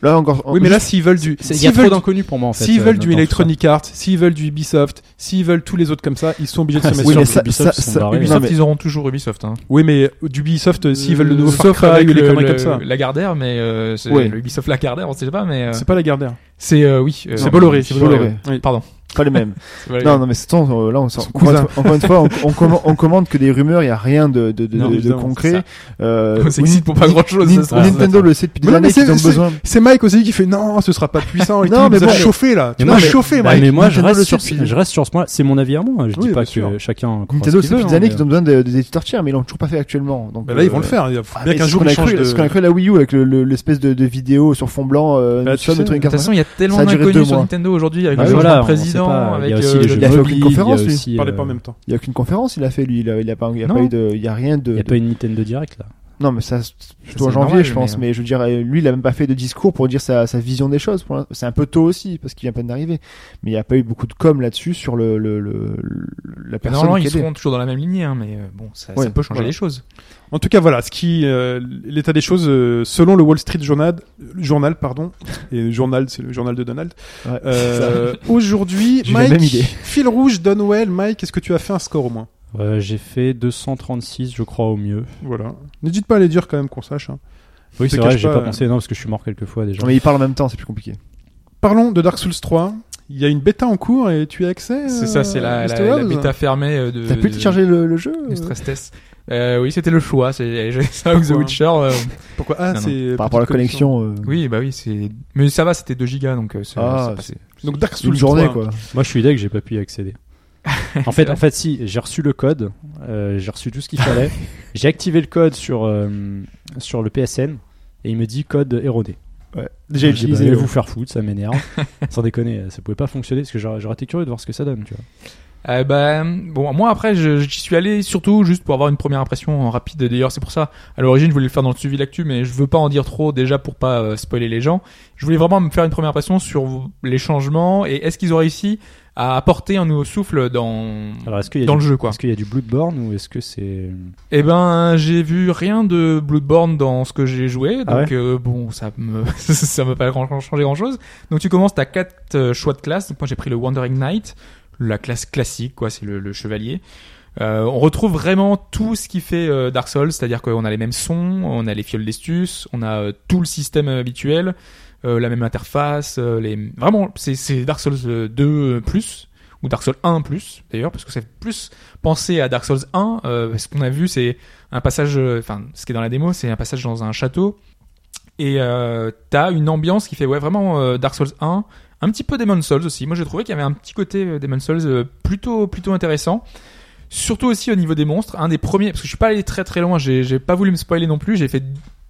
S4: Là encore.
S2: Oui mais là s'ils veulent du
S5: c'est- Il y a
S2: s'ils
S5: trop
S2: veulent du-
S5: d'inconnus pour moi en fait.
S2: s'ils
S5: euh,
S2: veulent du
S5: dans tout ça.
S2: Electronic Arts, s'ils veulent du Ubisoft, s'ils veulent tous les autres comme ça, ils sont obligés de
S5: Ah,
S2: se
S5: c'est
S2: mettre
S4: oui,
S2: sur
S4: mais
S5: sûr
S2: du
S4: ça,
S5: que Ubisoft,
S4: ça-
S5: ils sont
S4: ça-
S5: barrés,
S4: non,
S3: Ubisoft,
S4: mais-
S3: ils auront toujours Ubisoft. Hein.
S2: Oui mais euh, du Ubisoft euh, s'ils veulent le nouveau Far
S3: Sauf
S2: Cry
S3: avec
S2: ou les
S3: le-
S2: conneries
S3: le-
S2: comme ça.
S3: Lagardère, mais euh, c'est
S4: Ouais.
S3: le Ubisoft Lagardère, on sait pas, mais euh,
S2: C'est pas la Gardère.
S3: c'est euh, oui. euh,
S2: C'est Bolloré.
S4: c'est Bolloré.
S2: Oui.
S3: Pardon.
S4: Pas les mêmes.
S3: C'est Bolloré.
S4: Non, non, mais c'est tant, euh, là, on sort.
S2: Son
S4: Encore,
S2: cousin.
S4: une fois- encore une fois, on, on, commen- on commande que des rumeurs, il n'y a rien de, de, de,
S2: Non,
S4: de- de
S2: évidemment, c'est
S4: concret. Euh,
S3: On s'excite pour pas
S4: Ni-
S3: grand-chose,
S4: Ni-
S3: ça, ça.
S4: Nintendo le sait depuis des
S2: Mais non,
S4: années
S2: mais
S4: qu'ils
S2: c'est-
S4: ont
S2: c'est-
S4: besoin.
S2: C'est Mike aussi qui fait non, ce sera pas puissant et
S4: Non,
S2: tout,
S4: mais
S2: mais vous
S4: bon,
S2: avez chauffé là. Tu
S5: Mais moi,
S2: m'as
S5: je-
S2: chauffé
S5: Bah,
S2: Mike.
S5: mais moi, je
S4: Nintendo
S5: reste,
S4: le
S5: sur,
S4: subsidie.
S5: je reste sur ce moi. C'est mon avis à moi. Je
S2: Oui,
S5: dis pas
S2: bien
S5: que
S2: sûr.
S5: chacun. croit
S4: Nintendo, c'est
S5: ce qu'il
S4: depuis
S5: veut,
S4: des années
S5: hein,
S4: qu'ils ont besoin de- des éditeurs tiers, mais ils l'ont toujours pas fait actuellement. Donc,
S2: Bah, là ils vont
S4: euh,
S2: le faire, il faut
S4: ah,
S2: bien
S4: mais
S2: qu'un
S4: ce
S2: jour
S4: qu'on a
S2: ils changent
S4: cru- Ce qu'on a
S2: de
S4: cru à la Wii U avec le- le- l'espèce de de vidéo sur fond blanc, euh,
S2: Bah,
S4: nous
S2: tu
S4: sommes
S2: sais,
S4: le truc
S3: De toute façon, il y a
S4: Ça
S3: tellement
S4: a duré
S3: d'inconnus
S4: deux
S3: sur
S4: mois.
S3: Nintendo aujourd'hui avec
S5: mais
S3: le changement
S5: voilà,
S3: de
S5: on
S3: président,
S5: sait pas.
S3: avec
S5: il y a aussi
S3: euh,
S5: les jeux
S4: il a fait aucune
S5: mobiles, il y a
S4: conférence, lui.
S5: aussi,
S2: parlez
S5: euh,
S2: pas en même temps.
S4: Il y a aucune conférence, il a fait lui, il a, il a pas, il a
S3: Non.
S4: pas eu de, il y a rien de.
S5: Il y a
S4: de-
S5: pas une Nintendo Direct là.
S4: Non, mais ça, c'est plutôt en
S3: c'est
S4: janvier,
S3: normal,
S4: je pense.
S3: mais,
S4: Mais, je veux dire, euh, lui, il a même pas fait de discours pour dire sa, sa vision des choses. pour l'in- C'est un peu tôt aussi parce qu'il vient à peine d'arriver. Mais il n'y a pas eu beaucoup de com là-dessus sur le, le, le- le- la personne
S3: Normalement, ils
S4: qu'elle est.
S3: seront toujours dans la même lignée, hein, mais euh, bon, ça, ça
S4: Ouais,
S3: peut changer
S4: voilà.
S3: les choses.
S2: En tout cas, voilà, ce qui euh, l'état des choses euh, selon le Wall Street Journal, le journal pardon, et le journal c'est le journal de Donald.
S4: Ouais,
S2: Euh, aujourd'hui,
S4: J'ai la
S2: Mike,
S4: même idée.
S2: fil rouge Donwell, Mike, est-ce que tu as fait un score au moins
S5: Euh, J'ai fait 236, je crois au mieux.
S2: Voilà. N'hésite pas à les dire quand même qu'on sache. hein.
S5: Oui,
S2: Te
S5: c'est vrai,
S2: cache
S5: j'ai
S2: pas,
S5: pas
S2: euh.
S5: pensé, non, parce que je suis mort quelques fois déjà.
S4: Non, mais il parle en même temps, c'est plus compliqué.
S2: Parlons de Dark Souls 3. Il y a une bêta en cours et tu as accès. euh,
S3: C'est ça, c'est la, la, la bêta fermée euh, de.
S4: T'as pu
S3: de-
S4: télécharger le, le jeu
S3: de stress test. Euh, oui, c'était le choix. C'est j'ai- ça ou The
S2: Pourquoi
S3: Witcher. euh,
S2: Pourquoi Ah,
S3: Non, non.
S2: c'est
S4: par rapport à la
S2: petite connexion.
S4: connexion. euh,
S3: oui, bah oui, c'est. Mais ça va, c'était 2 gigas, donc euh, c'est-
S4: Ah,
S3: ça passait.
S2: Donc Dark Souls Ah,
S4: Une journée
S2: 3.
S4: quoi.
S5: Moi, je suis deg, j'ai pas pu y accéder. en fait, en fait, si, j'ai reçu le code, euh, j'ai reçu tout ce qu'il fallait. j'ai activé le code sur euh, sur le PSN et il me dit code erroné.
S4: Ouais. Déjà
S5: Donc, je dis, bah,
S4: utilisé. euh,
S5: allez
S4: le-
S5: vous faire foutre, ça m'énerve. Sans déconner, ça pouvait pas fonctionner parce que j'aurais j'aurais été curieux de voir ce que ça donne, tu vois.
S3: Euh, bah, bon, moi après, je- j'y suis allé surtout juste pour avoir une première impression euh, rapide. D'ailleurs, c'est pour ça. À l'origine, je voulais le faire dans le suivi de l'actu, mais je veux pas en dire trop déjà pour pas euh, spoiler les gens. Je voulais vraiment me faire une première impression sur les changements et est-ce qu'ils ont réussi à apporter un nouveau souffle dans
S5: Alors, est-ce qu'il y, a
S3: dans
S5: du-
S3: le jeu, quoi.
S5: est-ce qu'il y a du Bloodborne ou est-ce que c'est.
S3: Eh ben, j'ai vu rien de Bloodborne dans ce que j'ai joué, donc
S5: Ah ouais
S3: euh, bon, ça me ça m'a pas grand changé grand chose. Donc tu commences, t'as quatre euh, choix de classe. Donc moi j'ai pris le Wandering Knight, la classe classique, quoi, c'est le, le chevalier. Euh, on retrouve vraiment tout ce qui fait euh, Dark Souls, c'est-à-dire qu'on a les mêmes sons, on a les fioles d'estus, on a euh, tout le système euh, habituel, euh, la même interface, euh, les vraiment c'est c'est Dark Souls euh, 2 euh, plus ou Dark Souls 1 plus d'ailleurs parce que ça fait plus penser à Dark Souls 1 euh, ce qu'on a vu c'est un passage euh, enfin ce qui est dans la démo c'est un passage dans un château et euh, t'as une ambiance qui fait ouais vraiment euh, Dark Souls 1 un petit peu Demon Souls aussi moi j'ai trouvé qu'il y avait un petit côté euh, Demon Souls euh, plutôt plutôt intéressant surtout aussi au niveau des monstres un des premiers parce que je suis pas allé très très loin j'ai j'ai pas voulu me spoiler non plus j'ai fait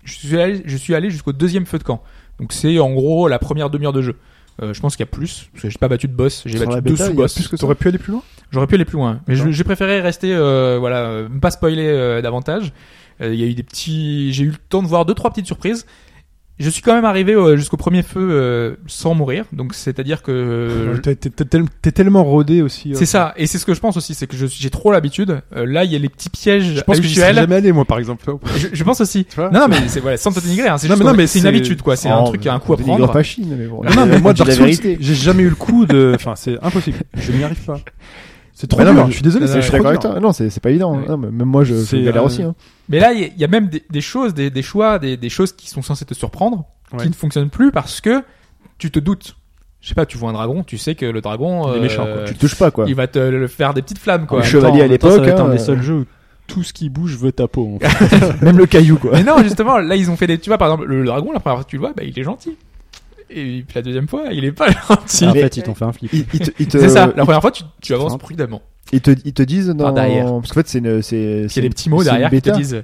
S3: je suis allé, je suis allé jusqu'au deuxième feu de camp donc c'est en gros la première demi-heure de jeu Euh, je pense qu'il y a plus parce que j'ai pas battu de boss j'ai
S4: Sur la
S3: battu deux
S4: bêta, il y a
S3: sous-boss
S4: plus que ça.
S2: T'aurais pu aller plus loin
S3: J'aurais pu aller plus loin, mais je-
S2: D'accord.
S3: j'ai préféré rester, euh, voilà, euh, me pas spoiler euh, davantage. Euh, Il y a eu des petits, j'ai eu le temps de voir deux trois petites surprises. Je suis quand même arrivé euh, jusqu'au premier feu euh, sans mourir, donc c'est-à-dire que euh,
S2: T'es- t'es- T'es tel- t'es tellement rodé aussi. euh.
S3: c'est ça, et c'est ce que je pense aussi, c'est que je- j'ai trop l'habitude. Euh, là, il y a les petits pièges
S2: Je pense que j'y serais
S3: habituels.
S2: jamais allé, moi, par exemple. tu vois.
S3: Je, je pense aussi.
S2: Tu vois
S3: Non, non, mais c'est voilà, sans te dénigrer, hein, c'est
S2: Non,
S3: juste
S2: mais non,
S3: qu'on-
S2: mais
S3: c'est une
S2: c'est-
S3: habitude quoi, c'est un
S4: Oh,
S3: truc, un coup
S4: on
S3: à
S4: dénigre
S3: prendre.
S4: pas Chine, mais bon.
S2: Non, non, mais moi,
S4: Dis
S2: Dark
S4: la
S2: Souls,
S4: vérité.
S2: j'ai jamais eu le coup de. Enfin, c'est impossible. Je n'y arrive pas. C'est trop
S4: Bah non,
S2: dur.
S4: mais
S2: Je suis désolé,
S4: Je
S2: c'est
S4: suis
S2: trop
S4: d'accord
S2: dur.
S4: avec toi. Non, c'est c'est pas évident.
S3: Ouais.
S4: Non, mais même moi, je, je
S2: C'est,
S4: galère
S2: euh,
S4: aussi. hein.
S3: Mais là, il y, il y a même des, des choses, des, des choix, des, des choses qui sont censées te surprendre,
S2: Ouais.
S3: qui ne fonctionnent plus parce que tu te doutes. Je sais pas, tu vois un dragon, tu sais que le dragon, euh,
S2: Il est méchant, quoi.
S4: Tu le touches pas, quoi.
S3: il va te le faire des petites flammes, quoi.
S4: Le chevalier à
S5: Attends,
S4: l'époque.
S5: Ça va être
S4: hein,
S5: un
S4: euh,
S5: des seuls jeux où tout ce qui bouge veut ta peau. en fait.
S4: Même le caillou, quoi.
S3: Mais non, justement, là, ils ont fait des, tu vois, par exemple, le dragon, la première fois que tu le vois, bah, il est gentil. Et puis la deuxième fois, il est pas gentil.
S5: En
S4: mais-
S5: fait, ils t'ont fait un flip.
S4: Ils- ils te- ils te-
S3: C'est ça. La première fois, tu, tu avances
S5: Enfin,
S3: prudemment.
S4: Ils te, ils te disent dans...
S3: Par derrière.
S4: Parce qu'en fait, c'est une, c'est,
S3: Il y
S4: c'est
S3: a des petits mots
S4: c'est
S3: derrière
S4: une
S3: qui te
S4: bêta.
S3: disent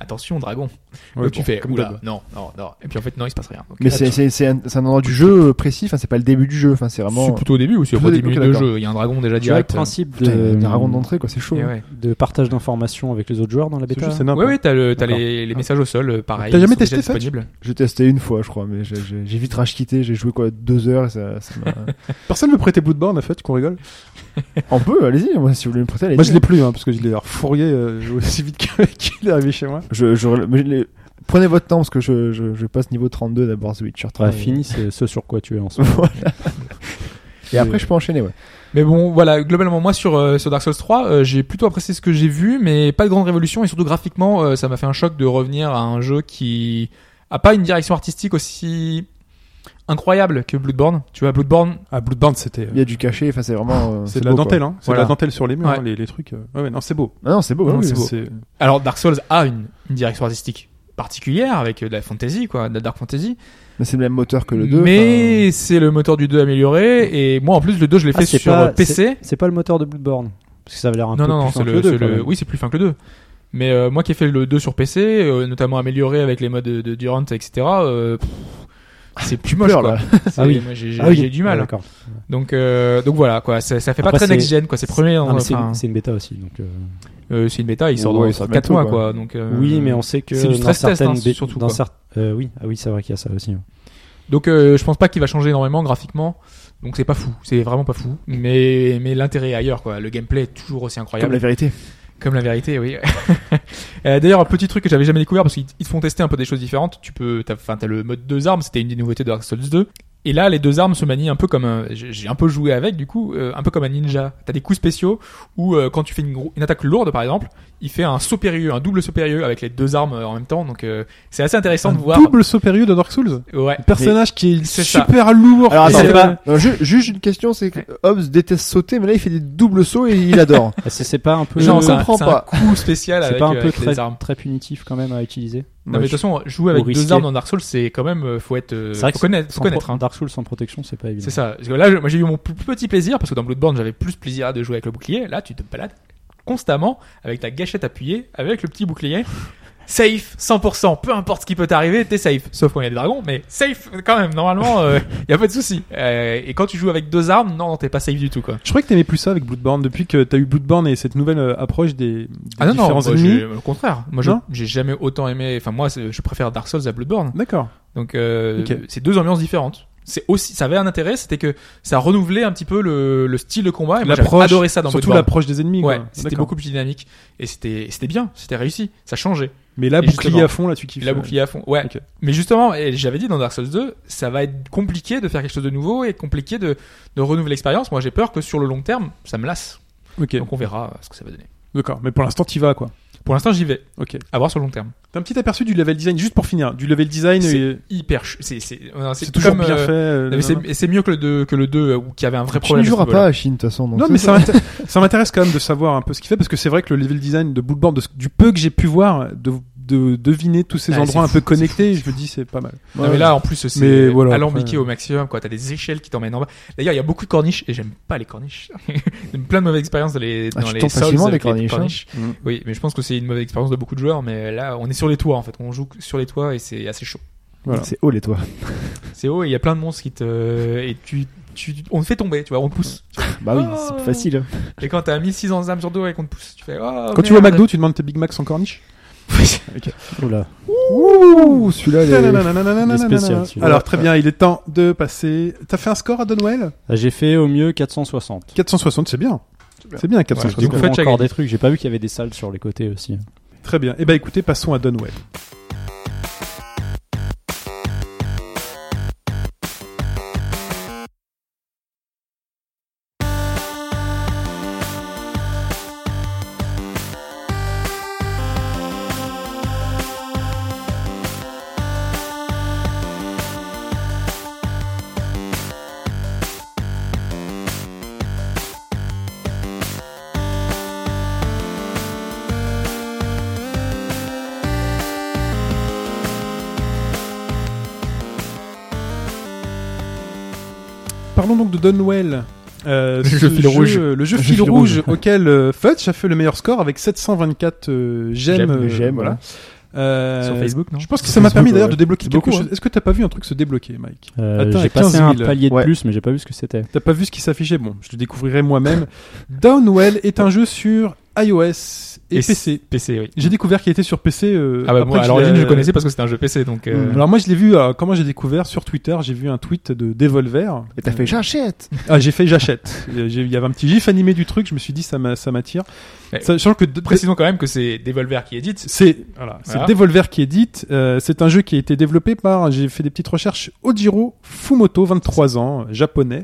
S3: attention dragon.
S2: Ouais,
S3: Donc tu
S2: bon,
S3: fais
S2: comme
S3: oula,
S2: d'hab.
S3: non, non, non. Et puis en fait, non, il se passe rien. Donc,
S4: Mais c'est, c'est, c'est, un, c'est un endroit du jeu précis. Enfin, c'est pas le début du jeu. Enfin, c'est
S3: c'est
S4: vraiment.
S3: plutôt au début ou c'est
S4: Plutôt
S3: après
S4: au début,
S3: 10 minutes
S4: ok,
S3: de
S4: d'accord.
S3: jeu Il y a un dragon déjà
S5: Tu vois le
S3: direct.
S5: principe
S4: euh, Putain, il y a
S5: de,
S4: des racontes d'entrée, quoi. C'est chaud.
S3: Et
S4: hein.
S3: ouais.
S5: de partage d'informations avec les autres joueurs dans la
S2: Ce
S5: bêta
S2: jeu, c'est
S3: Ouais,
S2: n'importe
S3: ouais, t'as le, t'as
S5: D'accord.
S3: les, les messages au sol, euh, pareil.
S2: T'as
S3: ils
S2: jamais
S3: sont déjà
S2: testé, Fetch
S3: disponibles.
S4: J'ai testé une fois, je crois, mais j'ai, j'ai, j'ai vite rage quitté. J'ai joué quoi deux heures. Et ça, ça m'a...
S2: quoi. Personne me prêtait Bloodborne, en fait, qu'on rigole.
S4: On peut, allez-y. Moi, si vous voulez me prêter, allez-y.
S2: Moi, je l'ai plus, hein, parce que je l'ai refourgué euh, aussi vite que- qu'il est arrivé chez moi.
S4: Je, je, mais je l'ai- Prenez votre temps parce que je, je, je passe niveau 32 d'abord The Witcher 3.
S5: Bah,
S4: Et-
S5: fini, c'est ce sur quoi tu es en ce moment.
S4: Ah voilà. Et après, je peux enchaîner, ouais.
S3: Mais bon, voilà, globalement, moi sur, euh, sur Dark Souls 3, euh, j'ai plutôt apprécié ce que j'ai vu, mais pas de grande révolution, et surtout graphiquement, euh, ça m'a fait un choc de revenir à un jeu qui a pas une direction artistique aussi incroyable que Bloodborne. Tu vois, Bloodborne,
S2: Ah, Bloodborne, c'était. euh,
S4: Il y a du cachet, enfin, c'est vraiment. euh,
S2: C'est de
S4: beau,
S2: la
S4: quoi.
S2: dentelle, hein. C'est
S3: Voilà.
S2: de la dentelle sur les murs,
S3: Ouais.
S2: hein, les, les trucs. euh. Ouais, ouais, non, c'est beau.
S4: Ah non, c'est beau,
S2: Non,
S4: oui,
S2: c'est
S4: oui.
S2: c'est-
S3: alors Dark Souls a une, une direction artistique particulière avec euh, de la fantasy, quoi, de la dark fantasy.
S4: Mais c'est le même moteur que le 2.
S3: mais c'est le moteur du 2 amélioré, et moi en plus, le 2, je l'ai
S5: Ah,
S3: fait
S5: c'est
S3: sur
S5: pas-
S3: euh, PC.
S5: C'est pas le moteur de Bloodborne. Parce que ça avait l'air un
S3: Non,
S5: peu
S3: non, non,
S5: plus
S3: c'est
S5: simple
S3: le,
S5: que le
S3: c'est
S5: deux, quand
S3: le-
S5: même.
S3: oui, c'est plus fin que le 2. Mais euh, moi qui ai fait le 2 sur PC, euh, notamment amélioré avec les modes de, de Durant, etc., euh, pff, c'est plus moche,
S4: pleures,
S3: quoi.
S4: là.
S3: C'est-
S5: Ah oui.
S3: moi, j'ai j'ai-
S5: Ah oui.
S3: j'ai eu du
S5: Ah,
S3: mal.
S5: d'accord.
S3: donc, euh, donc voilà, quoi. Ça, ça fait pas
S5: Après,
S3: très
S5: c'est-
S3: next-gen, quoi. C'est premier,
S5: Non,
S3: hein,
S5: mais c'est
S3: enfin,
S5: une- c'est une bêta aussi. Donc, euh,
S3: euh, c'est une bêta, il sort
S4: Ouais,
S3: dans
S4: ça
S3: 4
S4: bientôt,
S3: mois,
S4: quoi.
S3: quoi. Donc, euh,
S5: Oui, mais on sait que
S3: c'est du
S5: dans
S3: stress test,
S5: certaines
S3: hein,
S5: bê-
S3: surtout,
S5: dans
S3: quoi.
S5: cer- euh, oui, ah oui, c'est vrai qu'il y a ça aussi. ouais.
S3: Donc euh, je pense pas qu'il va changer énormément graphiquement. Donc c'est pas fou, c'est vraiment pas fou. Mais, mais l'intérêt est ailleurs, quoi. Le gameplay est toujours aussi
S4: Comme
S3: incroyable.
S4: la vérité.
S3: Comme la vérité, oui. Euh, D'ailleurs, un petit truc que j'avais jamais découvert parce qu'ils ils te font tester un peu des choses différentes. Tu peux, t'as, enfin, t'as le mode deux armes, c'était une des nouveautés de Dark Souls 2. Et là, les deux armes se manient un peu comme un, j'ai j'ai un peu joué avec, du coup, euh, un peu comme un ninja. T'as des coups spéciaux où euh, quand tu fais une, gro- une attaque lourde, par exemple, il fait un saut périlleux, un double saut périlleux avec les deux armes euh, en même temps. Donc, euh, c'est assez intéressant
S2: un
S3: de voir.
S2: double saut périlleux de Dark Souls.
S3: Ouais.
S2: Un personnage qui est
S3: C'est ça.
S2: super lourd.
S4: Alors,
S3: Et
S4: attends,
S3: c'est
S4: pas... juste une question c'est que Hobbs déteste sauter, mais là, il fait des doubles sauts et il adore.
S5: Ah, C'est c'est pas un peu.
S3: Genre,
S4: je
S3: Euh, c'est un-
S4: comprends
S3: c'est
S4: pas.
S3: un coup spécial
S5: C'est
S3: avec,
S5: pas un
S3: euh,
S5: peu
S3: avec
S5: très,
S3: les armes.
S5: très punitif quand même à utiliser.
S3: Non, mais de toute façon, jouer
S5: Ou
S3: avec deux
S5: risqué.
S3: armes dans Dark Souls, c'est quand même, euh, faut être, euh,
S5: C'est vrai
S3: faut
S5: que
S3: connaître, faut
S5: Sans
S3: connaître,
S5: pro-
S3: hein.
S5: Dark Souls sans protection, c'est pas évident.
S3: C'est ça. Parce que là, je- moi j'ai eu mon plus petit plaisir parce que dans Bloodborne, j'avais plus plaisir à de jouer avec le bouclier. Là, tu te balades constamment avec ta gâchette appuyée, avec le petit bouclier. safe, 100%, peu importe ce qui peut t'arriver, t'es safe. Sauf quand il y a des dragons, mais safe quand même, normalement, il y a pas de souci. Euh, et quand tu joues avec deux armes, non, t'es pas safe du tout, quoi.
S2: Je croyais que t'aimais plus ça avec Bloodborne depuis que t'as eu Bloodborne et cette nouvelle euh, approche des, des
S3: Ah non, non,
S2: différents
S3: moi,
S2: ennemis.
S3: j'ai- au contraire. Moi, je-
S2: Non
S3: j'ai jamais autant aimé, enfin, moi, c'est- je préfère Dark Souls à Bloodborne.
S2: D'accord.
S3: Donc, euh,
S2: Ok.
S3: c'est deux ambiances différentes. C'est aussi, ça avait un intérêt, c'était que ça renouvelait un petit peu le, le style de combat. Et moi, j'avais
S2: L'approche,
S3: adoré ça Ah, dans
S2: Surtout
S3: Bloodborne.
S2: l'approche des ennemis.
S3: Ouais,
S2: quoi. Ah,
S3: c'était
S2: D'accord.
S3: beaucoup plus dynamique et c'était c'était bien, c'était réussi, ça changeait.
S2: Mais là,
S3: Et
S2: bouclier
S3: justement.
S2: à fond, là, tu kiffes.
S3: La bouclier à fond. Ouais.
S2: Ok.
S3: Mais justement, et j'avais dit dans Dark Souls 2, ça va être compliqué de faire quelque chose de nouveau et compliqué de, de renouveler l'expérience. Moi, j'ai peur que sur le long terme, ça me lasse.
S2: Ok,
S3: Donc on verra euh, ce que ça va donner.
S2: d'accord. Mais pour l'instant, t'y vas, quoi.
S3: Pour l'instant, j'y vais.
S2: Ok.
S3: À voir sur le long terme.
S2: T'as un petit aperçu du level design, juste pour finir. Du level design,
S3: C'est-
S2: euh,
S3: Hyper. ch- C'est c'est non,
S2: c'est
S3: c'est
S2: toujours
S3: comme,
S2: bien
S3: euh,
S2: fait. euh,
S3: non, mais
S2: nanana.
S3: c'est- C'est mieux que le 2 que le 2 euh, qui avait un vrai
S4: Tu
S3: problème.
S4: ne
S3: à ce
S4: joueras
S3: niveau-là.
S4: pas à Chine, de toute façon. donc
S2: Non,
S4: ça,
S2: mais
S4: ça-
S2: ça m'inté- ça m'intéresse quand même de savoir un peu ce qu'il fait, parce que c'est vrai que le level design de Bloodborne, de ce- du peu que j'ai pu voir, de, de deviner tous ces
S3: Ah,
S2: endroits un
S3: c'est
S2: peu
S3: fou,
S2: connectés, je me dis c'est pas mal.
S3: Non, mais là, en plus,
S2: Ah Mais
S3: c'est
S2: voilà,
S3: alambiqué
S2: après- euh.
S3: au maximum. Quoi, t'as des échelles qui t'emmènent en bas. D'ailleurs, il y a beaucoup de corniches et j'aime pas les corniches. J'ai plein de mauvaises expériences dans les
S4: Ah,
S3: dans
S4: tu
S3: les
S4: tombes
S3: Souls
S4: facilement
S3: avec
S4: des
S3: les
S4: corniches, hein.
S2: Mhm.
S3: Oui, mais je pense que c'est une mauvaise expérience de beaucoup de joueurs. Mais là, on est sur les toits en fait. On joue sur les toits et c'est assez chaud.
S2: Voilà.
S4: C'est haut les toits.
S3: C'est haut et il y a plein de monstres qui te et tu tu on te fait tomber. Tu vois, on te pousse.
S4: Bah oui,
S3: Oh.
S4: c'est plus facile.
S3: Et quand t'as 1600 âmes sur dos et qu'on te pousse, tu fais. Oh,
S2: Quand tu vas au McDo, tu demandes tes Big Mac sans corniche
S5: Oula.
S2: Oh.
S4: Ouh, celui-là, il est-
S5: il est spécial,
S2: Nanananananananana.
S5: celui-là.
S2: Alors très bien, il est temps de passer. T'as fait un score à Donwell
S5: Ah, J'ai fait au mieux 460.
S2: 460, c'est bien. C'est bien
S5: Parce
S2: 460.
S5: que
S3: donc,
S5: je
S3: fudge
S5: comprends
S3: à
S5: encore des
S3: gagner.
S5: trucs. J'ai pas vu qu'il y avait des salles sur les côtés aussi.
S2: Très bien. Eh ben écoutez, passons à Dunwell. Parlons donc de Dunwell. Euh,
S3: Le
S2: ce
S3: jeu fil rouge.
S2: euh, Le jeu fil,
S4: fil
S2: rouge,
S4: rouge.
S2: auquel euh, Fudge a fait le meilleur score avec 724 euh, j'aime.
S4: J'aime,
S2: euh,
S4: j'aime,
S2: voilà. Euh,
S3: sur Facebook, non
S2: Je pense que ça m'a
S4: Facebook,
S2: permis d'ailleurs
S4: ouais.
S2: de débloquer
S4: C'est
S2: quelque
S4: beaucoup,
S2: chose. Est-ce que t'as pas vu un truc se débloquer, Mike
S5: Euh,
S2: Atteint à
S5: j'ai
S2: 15
S5: passé
S2: 000.
S5: un palier de
S4: Ouais.
S5: plus, mais j'ai pas vu ce que c'était.
S2: T'as pas vu ce qui s'affichait Bon, je le découvrirai moi-même. Downwell est un jeu sur iOS et,
S3: Et
S2: PC.
S3: PC, oui.
S2: J'ai découvert qu'il était sur PC. euh,
S3: Ah bah
S2: après
S3: moi,
S2: que
S3: à
S2: je
S3: l'origine,
S2: l'ai-
S3: je connaissais parce que c'était un jeu PC, donc. euh,
S2: Alors moi je l'ai vu, euh, comment j'ai découvert sur Twitter, j'ai vu un tweet de Devolver.
S4: Et t'as fait j'achète.
S2: Ah j'ai fait j'achète. Euh, j'ai- Il y avait un petit gif animé du truc, je me suis dit ça m'a- ça m'attire.
S3: Ouais.
S2: Sachant que de-
S3: Précisons quand même que c'est Devolver qui édite.
S2: c'est voilà, c'est
S3: Voilà.
S2: Devolver qui édite. Euh, c'est un jeu qui a été développé par, j'ai fait des petites recherches, Ojiro Fumoto, 23 ans, euh, japonais,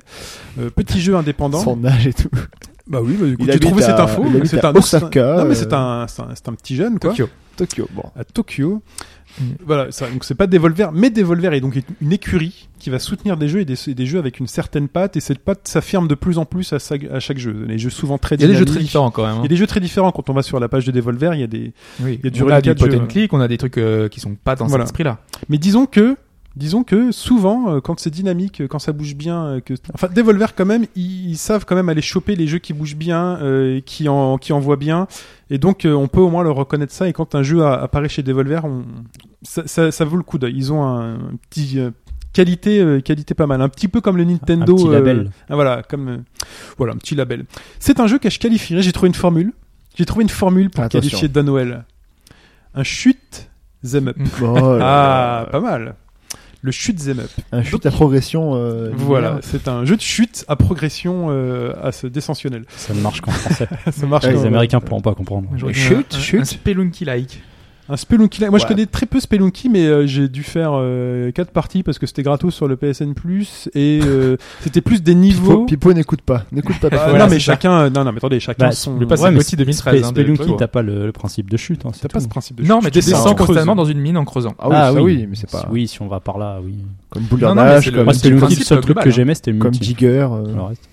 S2: Euh, petit jeu indépendant.
S4: Son âge et tout.
S2: Bah oui, bah, écoute,
S4: Il
S2: j'ai trouvé
S4: habite
S2: cette
S4: à-
S2: info.
S4: il habite
S2: C'est
S4: à
S2: un
S4: Osaka,
S2: Non mais
S4: euh,
S2: c'est un, c'est un, c'est un petit jeune quoi.
S3: Tokyo.
S4: Tokyo, bon.
S2: à Tokyo.
S3: Mm.
S2: Voilà, ça, donc c'est pas Devolver, mais Devolver est donc une écurie qui va soutenir des jeux et des, et des jeux avec une certaine patte, et cette patte s'affirme de plus en plus à, sa- à chaque jeu. Les jeux souvent très
S3: Il y a des jeux
S2: dynamiques.
S3: très différents hein. quand même.
S2: Il y a des jeux très différents quand on va sur la page de Devolver. Il y a des,
S3: Oui.
S2: Il y a du
S3: on a
S2: reliquat
S3: du
S2: de
S3: pot
S2: jeu,
S3: and
S2: ouais.
S3: click, on a des trucs euh, qui sont pas dans
S2: hein. Voilà.
S3: cet esprit-là.
S2: mais disons que, disons que souvent euh, quand c'est dynamique, euh, quand ça bouge bien, euh, que, enfin Devolver quand même, ils, ils savent quand même aller choper les jeux qui bougent bien, euh, et qui en, qui envoient bien, et donc euh, on peut au moins leur reconnaître ça. Et quand un jeu a- apparaît chez Devolver, on, ça, ça, ça vaut le coup d'œil. Ils ont un petit euh, qualité euh, qualité pas mal un petit peu comme le Nintendo
S5: Un petit
S2: euh,
S5: label.
S2: ah, voilà comme euh, voilà un petit label c'est un jeu que je qualifierais j'ai trouvé une formule j'ai trouvé une formule pour
S4: Attention.
S2: qualifier Dunwell un chute them up
S4: Oh là
S2: ah pas mal le chute them up
S4: là. Un chute à progression. euh,
S2: voilà
S4: linéaire.
S2: c'est un jeu de chute à progression euh, à ce descensionnel
S5: Ça ne marche qu'en français.
S2: ça marche
S4: Ouais,
S2: quand
S5: les
S2: même.
S5: Américains pourront pas comprendre.
S3: J'aurais dit
S4: Shoot,
S3: un- un-
S4: shoot.
S3: Un Spelunky-like.
S2: un Spelunky like. moi je
S4: Ouais.
S2: connais très peu Spelunky mais euh, j'ai dû faire euh, quatre parties parce que c'était gratos sur le PSN Plus et euh, c'était plus des
S4: Pipo,
S2: niveaux
S4: Pipo n'écoute pas. N'écoute pas.
S2: Ah,
S4: Pipo.
S3: Voilà,
S2: non mais
S3: c'est ça.
S2: chacun, non non mais attendez, chacun
S5: Bah,
S2: son.
S5: le passé
S3: Ouais, mais
S5: petit
S3: c'est 2013, hein, de-
S5: Spelunky,
S3: de toi.
S5: t'as pas le, le principe de chute. hein, c'est
S2: T'as pas
S5: tout.
S2: ce principe de.
S3: Non, mais tu
S4: descends
S3: descends
S4: en creusant.
S3: constamment dans une mine en creusant. Hein,
S4: Ah oui,
S5: Ah
S4: ça,
S5: oui.
S4: oui, mais c'est pas.
S5: Oui, si on va par là, oui.
S4: Comme
S3: Non, non, mais
S4: boulevardage,
S3: c'est
S4: comme,
S3: le-
S5: Moi,
S3: c'est
S5: c'était
S3: le
S5: le
S3: principe
S5: seul truc
S3: global,
S5: que
S3: hein.
S5: j'aimais, c'était le
S4: comme
S5: multi.
S4: Jigger. euh,
S5: Le reste.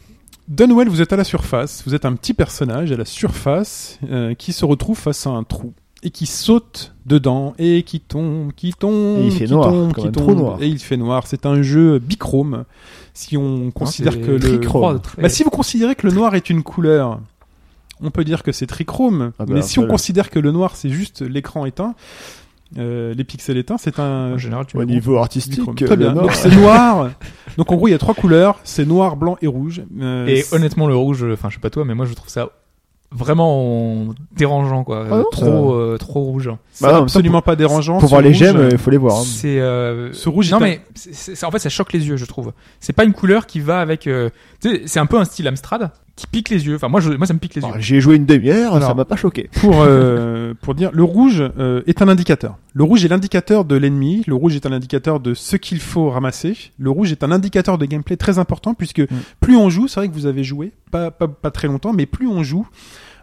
S2: Dunwell, vous êtes à la surface. Vous êtes un petit personnage à la surface euh, qui se retrouve face à un trou et qui saute dedans et qui tombe, qui tombe,
S4: Et il fait
S2: qui
S4: noir,
S2: tombe,
S4: comme
S2: qui
S4: un
S2: tombe
S4: trou noir. Ah,
S2: et il fait noir. C'est un jeu bichrome. Si on considère
S3: c'est
S2: que le,
S4: trichrome.
S3: Trois, très-
S2: Bah, si vous considérez que le noir est une couleur, on peut dire que c'est trichrome,
S4: Ah bah,
S2: mais si on
S4: voilà.
S2: considère que le noir c'est juste l'écran éteint, euh, les pixels éteints, c'est un
S3: En général, tu
S4: Au
S3: me
S4: niveau artistique,
S2: trichrome.
S4: euh,
S2: Très bien.
S4: le
S2: Donc
S4: Nord-
S2: c'est noir. Donc en gros, il y a trois couleurs, c'est noir, blanc et rouge. Euh,
S3: Et
S2: c'est-
S3: honnêtement, le rouge, enfin, je sais pas toi, mais moi, je trouve ça vraiment dérangeant, quoi.
S4: Ah non,
S3: trop, euh, trop rouge.
S2: c'est
S4: Bah, en même temps,
S2: absolument pas dérangeant.
S4: pour
S2: ce
S4: voir les
S2: rouge.
S4: gemmes, il faut les voir. hein.
S3: C'est euh,
S2: Ce rouge
S3: Non
S2: est un-
S3: mais c'est- c'est- en fait ça choque les yeux, je trouve. C'est pas une couleur qui va avec. euh, tu sais, c'est un peu un style Amstrad qui pique les yeux. Enfin moi, je, moi ça me
S2: Oh,
S3: pique les
S4: Ah,
S3: yeux.
S4: J'ai joué une demi-heure, ça
S2: Alors.
S4: m'a pas choqué.
S2: pour, euh, pour dire, le rouge euh, est un indicateur. Le rouge est l'indicateur de l'ennemi, le rouge est un indicateur de ce qu'il faut ramasser, le rouge est un indicateur de gameplay très important, puisque
S4: Mm.
S2: plus on joue, c'est vrai que vous avez joué, pas, pas, pas très longtemps, mais plus on joue,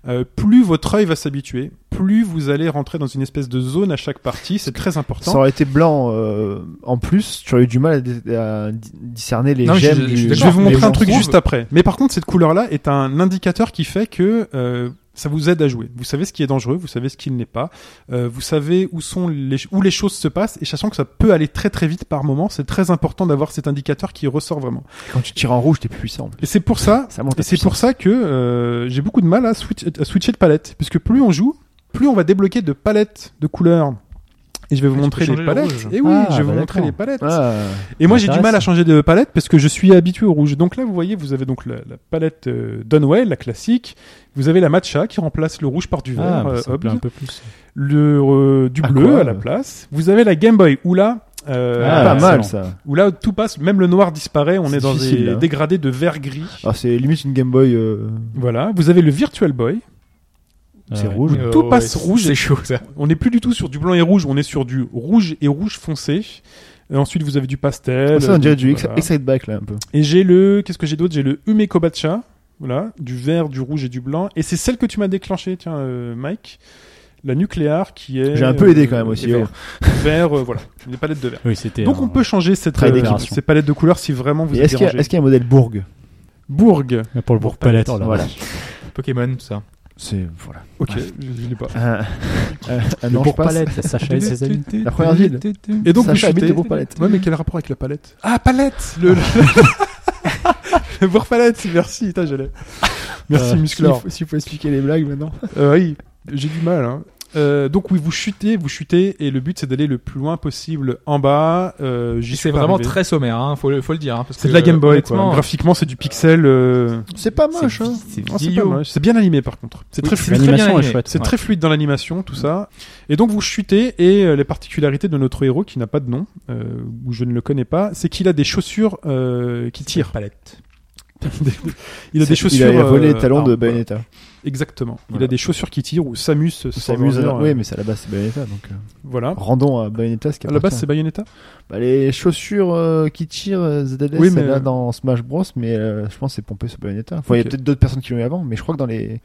S2: euh, plus votre œil va s'habituer, plus vous allez rentrer dans une espèce de zone à chaque partie, c'est très important.
S4: Ça aurait été blanc euh, en plus, tu aurais eu du mal à dé- à, di- discerner les
S3: Non, mais je-
S4: gemmes.
S3: je- je
S4: du-
S3: suis
S2: Je vais vous
S4: des
S2: montrer un
S4: gens.
S2: truc
S3: trouve-
S2: juste après. Mais par contre, cette couleur-là est un indicateur qui fait que euh, ça vous aide à jouer. Vous savez ce qui est dangereux, vous savez ce qui ne l'est pas, euh, vous savez où sont les où les choses se passent. Et sachant que ça peut aller très très vite par moment, c'est très important d'avoir cet indicateur qui ressort vraiment.
S4: Quand tu tires en rouge, t'es plus puissant.
S2: Et c'est pour ça,
S4: Ça monte.
S2: et
S4: la
S2: c'est pour ça que euh, j'ai beaucoup de mal à, switch- à switcher de palette, puisque plus on joue, plus on va débloquer de palettes de couleurs. Et je vais vous
S3: Ah, tu
S2: montrer
S3: peux
S2: les
S3: changer le
S2: palettes.
S3: rouge.
S2: Et oui,
S4: Ah,
S2: je vais
S4: bah
S2: vous montrer
S4: d'accord.
S2: les palettes.
S4: puissance. Ah.
S2: Et moi, j'ai du
S5: Intéressant.
S2: mal à changer de palette parce que je suis habitué au rouge. Donc là, vous voyez, vous avez donc la, la palette euh, Dunwell, la classique. Vous avez la matcha qui remplace le rouge par du
S5: Ah,
S2: vert,
S5: bah,
S2: euh,
S5: ça me
S2: Hobbs.
S5: plaît un peu plus.
S2: le euh, du
S4: Ah,
S2: bleu
S4: quoi,
S2: à la
S4: euh.
S2: place. Vous avez la Game Boy où là, euh,
S5: Ah,
S4: pas
S5: excellent.
S4: mal ça.
S2: où là tout passe, même le noir disparaît. On est,
S4: C'est
S2: dans
S4: difficile, hein. Ah.
S2: des
S4: là.
S2: dégradés de vert gris.
S4: Alors c'est limite une Game Boy. euh,
S2: Voilà. Vous avez le Virtual Boy.
S4: c'est
S5: Ah, ouais.
S4: rouge.
S3: Euh,
S2: tout passe
S3: c'est-
S2: rouge.
S3: C'est chaud ça.
S2: On n'est plus du tout sur du blanc et rouge. On est sur du rouge et rouge foncé. Euh, ensuite, vous avez du pastel.
S4: ça on dirait du X-
S2: euh, Voilà.
S4: Excite Back là un peu.
S2: Et j'ai le, qu'est-ce que j'ai d'autre J'ai le Umekobacha, voilà, du vert, du rouge et du blanc. Et c'est celle que tu m'as déclenchée, tiens, euh, Mike, la nucléaire qui est. euh,
S4: J'ai un peu aidé quand même aussi.
S2: Vert,
S4: oh.
S2: Vert, euh, voilà, des palettes de vert.
S5: Oui, c'était.
S2: Donc
S5: un-
S2: on peut changer cette,
S4: Très
S2: euh,
S4: déclaration.
S2: ces palettes de couleurs si vraiment vous
S4: Et
S2: êtes
S4: Est-ce qu'il y, a-
S2: dérangé.
S4: est-ce qu'il y a un modèle Bourg
S2: Bourg.
S5: Pour le bourg palette.
S4: Attends, là, voilà.
S3: Pokémon tout ça.
S4: C'est voilà.
S2: Ok, je je l'ai pas.
S4: Un, un- un
S5: Le
S4: ange
S5: bourg
S4: euh, passe.
S5: palette, Sacha et ses amis.
S4: La première ville.
S2: Et donc
S4: Ça
S2: vous
S4: fait habiter
S2: shootez.
S4: vos palettes.
S2: Ouais, mais quel rapport avec la palette Ah, palette Le, le... le bourg palette, merci, putain, je l'ai. Merci,
S4: Euh,
S2: Musclor.
S4: s'il faut- S'il faut expliquer les blagues maintenant.
S2: Euh, oui, j'ai du mal. hein. Euh, donc oui, vous chutez, vous chutez, et le but c'est d'aller le plus loin possible en bas. Euh, j'y suis
S3: C'est
S2: pas
S3: vraiment
S2: arrivé.
S3: très sommaire, hein, faut, le, faut le dire. hein, parce
S2: C'est de
S3: que,
S2: la Game Boy. Quoi.
S3: honnêtement,
S2: Graphiquement, c'est du pixel. euh,
S4: C'est pas
S3: c'est
S4: moche. hein.
S3: vi- C'est
S2: non, c'est pas
S3: vieillot.
S2: moche. C'est bien animé par contre. C'est
S3: Oui,
S2: très
S3: bien
S2: fluide.
S5: L'animation est
S3: animé.
S5: chouette.
S2: C'est
S5: Ouais.
S2: très fluide dans l'animation, tout ça. Et donc vous chutez et euh, les particularités de notre héros qui n'a pas de nom euh, ou je ne le connais pas, c'est qu'il a des chaussures euh, qui tirent.
S3: Palette.
S2: Il a des
S4: Il
S2: chaussures.
S4: a volé
S2: euh,
S4: les talons
S2: armes,
S4: de
S2: voilà.
S4: Bayonetta.
S2: Exactement. Il
S4: Voilà.
S2: a des chaussures qui tirent ou Samus.
S4: On
S2: Sailor
S4: s'amuse. à-
S2: Jr,
S4: Oui,
S2: euh,
S4: mais c'est à la base c'est Bayonetta donc. euh,
S2: Voilà.
S4: Rendons à Bayonetta ce qui
S2: À la base,
S4: appartient.
S2: c'est Bayonetta.
S4: Bah, les chaussures euh, qui tirent euh, ZLS,
S2: Oui,
S4: oui,
S2: mais-
S4: là dans Smash Bros, mais euh, je pense que c'est pompé sur Bayonetta. Enfin, il y a
S2: Ok.
S4: peut-être d'autres personnes qui l'ont eu avant, mais je crois que dans les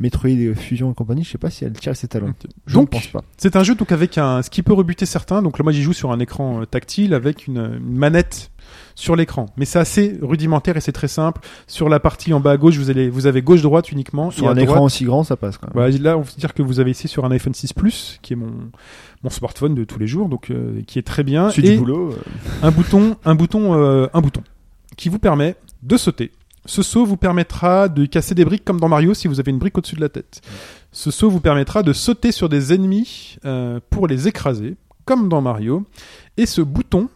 S4: Metroid euh, Fusion et compagnie, je sais pas si elle tire ses talons. Je ne
S2: Donc,
S4: pense pas.
S2: C'est un jeu donc avec un ce qui peut rebuter certains. Donc là, moi j'y joue sur un écran euh, tactile avec une, euh, une manette sur l'écran. Mais c'est assez rudimentaire et c'est très simple. Sur la partie en bas à gauche, vous allez vous avez gauche droite uniquement.
S4: Sur
S2: et à
S4: un
S2: droite-
S4: écran aussi grand, ça passe quand même.
S2: Voilà, là, on peut dire que vous avez ici sur un iPhone 6 Plus, qui est mon, mon smartphone de tous les jours, donc euh, qui est très bien.
S4: C'est
S2: Et
S4: du boulot. euh,
S2: un bouton, un bouton, euh, un bouton, qui vous permet de sauter. Ce saut vous permettra de casser des briques comme dans Mario si vous avez une brique au-dessus de la tête. Ce saut vous permettra de sauter sur des ennemis euh, pour les écraser, comme dans Mario. Et ce bouton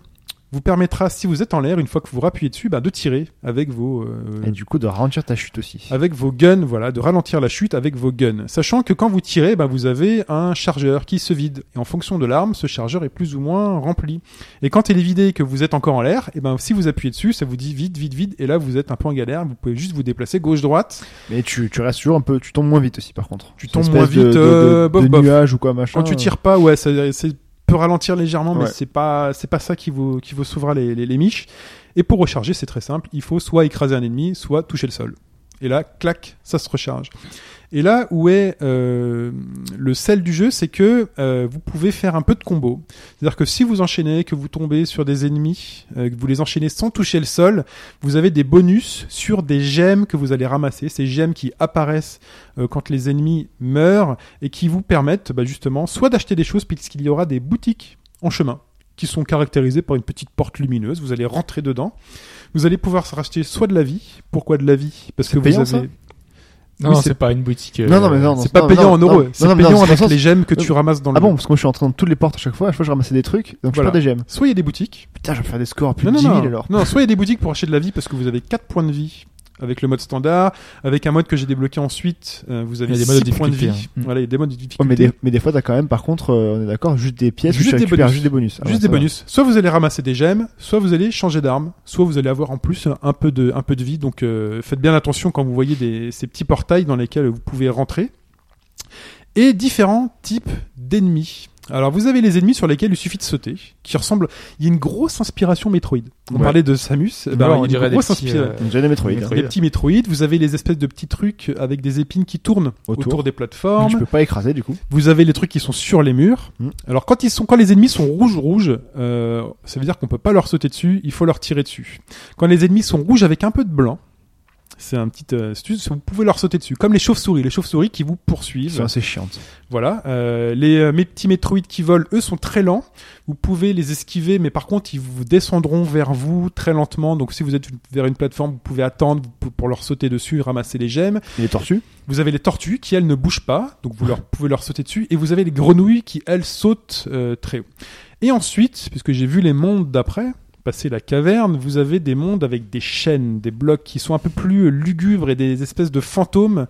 S2: vous permettra, si vous êtes en l'air, une fois que vous rappuyez dessus, bah, de tirer avec vos, euh,
S4: Et du coup, de ralentir ta chute aussi.
S2: avec vos guns, voilà, de ralentir la chute avec vos guns. Sachant que quand vous tirez, bah, vous avez un chargeur qui se vide. Et en fonction de l'arme, ce chargeur est plus ou moins rempli. Et quand il est vidé et que vous êtes encore en l'air, et ben, si vous appuyez dessus, ça vous dit vide, vide, vide. Et là, vous êtes un peu en galère. Vous pouvez juste vous déplacer gauche-droite.
S4: Mais tu, tu restes toujours un peu, tu tombes moins vite aussi par contre.
S2: Tu
S4: C'est
S2: tombes
S4: une
S2: moins
S4: espèce de-
S2: vite,
S4: de, de-
S2: euh, bof,
S4: de
S2: bof.
S4: nuage ou quoi machin. euh.
S2: Quand tu tires pas, ouais, ça, c'est peut ralentir légèrement, mais
S4: Ouais.
S2: c'est pas, c'est pas ça qui vous, qui vous sauvera les, les, les miches. Et pour recharger, c'est très simple. Il faut soit écraser un ennemi, soit toucher le sol. Et là, clac, ça se recharge. Et là où est euh, le sel du jeu, c'est que euh, vous pouvez faire un peu de combo. C'est-à-dire que si vous enchaînez, que vous tombez sur des ennemis, euh, que vous les enchaînez sans toucher le sol, vous avez des bonus sur des gemmes que vous allez ramasser. Ces gemmes qui apparaissent euh, quand les ennemis meurent et qui vous permettent bah, justement soit d'acheter des choses puisqu'il y aura des boutiques en chemin qui sont caractérisées par une petite porte lumineuse. Vous allez rentrer dedans. Vous allez pouvoir se racheter soit de la vie. Pourquoi de la vie Parce que vous
S4: payant,
S2: avez.
S4: ça
S3: Non,
S2: Oui,
S3: non,
S2: c'est-
S3: c'est pas une boutique. euh,
S4: Non, non, mais non, non,
S2: C'est pas
S4: non,
S2: payant
S4: non,
S2: en euros,
S4: non,
S2: c'est
S4: non, mais
S2: payant
S4: dans le
S2: avec
S4: sens-
S2: les gemmes que tu ramasses dans le
S4: Ah bon,
S2: monde.
S4: parce que moi je suis en train de toutes les portes à chaque fois, à chaque fois je ramassais des trucs, donc je
S2: Voilà.
S4: perds des gemmes.
S2: Soit il y a des boutiques.
S4: Putain, je vais faire des scores à plus
S2: non,
S4: de
S2: non,
S4: 10 000
S2: non.
S4: alors.
S2: Non, soit il y a des boutiques pour acheter de la vie parce que vous avez 4 points de vie avec le mode standard, avec un mode que j'ai débloqué ensuite. euh, vous avez
S3: Il y a des
S2: 6
S3: modes de
S2: points de vie.
S3: difficulté, hein. Mm.
S2: Voilà, il y a des modes de
S4: Oh,
S2: difficulté.
S4: mais, des, mais des fois, t'as quand même, par contre, euh, on est d'accord, juste des pièces,
S2: Juste
S4: juste, des
S2: des
S4: bonus.
S2: bonus.
S4: juste des bonus. Ah,
S2: Juste
S4: ouais,
S2: des
S4: ça va.
S2: bonus. Soit vous allez ramasser des gemmes, soit vous allez changer d'arme, soit vous allez avoir en plus un peu de, un peu de vie. Donc euh, faites bien attention quand vous voyez des, ces petits portails dans lesquels vous pouvez rentrer. Et différents types d'ennemis. Alors vous avez les ennemis sur lesquels il suffit de sauter, qui ressemblent. Il y a une grosse inspiration Metroid. On
S4: Ouais.
S2: parlait de Samus. Eh ben, il
S3: ouais,
S2: y a
S3: on
S2: une
S3: dirait des
S2: grosse
S3: petits,
S2: inspira-
S3: euh,
S4: J'ai des Metroid.
S3: Metroid.
S4: hein.
S2: Des petits Metroid, vous avez les espèces de petits trucs avec des épines qui tournent autour,
S4: Autour.
S2: des
S4: Donc,
S2: plateformes.
S4: Tu peux pas écraser du coup.
S2: Vous avez les trucs qui sont sur les murs.
S4: Mm.
S2: Alors quand ils sont, quand les ennemis sont rouges rouges, euh, ça veut dire qu'on peut pas leur sauter dessus, il faut leur tirer dessus. Quand les ennemis sont rouges avec un peu de blanc, c'est un petit euh, astuce, vous pouvez leur sauter dessus, comme les chauves-souris, les chauves-souris qui vous
S4: C'est
S2: poursuivent.
S4: assez chiant.
S2: Voilà, Euh, les euh, mes petits métroïdes qui volent, eux sont très lents. Vous pouvez les esquiver, mais par contre ils vous descendront vers vous très lentement. Donc si vous êtes une- vers une plateforme, vous pouvez attendre pour- pour leur sauter dessus, ramasser les gemmes.
S4: Et les tortues
S2: Vous avez les tortues qui, elles, ne bougent pas, donc vous leur, pouvez leur sauter dessus, et vous avez les grenouilles qui, elles, sautent euh, très haut. Et ensuite, puisque j'ai vu les mondes d'après, passer la caverne, vous avez des mondes avec des chaînes, des blocs qui sont un peu plus euh, lugubres et des espèces de fantômes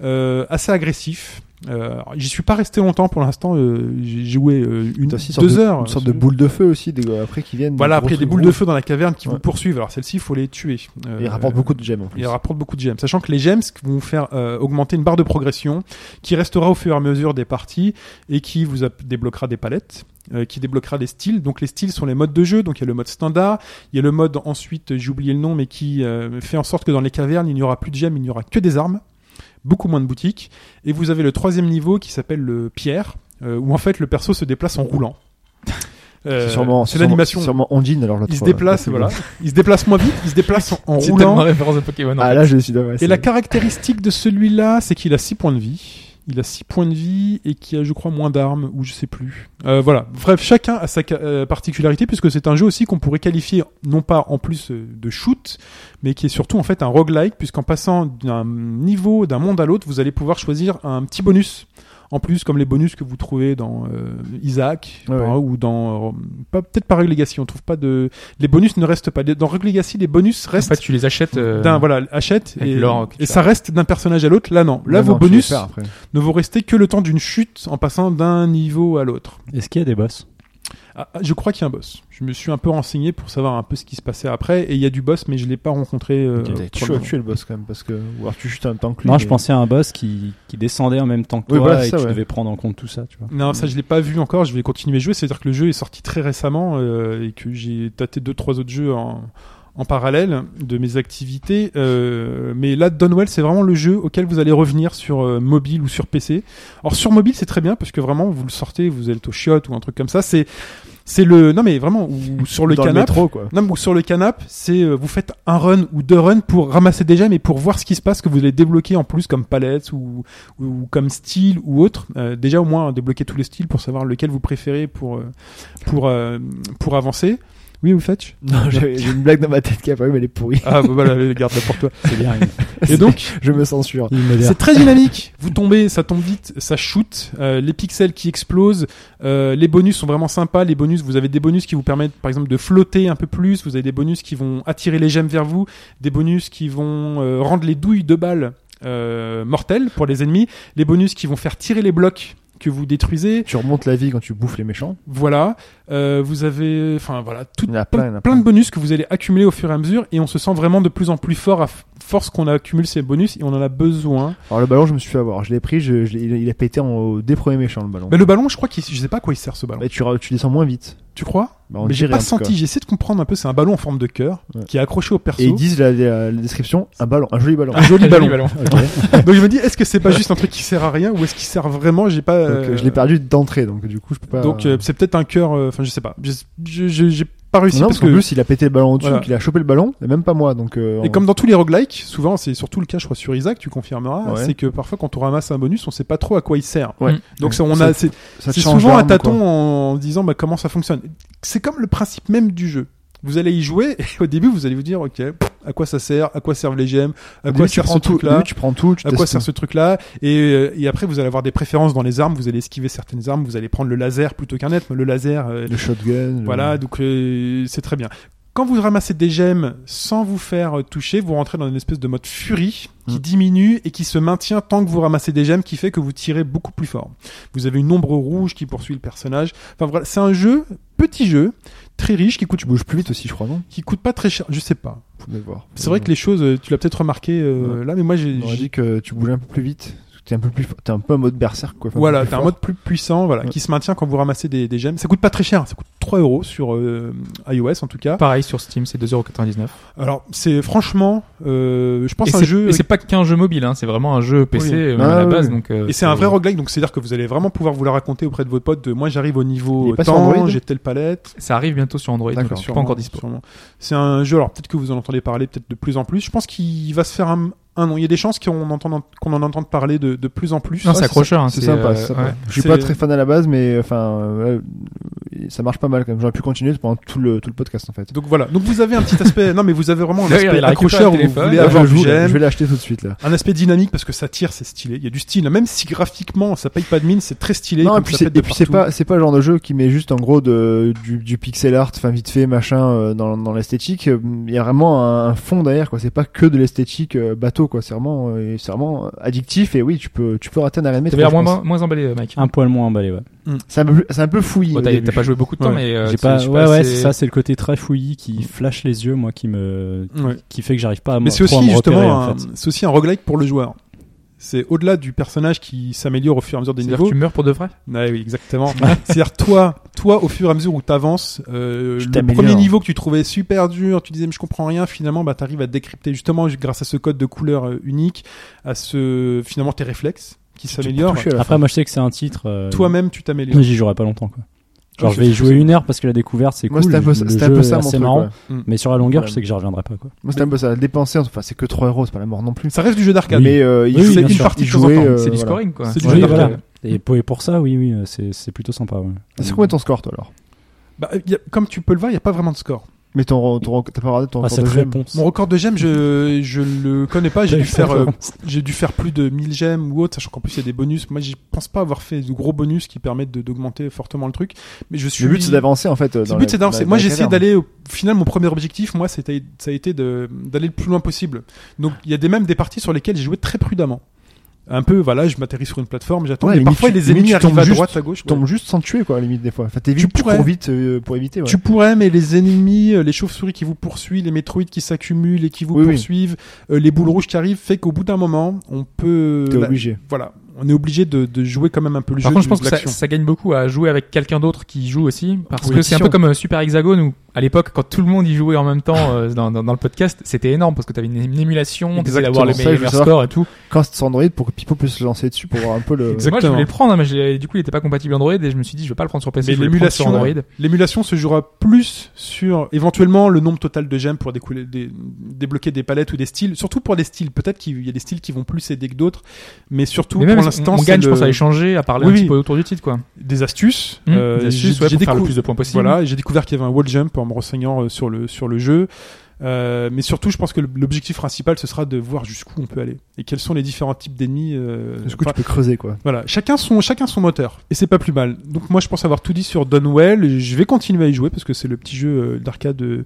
S2: euh, assez agressifs. Euh, alors, J'y suis pas resté longtemps pour l'instant, euh, j'ai joué euh, une,
S4: T'as aussi une sorte
S2: deux
S4: de-
S2: heures.
S4: Une sorte de
S2: euh,
S4: boule de feu aussi, des- après qui viennent.
S2: Voilà,
S4: gros
S2: après il y a des
S4: trucs
S2: boules de
S4: rouges.
S2: feu dans la caverne qui
S4: Ouais.
S2: vous poursuivent. Alors celles-ci, il faut les tuer. Euh,
S4: Ils rapportent beaucoup de gemmes en plus.
S2: il rapporte beaucoup de gemmes, sachant que les gemmes vont vous faire euh, augmenter une barre de progression qui restera au fur et à mesure des parties et qui vous app- débloquera des palettes, euh, qui débloquera des styles. Donc les styles sont les modes de jeu, donc il y a le mode standard, il y a le mode ensuite, j'ai oublié le nom, mais qui euh, fait en sorte que dans les cavernes, il n'y aura plus de gemmes, il n'y aura que des armes, beaucoup moins de boutiques. Et vous avez le troisième niveau qui s'appelle le pierre, euh, où en fait le perso se déplace en roulant. Euh,
S4: C'est sûrement,
S2: c'est l'animation.
S4: c'est Sûrement Engine alors. l'autre,
S2: Il se
S4: euh,
S2: déplace,
S4: l'autre
S2: voilà.
S4: boule.
S2: Il se déplace moins vite, il se déplace en, en
S3: C'est tellement
S2: roulant.
S3: référence de Pokémon. en
S4: Ah
S3: fait.
S4: là, je suis d'accord. ouais,
S2: Et
S4: c'est-
S2: la caractéristique de celui-là, c'est qu'il a 6 points de vie. Il a 6 points de vie et qui a, je crois, moins d'armes, ou je sais plus. Euh, voilà. Bref, chacun a sa ca- euh, particularité, puisque c'est un jeu aussi qu'on pourrait qualifier, non pas en plus euh, de shoot, mais qui est surtout en fait un roguelike, puisqu'en passant d'un niveau, d'un monde à l'autre, vous allez pouvoir choisir un petit bonus. En plus, comme les bonus que vous trouvez dans euh, Isaac,
S4: Ouais,
S2: hein, ou dans... euh, pas- Peut-être pas Rogue Legacy, on trouve pas de... Les bonus ne restent pas. Dans Rogue Legacy, les bonus
S3: En
S2: restent
S3: fait, tu les achètes. euh,
S2: d'un voilà achète
S3: avec
S2: et,
S3: l'or que tu
S2: et
S3: as.
S2: ça reste d'un personnage à l'autre là non là
S4: Non,
S2: vos
S4: non, tu les
S2: bonus
S4: perds après.
S2: ne vous restez que le temps d'une chute en passant d'un niveau à l'autre
S5: Est-ce qu'il y a des boss
S2: Ah, ah, je crois qu'il y a un boss je me suis un peu renseigné pour savoir un peu ce qui se passait après et il y a du boss mais je l'ai pas rencontré euh,
S4: Tu- Tu dois hein.
S2: pour le moment.
S4: tuer le boss quand même parce que. Ou alors tu chutes un temps que lui,
S5: Non, je
S4: mais-
S5: pensais à un boss qui, qui descendait en même temps que toi
S4: Oui, voilà,
S5: et
S4: c'est ça,
S5: tu
S4: ouais.
S5: devais prendre en compte tout ça, tu vois.
S2: non ça je l'ai pas vu encore je vais continuer à jouer c'est à dire que le jeu est sorti très récemment euh, et que j'ai tâté deux trois autres jeux en en parallèle de mes activités, euh, mais là, Donwell, c'est vraiment le jeu auquel vous allez revenir sur euh, mobile ou sur PC. Or sur mobile c'est très bien parce que vraiment vous le sortez, vous êtes au chiotte ou un truc comme ça. C'est c'est le non mais vraiment ou sur le
S4: Dans
S2: canap.
S4: métro quoi.
S2: non, mais ou sur le canap, c'est euh, vous faites un run ou deux runs pour ramasser des gemmes et pour voir ce qui se passe que vous allez débloquer en plus comme palette ou, ou, ou comme style ou autre. Euh, déjà au moins débloquer tous les styles pour savoir lequel vous préférez pour euh, pour euh, pour avancer. Oui, vous faites
S4: Non, j'ai j'ai une blague dans ma tête qui est apparue, mais elle est pourrie.
S2: Ah bah, voilà, garde-la pour toi.
S5: C'est bien.
S2: Et donc
S4: Je me censure.
S2: C'est très dynamique. Vous tombez, ça tombe vite, ça shoot. euh, les pixels qui explosent. euh, les bonus sont vraiment sympas. Les bonus, vous avez des bonus qui vous permettent, par exemple, de flotter un peu plus. Vous avez des bonus qui vont attirer les gemmes vers vous. Des bonus qui vont euh, rendre les douilles de balles euh, mortelles pour les ennemis. Les bonus qui vont faire tirer les blocs que vous détruisez.
S4: Tu remontes la vie quand tu bouffes les méchants.
S2: Voilà. Euh, vous avez, enfin voilà, tout,
S4: Il y en a
S2: plein,
S4: plein, il y en a
S2: plein
S4: plein.
S2: de bonus que vous allez accumuler au fur et à mesure. Et on se sent vraiment de plus en plus fort à f- force qu'on accumule ces bonus et on en a besoin.
S4: Alors le ballon, je me suis fait avoir. Je l'ai pris, je, je l'ai- il a pété en, des premiers méchants le ballon.
S2: Mais le ballon, je crois qu'il, je sais pas à quoi il sert ce ballon.
S4: Bah, tu, ra- tu descends moins vite.
S2: Tu crois
S4: Bah, on
S2: Mais j'ai
S4: dirait,
S2: pas
S4: en tout cas.
S2: senti, j'essaie de comprendre un peu, c'est un ballon en forme de cœur
S4: Ouais.
S2: qui est accroché au perso.
S4: Et ils disent la, la- la description, un ballon, un joli ballon.
S2: un joli ballon. Euh,
S3: ballon.
S2: donc je me dis, est-ce que c'est pas juste un truc qui sert à rien ou est-ce qu'il sert vraiment J'ai pas.
S4: Donc, euh,
S2: euh,
S4: je l'ai perdu d'entrée, donc du coup je peux pas.
S2: Donc euh, c'est peut-être un cœur. euh, Enfin, je sais pas. Je- je- je- J'ai pas réussi
S4: non,
S2: parce
S4: parce
S2: que.
S4: qu'en plus il a pété le ballon au-dessus,
S2: Voilà.
S4: donc il a chopé le ballon, et même pas moi. Donc, euh,
S2: Et
S4: on-
S2: comme dans tous les roguelikes, souvent c'est surtout le cas, je crois, sur Isaac, tu confirmeras,
S4: Ouais.
S2: c'est que parfois quand on ramasse un bonus, on sait pas trop à quoi il sert.
S4: Ouais.
S3: Mm.
S2: Donc ça, on
S4: Ça-
S2: a, c'est
S4: ça te
S2: c'est
S4: change
S2: souvent à
S4: d'arme,
S2: tâtons
S4: quoi.
S2: en, en disant bah, comment ça fonctionne. C'est comme le principe même du jeu. Vous allez y jouer et au début vous allez vous dire ok à quoi ça sert, à quoi servent les gemmes, à quoi
S4: Lui, tu
S2: sert ce
S4: prends tout,
S2: truc là.
S4: lui, tu prends tout, tu
S2: À quoi
S4: testes
S2: sert
S4: tout.
S2: ce truc-là et, euh, et après, vous allez avoir des préférences dans les armes. Vous allez esquiver certaines armes. Vous allez prendre le laser plutôt qu'un être. mais Le laser, euh,
S4: Le shotgun. le-
S2: voilà, donc euh, c'est très bien. Quand vous ramassez des gemmes sans vous faire euh, toucher, vous rentrez dans une espèce de mode furie qui
S4: Mm.
S2: diminue et qui se maintient tant que vous ramassez des gemmes, qui fait que vous tirez beaucoup plus fort. Vous avez une ombre rouge qui poursuit le personnage. Enfin voilà, c'est un jeu, petit jeu, très riche, qui coûte,
S4: Tu bouges plus vite aussi, je crois, non
S2: qui coûte pas très cher. Je sais pas.
S4: Faut le voir.
S2: C'est vrai que les choses, euh, tu l'as peut-être remarqué euh, là, mais moi j'ai.
S4: Mm. On aurait
S2: j'ai-
S4: dit que tu bouges un peu plus vite. parce que T'es un peu plus, fort, t'es un peu en mode berserk, quoi. enfin,
S2: Voilà,
S4: plus
S2: t'as un
S4: fort.
S2: mode plus puissant, voilà,
S4: Ouais.
S2: qui se maintient quand vous ramassez des, des gemmes. Ça coûte pas très cher, ça coûte 3 euros sur euh, iOS en tout cas.
S3: Pareil sur Steam, c'est 2,99€.
S2: Alors c'est franchement, euh, je pense
S3: Et
S2: un
S3: c'est-
S2: jeu.
S3: et c'est pas qu'un jeu mobile, hein, c'est vraiment un jeu PC
S2: Oui.
S3: euh,
S4: Ah,
S3: à la
S4: oui,
S3: base.
S4: oui.
S3: Donc, euh,
S2: Et c'est un vrai roguelike, donc c'est-à-dire que vous allez vraiment pouvoir vous la raconter auprès de vos potes de moi j'arrive au
S4: Il est
S2: niveau
S4: pas sur
S2: temps,
S4: Android
S2: j'ai telle palette.
S3: Ça arrive bientôt sur Android, donc
S4: D'accord,
S3: c'est pas
S2: Sûrement,
S3: encore dispo.
S2: sûrement. C'est un jeu, alors peut-être que vous en entendez parler peut-être de plus en plus. Je pense qu'il va se faire un, un nom. Il y a des chances qu'on entende- qu'on en entende parler de, de plus en plus.
S3: Non,
S4: Ouais,
S3: c'est accrocheur. hein,
S4: C'est sympa,
S3: euh,
S4: c'est sympa.
S3: ouais.
S4: Je suis
S2: C'est-
S4: pas très fan à la base, mais enfin, euh, ouais, ça marche pas mal quand même. J'aurais pu continuer pendant tout le, tout le podcast en fait.
S2: Donc voilà, donc vous avez un petit aspect, non mais vous avez vraiment un
S3: D'ailleurs,
S2: aspect
S3: il a récupéré
S2: accrocheur
S3: le
S2: où vous
S3: téléphone.
S2: voulez
S3: Là,
S4: Là, je,
S2: avoir du
S4: joue, là,
S2: gemme.
S4: je vais l'acheter tout de suite là.
S2: un aspect dynamique parce que ça tire, c'est stylé. Il y a du style, même si graphiquement ça paye pas de mine, c'est très stylé.
S4: non, et
S2: comme
S4: puis
S2: ça
S4: c'est
S2: pète de
S4: et puis c'est
S2: partout.
S4: pas c'est pas le genre de jeu qui met juste en gros de du, du pixel art, enfin vite fait machin euh, dans dans l'esthétique. Euh, Il y a vraiment un, un fond derrière quoi. C'est pas que de l'esthétique euh, bateau quoi. C'est vraiment euh, c'est vraiment addictif et oui tu peux tu peux rater un arrêt de
S3: T'avais
S4: mètre.
S3: l'air
S4: je pense.
S3: moins, moins emballé, euh, Mike.
S5: Un poil moins emballé, ouais.
S4: C'est un peu plus- c'est un peu fouillis.
S3: Bon,
S4: au
S3: T'as
S4: début.
S3: t'as pas joué beaucoup de temps,
S2: Ouais.
S3: mais euh,
S5: J'ai
S3: tu-
S5: pas,
S3: je sais
S5: ouais,
S3: pas,
S5: ouais, c'est ça, c'est le côté très fouillis qui flash les yeux, moi, qui me,
S2: Ouais.
S5: qui fait que j'arrive pas à me,
S2: Mais c'est
S5: trop à
S2: aussi
S5: me repérer,
S2: justement,
S5: en
S2: un-
S5: fait.
S2: c'est aussi un roguelike pour le joueur. C'est au-delà du personnage qui s'améliore au fur et à mesure des
S3: C'est-à-dire que
S2: niveaux.
S3: tu meurs pour de vrai
S2: Ouais, oui, exactement. C'est-à-dire toi, toi, au fur et à mesure où t'avances, euh,
S4: Tu
S2: le
S4: t'améliores.
S2: premier niveau que tu trouvais super dur, tu disais mais je comprends rien. Finalement, bah t'arrives à décrypter justement grâce à ce code de couleur euh, unique, à ce finalement tes réflexes qui s'améliorent.
S4: Touché à la fin.
S5: Après, moi, je sais que c'est un titre, euh,
S2: Toi-même, tu t'améliores.
S5: mais j'y jouerai pas longtemps, quoi. Genre,
S2: Ouais,
S5: je vais
S2: c'est
S5: y jouer une heure parce que la découverte, c'est cool.
S4: Moi c'était un peu ça-
S5: le
S4: c'était un
S5: jeu
S4: peu
S5: est
S4: ça mon
S5: assez
S4: truc.
S5: marrant.
S4: ouais.
S5: Mais sur la longueur, je
S4: Voilà.
S5: sais que j'y reviendrai pas, quoi.
S4: Moi c'était un peu ça. Dépenser enfin c'est que 3 euros c'est pas la mort non plus.
S2: Ça reste du jeu d'arcade.
S4: Mais euh, il
S5: Oui,
S4: jouait-
S5: bien
S4: il
S5: sûr.
S4: partit
S2: Il
S4: toujours
S2: jouait,
S4: temps.
S2: euh,
S3: C'est du
S4: voilà.
S3: scoring, quoi.
S2: C'est du
S5: Oui,
S2: jeu d'arcade.
S5: voilà. Et pour, et pour ça, oui, oui, euh, c'est, c'est plutôt sympa, ouais.
S4: C'est combien ton score toi alors
S2: Bah, y a- comme tu peux le voir, il n'y a pas vraiment de score.
S4: Mais ton ton- t'as pas regardé ton
S5: Ah,
S4: score
S5: cette
S4: de gemme
S5: réponse.
S2: Mon record de gemmes, je je le connais pas. J'ai dû
S5: Cette
S2: faire euh,
S5: réponse.
S2: j'ai dû faire plus de 1000 gemmes ou autre, sachant qu'en plus il y a des bonus. Moi, je pense pas avoir fait de gros bonus qui permettent de- d'augmenter fortement le truc. Mais je suis.
S4: Le but c'est d'avancer en fait. euh,
S2: Le
S4: dans
S2: but
S4: la-
S2: c'est d'avancer.
S4: dans la-
S2: Moi
S4: dans la
S2: j'essaie
S4: caverne.
S2: d'aller au final mon premier objectif moi c'était ça a été de d'aller le plus loin possible. Donc il y a des même des parties sur lesquelles j'ai joué très prudemment. Un peu voilà, je m'atterris sur une plateforme, j'attends
S4: Ouais,
S2: mais
S4: limite,
S2: parfois
S4: tu-
S2: les
S4: limite,
S2: ennemis
S4: tu tombes
S2: arrivent à
S4: juste-
S2: droite à gauche.
S4: Tu
S2: ouais.
S4: tombes juste sans te tuer quoi à la limite des fois. Enfin t'es vite, tu
S2: pourrais.
S4: cours vite euh, pour éviter. ouais.
S2: Tu pourrais, mais les ennemis, euh, les chauves-souris qui vous poursuivent, les métroïdes qui s'accumulent et qui vous
S4: Oui, oui.
S2: poursuivent, euh, les boules rouges qui arrivent, fait qu'au bout d'un moment, on peut.
S4: T'es
S5: Bah,
S2: la-
S4: obligé.
S2: Voilà, on est obligé de, de jouer quand même un peu le
S3: Par
S2: jeu.
S3: contre, je
S2: de-
S3: pense
S2: de
S3: que ça,
S2: l'action.
S3: ça gagne beaucoup à jouer avec quelqu'un d'autre qui y joue aussi, parce
S2: Oui,
S3: que c'est un
S2: sûr.
S3: peu comme euh, Super Hexagone où, à l'époque, quand tout le monde y jouait en même temps euh, dans, dans, dans le podcast, c'était énorme parce que t'avais une, une émulation, t'essayais d'avoir les
S4: Exactement, ça, je veux
S3: meilleurs
S4: savoir.
S3: scores et
S2: Euh,
S3: tout.
S4: Quand c'est sur Android pour que Pipo puisse se lancer dessus pour voir un peu le.
S2: Exact.
S3: Moi, je
S2: Exactement.
S3: voulais le prendre, hein, mais j'ai- du coup, il était pas compatible Android et je me suis dit, je vais pas le prendre sur PC.
S2: Mais
S3: je vais le prendre sur
S2: l'émulation,
S3: Android.
S2: L'émulation se jouera plus sur éventuellement le nombre total de gemmes pour découler- dé- débloquer des palettes ou des styles. Surtout pour les styles, peut-être qu'il y a des styles qui vont plus aider que d'autres, mais surtout
S3: Mais même,
S2: pour l'instant,
S3: on, on
S2: c'est
S3: gagne, je
S2: le-
S3: pense, à échanger, à parler
S2: Oui,
S3: un petit
S2: oui.
S3: peu autour du titre, quoi.
S2: des astuces.
S3: Mmh,
S2: Euh,
S3: des
S2: j'ai-
S3: astuces, ouais,
S2: j'ai
S3: pour faire le
S2: décou-
S3: plus de points possible.
S2: Voilà, et j'ai découvert qu'il y avait un wall jump en me renseignant euh, sur le sur le jeu. Euh, mais surtout, je pense que l'objectif principal, ce sera de voir jusqu'où on peut aller et quels sont les différents types d'ennemis. euh,
S4: Du coup
S2: enfin,
S4: tu peux creuser quoi.
S2: Voilà, chacun son chacun son moteur et c'est pas plus mal. Donc moi, je pense avoir tout dit sur Dunwell. Je vais continuer à y jouer parce que c'est le petit jeu euh, d'arcade. euh,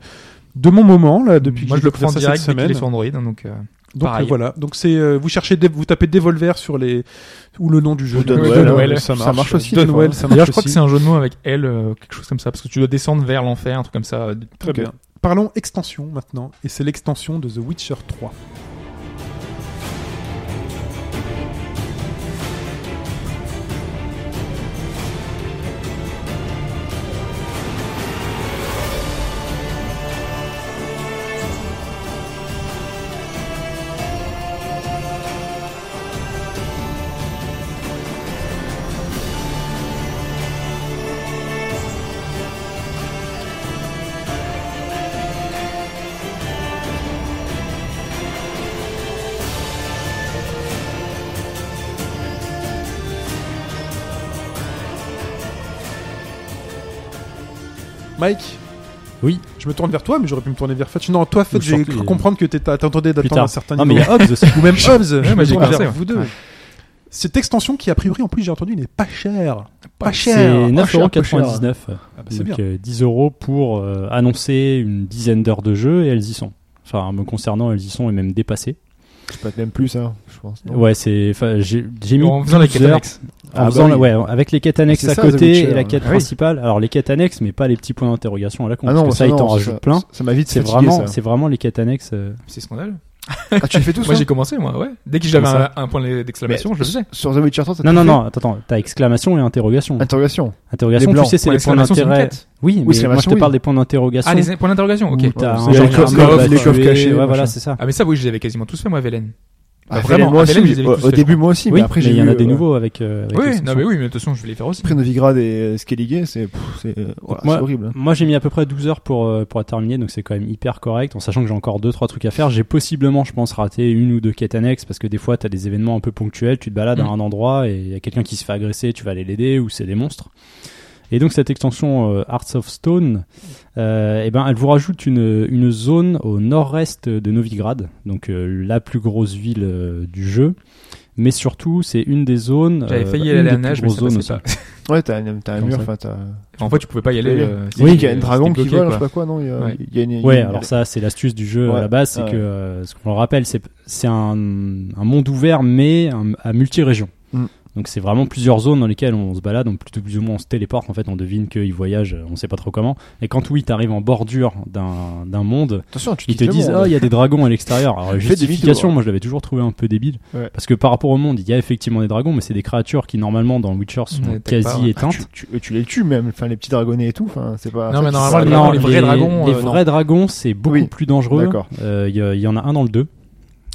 S2: de mon moment là depuis que
S3: Moi,
S2: j'ai
S3: je le
S2: découvert
S3: prends
S2: ça
S3: direct
S2: cette
S3: dès qu'il
S2: semaine
S3: est sur Android, hein, donc. euh,
S2: donc
S3: pareil.
S2: euh, voilà donc c'est euh, vous cherchez Dev- vous tapez Devolver sur les ou le nom du jeu
S4: Ou
S2: donc,
S4: Dunwell,
S2: Dunwell,
S3: hein.
S2: ça marche
S4: Ça marche aussi, des fois,
S2: Dunwell
S4: hein.
S2: ça
S3: D'ailleurs,
S2: marche
S3: je crois que
S2: aussi.
S3: c'est un jeu de mots avec L, euh, quelque chose comme ça, parce que tu dois descendre vers l'enfer, un truc comme ça. euh,
S2: Très
S4: Ok.
S2: bien. Parlons extension maintenant, et c'est l'extension de The Witcher 3.
S5: Oui.
S2: Je me tourne vers toi, mais j'aurais pu me tourner vers Fetch. Non, toi, Fetch,
S5: Ou
S2: j'ai
S5: surtout,
S2: cru
S5: il-
S2: comprendre que t'étais- t'attendais d'atteindre
S5: Putain.
S2: un certain
S5: Non, mais
S2: niveau.
S5: il y a Hobbes aussi.
S2: Ou même Hobbes. je
S3: moi,
S2: me
S3: j'ai
S2: tourne
S3: pensé,
S2: vers
S3: ouais.
S2: vous deux.
S3: Ouais.
S2: Cette extension qui, a priori, en plus, j'ai entendu, n'est pas chère. Pas
S5: C'est
S2: chère. Pas chère, pas chère.
S5: 9,99€.
S2: Ah, bah, C'est bien.
S5: Donc euh, 10 euros pour euh, annoncer une dizaine d'heures de jeu et elles y sont. Enfin, me concernant, elles y sont et même dépassées.
S4: C'est pas même plus, hein, je pense. non
S5: Ouais, c'est. enfin, J'ai j'ai mis.
S3: euh, En faisant la quête
S5: plusieurs-
S3: annexe.
S5: en
S4: Ah,
S5: faisant
S4: bah
S5: la-
S4: oui.
S5: ouais, avec les quêtes annexes
S4: C'est
S5: à
S4: ça, The
S5: côté
S4: Witcher,
S5: et la
S4: ouais.
S5: quête
S4: Ah oui.
S5: principale. Alors les quêtes annexes, mais pas les petits points d'interrogation à la con.
S4: Ah
S5: parce
S4: non,
S5: que ça, il t'en
S4: non,
S5: rajoute
S4: ça-
S5: plein.
S4: Ça m'a vite
S5: C'est
S4: fatigué,
S5: vraiment,
S4: ça.
S5: c'est vraiment les quêtes annexes. euh,
S3: C'est scandaleux.
S4: Ah, tu le fais tout ça
S3: Moi, j'ai commencé, moi, ouais. Dès que j'avais
S5: Comment
S3: un, un point d'exclamation, je le faisais.
S4: Sur The Witcher 3, ça
S5: Non,
S4: te
S5: non,
S4: fait
S5: non, attends, attends, t'as exclamation et interrogation.
S4: Interrogation.
S5: Interrogation,
S4: les
S5: tu
S4: blancs.
S5: sais, c'est
S3: Ouais,
S5: les points
S3: exclamation, c'est une
S5: d'intérêt.
S3: quête.
S5: Oui, mais moi je
S4: exclamation,
S5: te
S4: oui.
S5: parle des points d'interrogation.
S3: Ah, les points d'interrogation, ok.
S5: où t'as
S4: C'est
S5: un
S4: les
S5: genre
S4: coffres-
S5: un gobe
S4: les coffres
S5: tué,
S4: cachés,
S5: ouais,
S4: machin.
S5: voilà, c'est ça.
S3: Ah, mais ça, oui, je les avais quasiment tous fait, moi, Vélène.
S5: Bah,
S4: Ah,
S3: vraiment,
S4: Vélène, moi
S3: à
S4: aussi,
S3: Vélène, je les avais
S4: au-
S3: tous
S4: au
S3: faits, je
S4: début, moi aussi,
S5: Oui,
S4: mais après,
S5: mais
S4: j'ai
S5: il y en
S4: vu,
S5: a des
S4: euh,
S5: nouveaux avec. euh, avec
S3: Oui,
S5: l'extension.
S3: non, mais oui, mais de toute façon, je vais les faire aussi.
S4: Après Novigrad et euh, Skellige, c'est pff, c'est euh, voilà,
S5: moi-
S4: c'est horrible.
S5: Moi j'ai mis à peu près 12 heures pour, euh, pour la terminer, donc c'est quand même hyper correct, en sachant que j'ai encore 2-3 trucs à faire. J'ai possiblement, je pense, raté une ou deux quêtes annexes, parce que des fois t'as des événements un peu ponctuels, tu te balades
S3: Mm.
S5: à un endroit et il y a quelqu'un qui se fait agresser, tu vas aller l'aider, ou c'est des monstres. Et donc cette extension euh, Hearts of Stone, euh, eh ben, elle vous rajoute une, une zone au nord-est de Novigrad, donc euh, la plus grosse ville euh, du jeu. Mais surtout, c'est une des zones.
S3: J'avais
S5: euh,
S3: failli
S5: bah,
S3: aller à
S5: une
S3: la
S5: des plus
S3: nage, mais
S5: grosses
S3: ça
S5: zones
S3: passait
S5: aussi.
S3: pas.
S4: Ouais, t'as un, t'as un
S5: Comme
S4: mur,
S5: ça.
S4: enfin, t'as.
S3: En fait, tu pouvais pas y aller.
S4: Oui.
S3: euh,
S4: Oui,
S3: c'était-
S4: il y a un dragon
S3: c'était
S4: qui
S3: bloqué,
S4: vole, je
S3: quoi.
S4: sais pas quoi, non, il y a,
S3: Ouais.
S4: il y a une. il y a
S5: Ouais,
S4: une-
S5: alors ça, c'est l'astuce du jeu
S4: Ouais,
S5: à la base, c'est
S4: ouais.
S5: que euh, ce qu'on le rappelle, c'est c'est un, un monde ouvert mais un- à multi-régions.
S4: Mm.
S5: Donc c'est vraiment plusieurs zones dans lesquelles on se balade, donc plutôt plus ou moins on se téléporte. En fait, on devine qu'ils voyagent, euh, on sait pas trop comment. Et quand oui, t'arrives en bordure d'un d'un monde,
S4: Attention, tu
S5: ils te
S4: le
S5: disent
S4: monde.
S5: oh il y a des dragons à l'extérieur. Alors
S4: Fais demi-tour,
S5: justification,
S4: hein.
S5: moi je l'avais toujours trouvé un peu débile
S4: Ouais.
S5: parce que par rapport au monde, il y a effectivement des dragons, mais c'est des créatures qui normalement dans Witcher
S3: On
S5: sont
S3: les attaque
S5: quasi
S3: pas, ouais.
S5: éteintes.
S4: Ah, Tu, euh, tu les tues même, enfin, les petits dragonnets et tout, enfin, c'est pas.
S3: Non, mais
S4: c'est-
S3: normalement,
S4: c'est-
S3: les dragons,
S5: non,
S3: Ah, bah, les vrais dragons,
S5: les
S3: euh, non.
S5: vrais dragons, c'est beaucoup
S4: Oui,
S5: plus dangereux.
S4: d'accord.
S5: Euh, Il y, a- il y en a un dans le 2.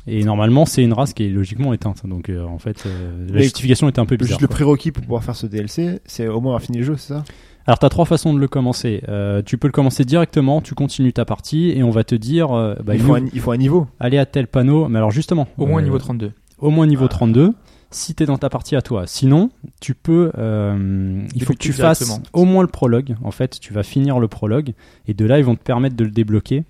S5: Et normalement, c'est une race qui est logiquement éteinte. Donc euh, en fait, euh, la
S4: Mais
S5: justification était un peu bizarre.
S4: Juste le
S5: quoi.
S4: prérequis pour pouvoir faire ce DLC, c'est au moins avoir fini le jeu, c'est ça
S5: Alors t'as trois façons de le commencer. Euh, tu peux le commencer directement, tu continues ta partie et on va te dire euh, bah,
S4: il,
S5: nous-
S4: faut un, il faut un niveau.
S5: aller à tel panneau. Mais alors justement,
S3: Au moins
S5: euh,
S3: niveau 32.
S5: au moins niveau 32 si t'es dans ta partie à toi. Sinon, tu peux, euh, il faut que tu
S3: Débuter
S5: fasses
S3: directement.
S5: au moins le prologue. En fait, tu vas finir le prologue et de là, ils vont te permettre de le débloquer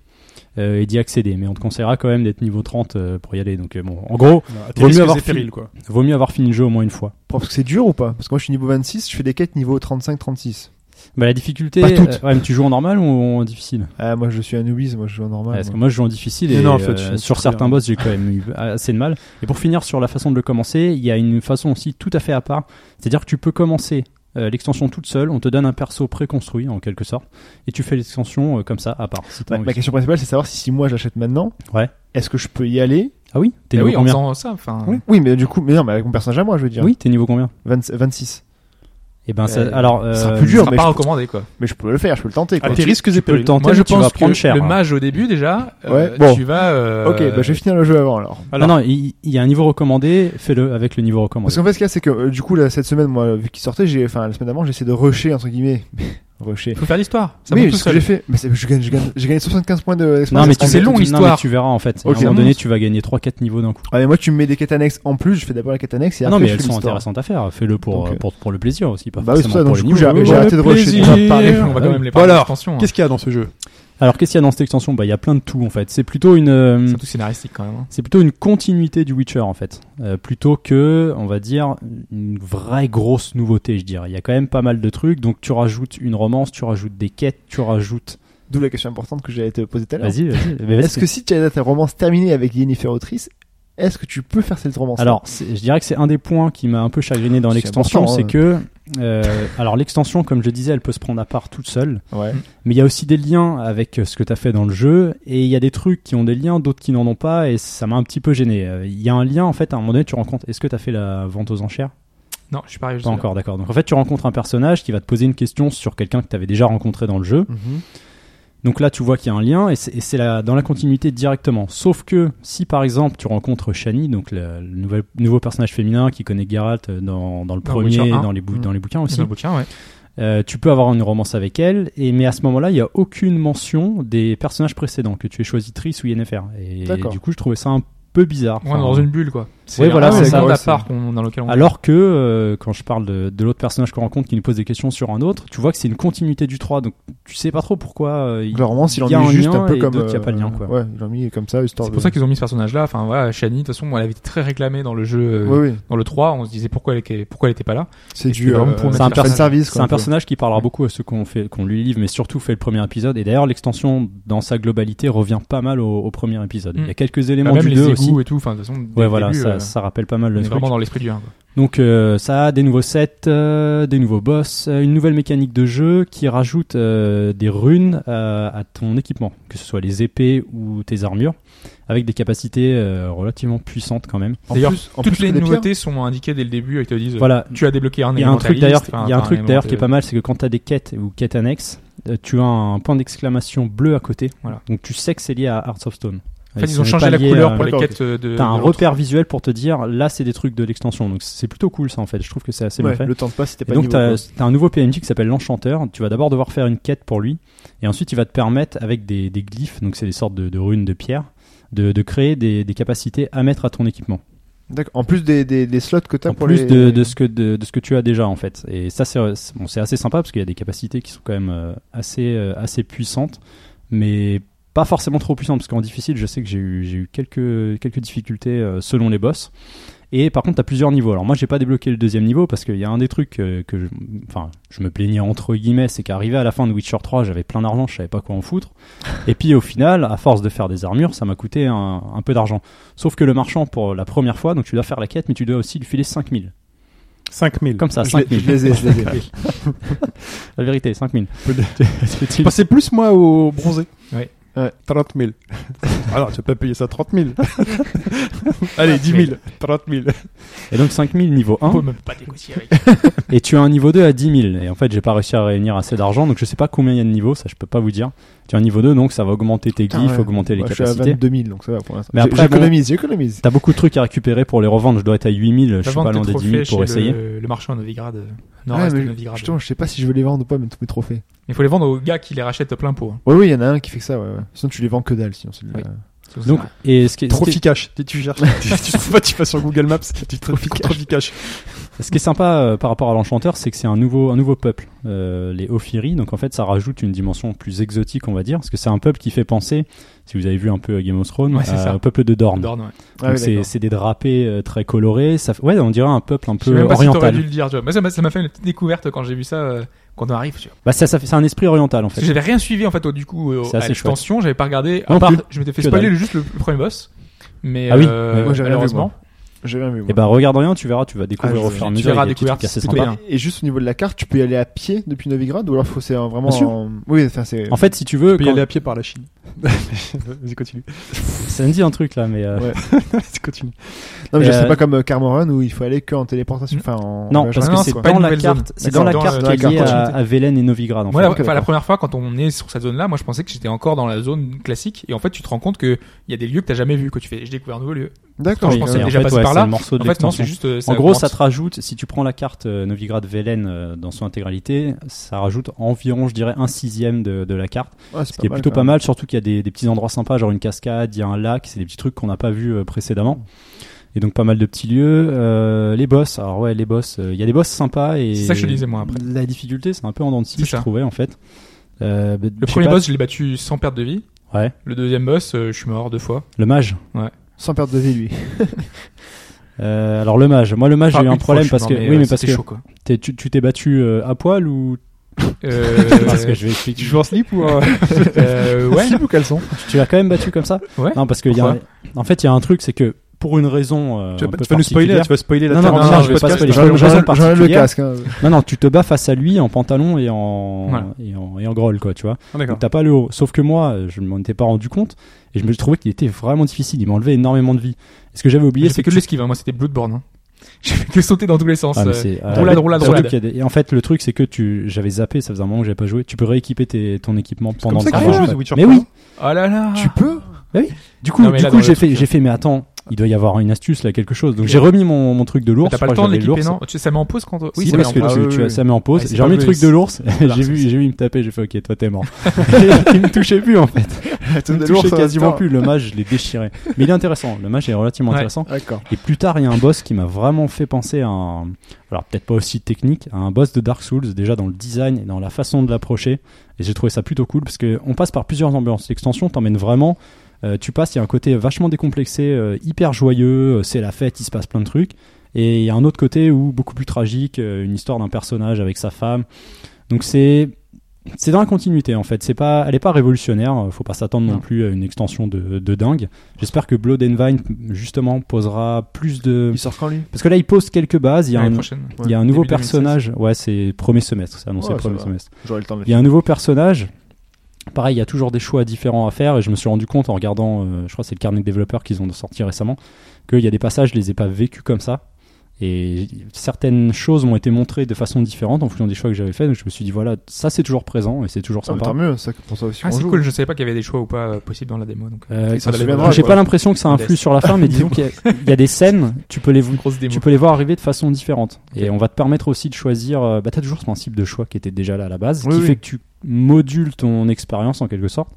S5: euh, et d'y accéder. Mais on te conseillera quand même d'être niveau 30 euh, pour y aller. Donc euh, bon, en gros,
S2: ah, Tes risques
S5: avoir
S2: et
S5: fini.
S2: périls, quoi.
S5: vaut mieux avoir fini le jeu au moins une fois.
S4: Parce que c'est dur ou pas Parce que moi, je suis niveau 26, je fais des quêtes niveau 35-36.
S5: Bah, la difficulté,
S4: Pas toutes.
S5: euh, ouais, mais tu joues en normal ou en difficile
S4: Ah, moi, je suis Anubis, moi, je joue en normal.
S5: Parce que
S4: moi.
S5: moi je joue en difficile
S2: Mais
S5: et
S2: non, en fait,
S5: euh,
S2: je suis
S5: sur
S2: très
S5: certains
S2: bien.
S5: boss j'ai quand même eu assez de mal. Et pour finir sur la façon de le commencer, il y a une façon aussi tout à fait à part. C'est-à-dire que tu peux commencer euh, l'extension toute seule, on te donne un perso préconstruit en quelque sorte, et tu fais l'extension euh, comme ça à part. si t'as
S4: Ma,
S5: envie.
S4: ma question principale, c'est de savoir si, si moi, j'achète maintenant,
S5: Ouais.
S4: est-ce que je peux y aller
S5: Ah oui T'es
S3: Eh
S5: niveau
S3: oui, en
S5: combien
S3: faisant ça, enfin.
S4: oui. mais du coup, mais non, mais avec mon personnage à moi, je veux dire.
S5: Oui, t'es niveau combien
S4: 20 26.
S5: Et ben ça,
S3: Euh,
S5: alors euh,
S4: ça sera plus
S3: Ce
S4: dur,
S3: sera
S4: mais
S3: pas
S4: je-
S3: recommandé, quoi.
S4: Mais je peux le faire, je peux le tenter.
S2: À
S4: Quoi.
S5: Ah,
S2: tes risques et
S5: tu peux le
S2: périls.
S5: tenter,
S3: Moi, je
S5: mais tu vas
S3: pense que
S5: prendre cher.
S3: le
S5: hein.
S3: mage au début, déjà, euh,
S4: Ouais, bon.
S3: tu vas. euh,
S4: Ok, bah, je vais finir le jeu avant alors.
S5: Non, non, il il y, a un niveau recommandé, fais-le avec le niveau recommandé.
S4: Parce qu'en fait, ce qu'il y a, c'est que euh, du coup, là, cette semaine, moi, vu qu'il sortait, j'ai, enfin, la semaine d'avant, j'ai essayé de rusher, entre guillemets. rusher.
S3: faut faire l'histoire. Ça
S4: oui, c'est
S3: monte tout
S4: ce que j'ai
S3: seul.
S4: fait. Mais c'est- je gagne, je gagne, j'ai gagné 75 points de
S5: Non
S4: d'expérience.
S5: mais tu
S4: En
S5: sais
S4: fait-
S3: long,
S5: tu- non,
S3: l'histoire.
S5: mais tu verras en fait.
S4: Ok.
S5: à un moment donné, tu vas gagner 3 4 niveaux d'un coup.
S4: Ah, mais moi, tu me mets des quêtes annexes en plus, je fais d'abord la quête annexe et
S5: Ah
S4: après,
S5: non, mais
S4: je
S5: elles
S4: fais
S5: sont
S4: l'histoire.
S5: intéressantes à faire. Fais-le pour,
S4: Donc, euh,
S5: pour, pour le plaisir aussi, pas
S4: Bah oui, c'est ça,
S5: forcément
S4: donc
S5: pour
S4: du
S5: le
S4: coup, j'ai
S5: niveau.
S4: j'ai arrêté de rusher. déjà.
S2: plaisir.
S3: On va parler, on va
S2: Ouais.
S3: quand même les
S2: Bon
S3: parler
S2: alors,
S3: d'extension, hein.
S2: Qu'est-ce qu'il y a dans ce jeu
S5: Alors, qu'est-ce qu'il y a dans cette extension Bah, il y a plein de tout en fait. C'est plutôt une. euh,
S3: C'est tout scénaristique quand même. hein.
S5: c'est plutôt une continuité du Witcher en fait, Euh, plutôt que, on va dire, une vraie grosse nouveauté, je dirais. Il y a quand même pas mal de trucs, donc tu rajoutes une romance, tu rajoutes des quêtes, tu rajoutes.
S4: D'où la question importante que j'allais te poser tout à l'heure.
S5: Vas-y, vas-y. mais vas-y.
S4: Est-ce que si tu as ta romance terminée avec Yennefer Autrice, est-ce que tu peux faire cette romance
S5: Alors, c'est- je dirais que c'est un des points qui m'a un peu chagriné dans
S4: C'est
S5: l'extension,
S4: important,
S5: c'est
S4: hein.
S5: que, euh, alors l'extension, comme je disais, elle peut se prendre à part toute seule.
S4: ouais.
S5: Mais il y a aussi des liens avec euh, ce que tu as fait dans le jeu, et il y a des trucs qui ont des liens, d'autres qui n'en ont pas, et ça m'a un petit peu gêné. Euh, Il y a un lien, en fait, à un moment donné, tu rencontres. Est-ce que tu as fait la vente aux enchères
S3: Non, je suis pas
S5: Pas
S3: arrivé jusque-là.
S5: encore, d'accord. Donc en fait, tu rencontres un personnage qui va te poser une question sur quelqu'un que tu avais déjà rencontré dans le jeu.
S4: Mhm.
S5: Donc là, tu vois qu'il y a un lien, et c'est- et c'est la- dans la continuité directement. Sauf que si par exemple, tu rencontres Shani, donc le, le nouvel- nouveau personnage féminin qui connaît Geralt euh, dans, dans le
S3: Dans
S5: premier,
S3: Witcher
S5: et
S3: un. Mmh.
S5: dans les, bou-
S4: Mhm.
S5: dans les bouquins aussi.
S3: Dans le bouquin, ouais.
S5: Euh, tu peux avoir une romance avec elle, et, mais à ce moment-là, il n'y a aucune mention des personnages précédents, que tu aies choisi Triss ou Yennefer. Et
S4: D'accord.
S5: du coup, je trouvais ça un peu bizarre.
S3: Ouais,
S5: Enfin,
S3: dans une bulle, quoi. C'est
S5: Oui, voilà,
S3: un
S5: c'est ça.
S3: monde
S4: Ouais,
S3: à
S4: c'est-
S3: part qu'on- dans lequel on.
S5: Alors que euh, quand je parle de, de l'autre personnage qu'on rencontre qui nous pose des questions sur un autre, tu vois que c'est une continuité du 3, donc tu sais pas trop pourquoi euh, il-
S4: Clairement, s'il en
S5: y a
S4: mis
S5: un
S4: juste
S5: lien
S4: un peu
S5: et
S4: comme.
S5: d'autres, il y a
S4: euh,
S5: pas le lien, quoi.
S4: Ouais, ils l'ont mis comme ça, histoire
S3: C'est pour
S4: de-
S3: ça qu'ils ont mis ce personnage-là. Enfin voilà, Shani, de toute façon, elle avait été très réclamée dans le jeu, euh,
S4: Oui, oui.
S3: dans le 3. On se disait pourquoi elle, était- pourquoi elle était pas là.
S4: C'est
S3: Et
S4: du.
S3: c'était vraiment
S4: euh,
S3: pour
S5: C'est
S3: mettre
S5: un,
S3: la-
S4: fan
S5: perso-
S4: service,
S5: c'est
S4: quoi,
S5: un
S4: un peu.
S5: personnage qui parlera beaucoup à ceux qu'on fait, qu'on lui livre, mais surtout fait le premier épisode. Et d'ailleurs, l'extension dans sa globalité revient pas mal au, au premier épisode.
S3: Mm.
S5: Il y a quelques
S3: Bah,
S5: éléments
S3: même
S5: du
S3: les
S5: 2
S3: égouts
S5: aussi.
S3: et tout. Enfin de toute façon, dès
S5: Ouais,
S3: le
S5: voilà,
S3: début,
S5: ça,
S3: euh,
S5: ça rappelle pas mal
S3: on
S5: le
S3: est
S5: truc.
S3: vraiment dans l'esprit du 1. quoi.
S5: Donc euh, ça a des nouveaux sets, euh, des nouveaux boss, euh, une nouvelle mécanique de jeu qui rajoute euh, des runes euh, à ton équipement, que ce soit les épées ou tes armures, avec des capacités euh, relativement puissantes quand même.
S4: En
S3: D'ailleurs,
S4: plus- en
S3: Toutes
S4: plus,
S3: les
S4: t'as des
S3: nouveautés sont indiquées dès le début. Ils te disent
S5: Voilà,
S3: tu as débloqué un
S5: il y a un truc
S3: élémentaliste,
S5: d'ailleurs,
S3: enfin,
S5: il y a un
S3: t'as
S5: truc d'ailleurs qui est
S3: élément-
S5: pas mal, c'est que quand tu as des quêtes ou quêtes annexes, euh, tu as un point d'exclamation bleu à côté.
S3: Voilà.
S5: Donc tu sais que c'est lié à Hearts of Stone.
S3: En
S5: Et
S3: fait,
S5: ce
S3: ils ont
S5: n'est
S3: changé
S5: pas
S3: la
S5: lié
S3: couleur
S5: à-
S3: pour les
S4: D'accord,
S3: quêtes euh, de.
S5: T'as un
S3: de l'autre.
S5: repère visuel pour te dire là c'est des trucs de l'extension donc c'est plutôt cool ça en fait je trouve que c'est assez bien
S4: Ouais,
S5: fait
S4: le temps de passe, c'était
S5: et
S4: pas
S5: donc
S4: niveau,
S5: t'as
S4: quoi.
S5: t'as un nouveau PNJ qui s'appelle l'Enchanteur tu vas d'abord devoir faire une quête pour lui et ensuite il va te permettre avec des, des glyphes donc c'est des sortes de, de runes de pierre de, de créer des, des capacités à mettre à ton équipement
S4: D'accord. En plus des, des, des slots que t'as
S5: en
S4: pour les.
S5: plus de, de ce que de, de ce que tu as déjà en fait et ça c'est bon, c'est assez sympa parce qu'il y a des capacités qui sont quand même euh, assez euh, assez puissantes mais pas forcément trop puissantes parce qu'en difficile je sais que j'ai eu j'ai eu quelques quelques difficultés euh, selon les boss et par contre, t'as plusieurs niveaux. Alors moi, j'ai pas débloqué le deuxième niveau parce qu'il y a un des trucs euh, que, je, enfin, je me plaignais entre guillemets, c'est qu'arrivé à la fin de Witcher 3, j'avais plein d'argent, je savais pas quoi en foutre. Et puis au final, à force de faire des armures, ça m'a coûté un, un peu d'argent. Sauf que le marchand, pour la première fois, donc tu dois faire la quête, mais tu dois aussi lui filer 5000.
S2: 5000.
S5: Comme ça,
S4: Je les-
S5: 5000.
S4: je les ai, je les ai.
S5: La vérité, 5000.
S2: Je passais plus, moi, au bronzé.
S3: Ouais.
S4: Ouais.
S2: 30 000. Alors, tu peux pas payer ça 30 000. Allez, 10 000. 30 000.
S5: Et donc 5000 niveau 1.
S3: On peut même pas négocier avec.
S5: Et tu as un niveau 2 à 10 000. Et en fait, j'ai pas réussi à réunir assez d'argent, donc je sais pas combien il y a de niveaux, ça je peux pas vous dire. Tu as un niveau 2, donc ça va augmenter tes
S4: Putain,
S5: glyphes,
S4: ouais.
S5: augmenter les
S4: Moi, Je suis à
S5: capacités.
S4: 22 000, donc ça va pour l'instant.
S5: Mais
S4: J'ai-
S5: après,
S4: J'économise, j'économise.
S5: T'as beaucoup de trucs à récupérer pour les revendre. Je dois être à 8000, je
S3: La
S5: suis pas
S3: vente
S5: loin
S3: des
S5: des 10 000
S3: trophées
S5: pour
S3: chez
S5: essayer.
S3: le, le marchand à Novigrad, euh,
S4: Ouais,
S3: nord-est de
S4: Ah, mais
S3: Novigrad.
S4: Justement, je sais pas si je veux les vendre ou pas, même tous mes trophées.
S3: Il faut les vendre aux gars qui les rachètent plein pot. hein.
S4: Ouais, oui, il y en a un qui fait que ça, ouais, ouais. Sinon, tu les vends que dalle, sinon c'est de la-
S3: Oui.
S5: Donc, et ce qui, est, ce, qui est-
S2: Troficash. Tu, tu cherches. tu, tu trouves pas, tu vas sur Google Maps. Tu trouves Troficash.
S5: ce qui est sympa euh, par rapport à l'enchanteur, c'est que c'est un nouveau, un nouveau peuple, euh, les Ophiri. Donc en fait, ça rajoute une dimension plus exotique, on va dire, parce que c'est un peuple qui fait penser, si vous avez vu un peu euh, Game of Thrones,
S3: Ouais, c'est
S5: à-
S3: ça.
S5: au peuple de Dorne.
S3: Dorne, ouais.
S4: Ah,
S5: Donc
S4: oui,
S5: c'est-
S4: d'accord.
S5: c'est des drapés euh, très colorés. Ça, fait- ouais, on dirait un peuple un
S3: Je sais
S5: peu
S3: même pas si t'aurais
S5: oriental.
S3: dû le dire. Tu vois. Moi, ça m'a- ça m'a fait une petite découverte quand j'ai vu ça, euh, quand on arrive. tu vois.
S5: Bah, ça, ça fait- c'est un esprit oriental en
S3: Parce que
S5: fait.
S3: j'avais rien suivi en fait, au- du coup, euh,
S5: C'est
S3: à
S5: assez
S3: l'extension, j'avais pas regardé.
S5: Non
S3: À part-
S5: plus.
S3: je m'étais fait
S5: Que
S3: spoiler
S5: dalle.
S3: juste le premier boss. Mais
S5: Ah oui.
S3: euh,
S5: Ouais,
S4: moi, j'avais rien vu,
S3: malheureusement,
S4: J'ai bien vu. moi.
S5: Et bah regarde rien, tu verras, tu vas découvrir
S4: Ah,
S5: au
S4: je-
S5: fur et à
S3: tu
S5: mesure. il y a
S3: verras
S5: des petits
S3: découvrir,
S5: trucs assez
S3: c'est
S4: Mais-
S5: sympas.
S3: bien.
S4: et juste au niveau de la carte, tu peux y aller à pied depuis Novigrad ou alors faut c'est euh, vraiment.
S5: Bien sûr.
S4: en- Oui, enfin c'est.
S5: En fait, si tu veux,
S2: Tu peux y
S5: quand-
S2: aller à pied par la Chine. Vas-y, continue.
S5: ça me dit un truc là, mais euh,
S4: Ouais.
S2: Vas-y, continue.
S4: non mais je
S5: euh, Mm.
S4: sais pas comme euh, Carmoran où il faut aller que en téléportation. Enfin en.
S5: Non,
S4: en
S5: parce que
S4: agence,
S5: c'est
S4: quoi.
S3: pas
S5: dans
S3: une
S5: la
S3: nouvelle
S5: carte,
S3: zone.
S5: c'est dans la
S3: D'accord,
S5: carte
S4: dans la
S5: qui est liée
S4: carte,
S5: à,
S4: continuité.
S5: à Velen et Novigrad. En
S3: Moi,
S5: fait.
S3: la-
S4: Ok,
S3: enfin, la
S4: d'accord.
S3: première fois, quand on est sur cette zone-là, moi, je pensais que j'étais encore dans la zone classique. Et en fait, tu te rends compte qu'il y a des lieux que t'as jamais vus, que tu fais, j'ai découvert un nouveau lieu.
S4: D'accord.
S3: je
S5: Oui,
S3: pensais
S5: oui, en
S3: déjà
S5: fait,
S3: passer
S5: ouais,
S3: par
S5: c'est
S3: là.
S5: le morceau de
S3: En fait, non,
S5: l'extension.
S3: c'est juste. euh,
S5: En gros,
S3: augmente.
S5: ça te rajoute, si tu prends la carte euh, Novigrad-Velen euh, dans son intégralité, ça rajoute environ, je dirais, un sixième de, de la carte,
S4: Ouais, Ah, c'est
S5: ce qui est plutôt
S4: quand
S5: pas
S4: même.
S5: mal, surtout qu'il y a des, des petits endroits sympas, genre une cascade, il y a un lac, c'est des petits trucs qu'on n'a pas vus euh, précédemment. Et donc pas mal de petits lieux. Euh, les boss, alors ouais, les boss, euh, il y a des boss sympas et...
S3: C'est ça que je disais, moi, après.
S5: La difficulté, c'est un peu en dents de scie,
S3: C'est
S5: je
S3: ça.
S5: trouvais, en fait. Euh, bah,
S3: Le
S5: je sais
S3: premier
S5: pas-
S3: boss, je l'ai battu sans perte de vie.
S5: Ouais,
S3: Le deuxième boss, euh, je suis mort deux fois.
S5: le mage.
S4: Sans perdre de vie lui.
S5: Euh, alors le mage, moi le mage
S3: Enfin,
S5: j'ai eu un
S3: une fois,
S5: problème
S3: je suis
S5: parce que
S3: mort, mais,
S5: oui
S3: euh,
S5: mais parce
S3: c'était
S5: que
S3: chaud, quoi.
S5: t'es- tu tu t'es battu euh, à poil ou parce que
S3: Euh,
S5: je vais expliquer.
S2: Tu joues en slip ou en...
S3: euh, ouais.
S4: Slip ou caleçon.
S5: Tu l'as quand même battu comme ça
S3: Ouais.
S5: Non parce que il y a un- en fait il y a un truc c'est que pour une raison euh,
S2: Tu
S5: un
S2: vas,
S5: peu
S2: tu vas nous spoiler, là,
S5: particulière-
S2: tu vas spoiler la
S5: Non, non,
S2: terre
S3: non,
S2: entière
S3: non,
S2: du
S3: je vais pas
S2: podcast.
S5: spoiler.
S4: J'enlève
S5: raison
S4: j'enlève le
S5: particulière.
S4: casque. hein.
S5: Non non, tu te bats face à lui en pantalon et en
S3: Voilà.
S5: et en et en grol quoi, tu vois.
S2: Ah, d'accord.
S5: Donc t'as pas le haut. Sauf que moi euh, je m'en étais pas rendu compte et je me trouvais qu'il était vraiment difficile, il m'enlevait énormément de vie. Et ce que j'avais oublié
S3: J'ai fait
S5: c'est
S3: que
S5: que
S3: de l'esquive, hein. moi c'était Bloodborne. Hein. J'ai fait que sauter dans tous les sens.
S5: Ah, mais
S3: euh.
S5: c'est- ah,
S3: roulade,
S5: ouais.
S3: roulade,
S5: Surtout
S3: roulade.
S5: qu'il y a des- Et en fait, le truc, c'est que tu, j'avais zappé, ça faisait un moment que j'avais pas joué. Tu peux rééquiper tes- ton équipement pendant
S2: Comme ça
S5: le
S4: travail,
S2: qu'il faut
S5: combat.
S2: jouer The Witcher
S5: Mais oui,
S3: Ah là là
S4: Tu peux
S5: Du coup,
S3: Non, mais
S5: du
S3: là,
S5: coup,
S3: dans le
S5: j'ai
S3: truc,
S5: fait,
S3: euh,
S5: j'ai fait, mais attends, il doit y avoir une astuce là, quelque chose. Donc
S3: Ok.
S5: j'ai remis mon, mon truc de l'ours.
S3: T'as
S5: je crois
S3: pas le
S5: que
S3: temps de
S5: j'avais
S3: l'équiper,
S5: l'ours.
S3: non Tu- Ça met en pause quand. Oui,
S5: si,
S3: ça met en
S5: parce que tu,
S3: pause. Ah,
S5: tu
S3: oui,
S5: vois,
S3: oui.
S5: ça met en pause.
S3: Ah, c'est
S5: j'ai remis
S3: pas
S5: le truc
S3: plus.
S5: de l'ours.
S3: Voilà,
S5: j'ai vu,
S3: c'est-
S5: j'ai vu, il me tapait. J'ai fait OK, toi t'es mort. il me touchait plus en fait. Il me touchait quasiment plus. Le mage, je l'ai déchiré. Mais il est intéressant. Le mage est relativement
S3: Ouais.
S5: intéressant.
S4: D'accord.
S5: Et plus tard, il y a un boss qui m'a vraiment fait penser à un. Alors, peut-être pas aussi technique, à un boss de Dark Souls, déjà dans le design et dans la façon de l'approcher. Et j'ai trouvé ça plutôt cool parce qu'on passe par plusieurs ambiances. L'extension t'emmène vraiment. euh, tu passes, il y a un côté vachement décomplexé, euh, hyper joyeux, euh, c'est la fête, il se passe plein de trucs. Et il y a un autre côté où, beaucoup plus tragique, euh, une histoire d'un personnage avec sa femme. Donc, c'est. C'est dans la continuité en fait, c'est pas, elle est pas révolutionnaire, euh, faut pas s'attendre non
S4: Non.
S5: plus à une extension de, de dingue. J'espère que Blood and Vine justement posera plus de,
S4: Il sort quand lui
S5: parce que là, il pose quelques bases. Il y a,
S3: L'année
S5: un,
S3: prochaine.
S5: il y a un nouveau
S3: Début 2016.
S5: personnage. Ouais, c'est premier semestre. C'est annoncé
S4: Ouais,
S5: premier
S4: ça va.
S5: semestre.
S4: J'aurai le temps de
S5: Il y a un nouveau personnage. Pareil, il y a toujours des choix différents à faire. Et je me suis rendu compte en regardant, euh, je crois, que c'est le carnet de développeurs qu'ils ont sorti récemment, qu'il y a des passages, je les ai pas vécus comme ça. Et certaines choses m'ont été montrées de façon différente en fonction des choix que j'avais faits. Donc je me suis dit, voilà, ça c'est toujours présent et c'est toujours
S4: Ah, mais
S5: sympa.
S4: tant mieux, ça, pour ça aussi.
S3: Ah,
S4: on
S3: c'est
S4: joue.
S3: cool, je savais pas qu'il y avait des choix ou pas euh, possibles dans la démo. Donc,
S5: Euh,
S3: Et ça,
S4: on se
S3: la-
S4: souviendra,
S5: J'ai
S4: quoi.
S5: pas l'impression que ça influe
S3: Death.
S5: sur la fin, mais disons qu'il y, a- il y a des scènes, tu peux les, vous-
S3: grosse démo.
S5: tu peux les voir arriver de façon différente.
S3: Ok.
S5: Et on va te permettre aussi de choisir. euh, Bah, t'as toujours ce principe de choix qui était déjà là à la base,
S4: Oui,
S5: qui
S4: oui.
S5: fait que tu modules ton expérience en quelque sorte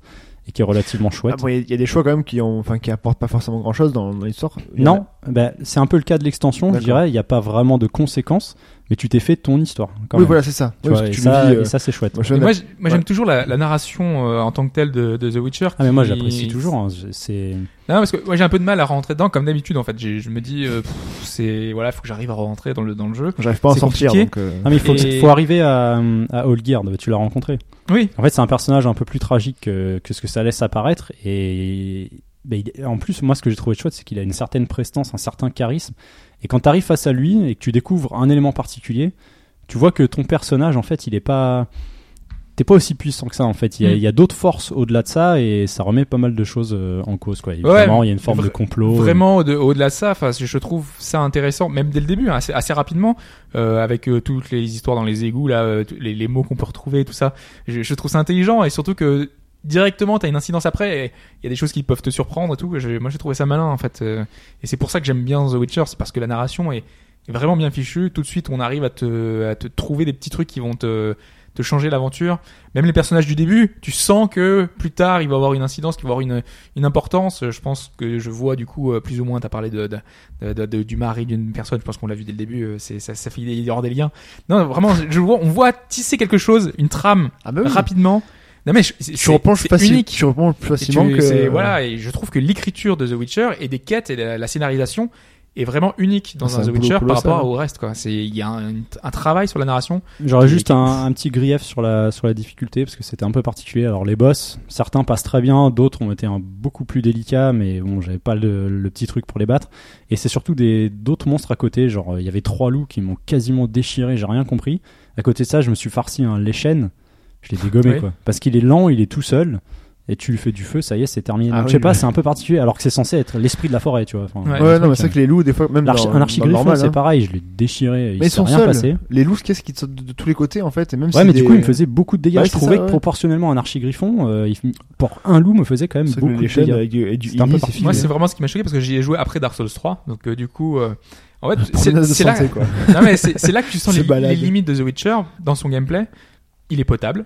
S5: et qui est relativement chouette.
S4: Ah, bon, Il y, a- il y a des choix quand même qui, ont, enfin, qui apportent pas forcément grand chose dans, dans l'histoire. Il y en a-
S5: Non, bah, c'est un peu le cas de l'extension, je
S4: D'accord.
S5: dirais. Il n'y a pas vraiment de conséquences, mais tu t'es fait ton histoire. Quand
S4: Oui,
S5: même.
S4: voilà, c'est ça.
S5: Tu
S4: Oui,
S5: vois,
S4: parce que
S5: et,
S4: tu me
S5: ça,
S4: dis, euh,
S5: et ça, c'est chouette.
S4: moi, je suis
S3: Mais
S4: un
S3: moi, j- moi, j'aime
S4: Ouais.
S3: toujours la, la narration euh, en tant que telle de, de The Witcher.
S5: Ah, mais moi,
S3: qui-
S5: j'apprécie toujours. hein, je- C'est.
S3: Non, parce que moi j'ai un peu de mal à rentrer dedans, comme d'habitude en fait. J'ai- Je me dis, euh, pff, c'est voilà, faut que j'arrive à rentrer dans le dans le jeu.
S4: J'arrive pas à en
S3: C'est
S4: sortir.
S3: compliqué.
S4: donc, euh,
S5: Ah, mais il faut,
S3: Et-
S5: faut arriver à, à Olgird, tu l'as rencontré.
S3: Oui.
S5: En fait, c'est un personnage un peu plus tragique que, que ce que ça laisse apparaître. Et ben, il est- en plus, moi, ce que j'ai trouvé chouette, c'est qu'il a une certaine prestance, un certain charisme. Et quand tu arrives face à lui et que tu découvres un élément particulier, tu vois que ton personnage, en fait, il est pas. T'es pas aussi puissant que ça, en fait. Il y a,
S3: Mm.
S5: il y a d'autres forces au-delà de ça et ça remet pas mal de choses euh, en cause, quoi. Évidemment, il y a une forme
S3: vra-
S5: de complot.
S3: Vraiment au-de- au-delà de ça, enfin, je- je trouve ça intéressant, même dès le début, hein, assez, assez rapidement, euh, avec euh, toutes les histoires dans les égouts, là, euh, t- les, les mots qu'on peut retrouver, tout ça. Je, je trouve ça intelligent et surtout que directement, t'as une incidence après. et Il y a des choses qui peuvent te surprendre et tout. Je- moi, j'ai trouvé ça malin en fait, euh, et c'est pour ça que j'aime bien The Witcher, c'est parce que la narration est est vraiment bien fichue. Tout de suite, on arrive à te, à te trouver des petits trucs qui vont te te changer l'aventure. Même les personnages du début, tu sens que plus tard, il va avoir une incidence, qu'il va avoir une, une importance. Euh, Je pense que je vois du coup euh, plus ou moins. T'as parlé de, de- de- de- de- du mari d'une personne. Je pense qu'on l'a vu dès le début. euh, C'est ça, ça fait il y aura des liens. Non, vraiment, je- je vois, on voit tisser quelque chose, une trame
S4: Ah, bah oui.
S3: rapidement. Non mais je- c'est
S4: Tu
S3: c'est-
S4: repenches
S3: c'est
S4: facilement-
S3: unique.
S4: Tu repenches plus
S3: Et tu-
S4: facilement
S3: c'est-
S4: que.
S3: voilà, et je trouve que l'écriture de The Witcher et des quêtes et la, la scénarisation est vraiment unique dans
S4: C'est
S3: un
S4: un
S3: The
S4: boulot
S3: Witcher par
S4: colossal. hein.
S3: rapport au reste. quoi. C'est il y a un, un travail sur la narration.
S5: J'aurais
S3: qui-
S5: juste
S3: qui-
S5: un, un petit grief sur la, sur la difficulté parce que c'était un peu particulier. Alors les boss, certains passent très bien, d'autres ont été un, beaucoup plus délicats, mais bon, j'avais pas le, le petit truc pour les battre. Et c'est surtout des d'autres monstres à côté. Genre, il y avait trois loups qui m'ont quasiment déchiré, j'ai rien compris. À côté de ça, je me suis farci un léchène. Je l'ai dégommé
S3: Oui.
S5: quoi. Parce qu'il est lent, il est tout seul. Et tu lui fais du feu, ça y est, c'est terminé.
S4: Ah
S5: Donc,
S4: oui,
S5: je sais pas,
S4: le-
S5: c'est un peu particulier, alors que c'est censé être l'esprit de la forêt, tu vois. Enfin,
S3: Ouais.
S5: le
S4: Ouais,
S5: truc,
S4: non, mais c'est vrai que les loups, des fois, même.
S5: euh, l'archi-
S4: dans-
S5: un
S4: dans
S5: archigriffon,
S4: normal,
S5: c'est
S4: hein.
S5: pareil, je l'ai déchiré, il
S4: Mais ils
S5: s'est
S4: sont
S5: rien
S4: seuls.
S5: passé.
S4: Les loups, qu'est-ce qui te sautent de, de tous les côtés en fait et même
S5: Ouais,
S4: si
S5: mais
S4: des-
S5: du coup, il me faisait beaucoup de dégâts.
S4: Ouais,
S5: je
S4: c'est
S5: trouvais
S4: ça,
S5: que
S4: ouais.
S5: proportionnellement, un archigriffon, euh, il... pour un loup, me faisait quand même
S4: C'est vrai que
S5: beaucoup de
S4: les chaînes
S5: dégâts.
S4: avec du, et du
S5: C'était un peu
S4: Ini,
S5: parfait.
S4: fini.
S3: Moi, c'est vraiment ce qui m'a choqué parce que j'y ai joué après Dark Souls 3. Donc, euh, du coup, euh, en fait, c'est
S4: Promenade de
S3: c'est là,
S4: santé, quoi.
S3: non, mais c'est c'est là que tu sens
S4: Se
S3: les,
S4: balade.
S3: les limites de The Witcher dans son gameplay. Il est potable,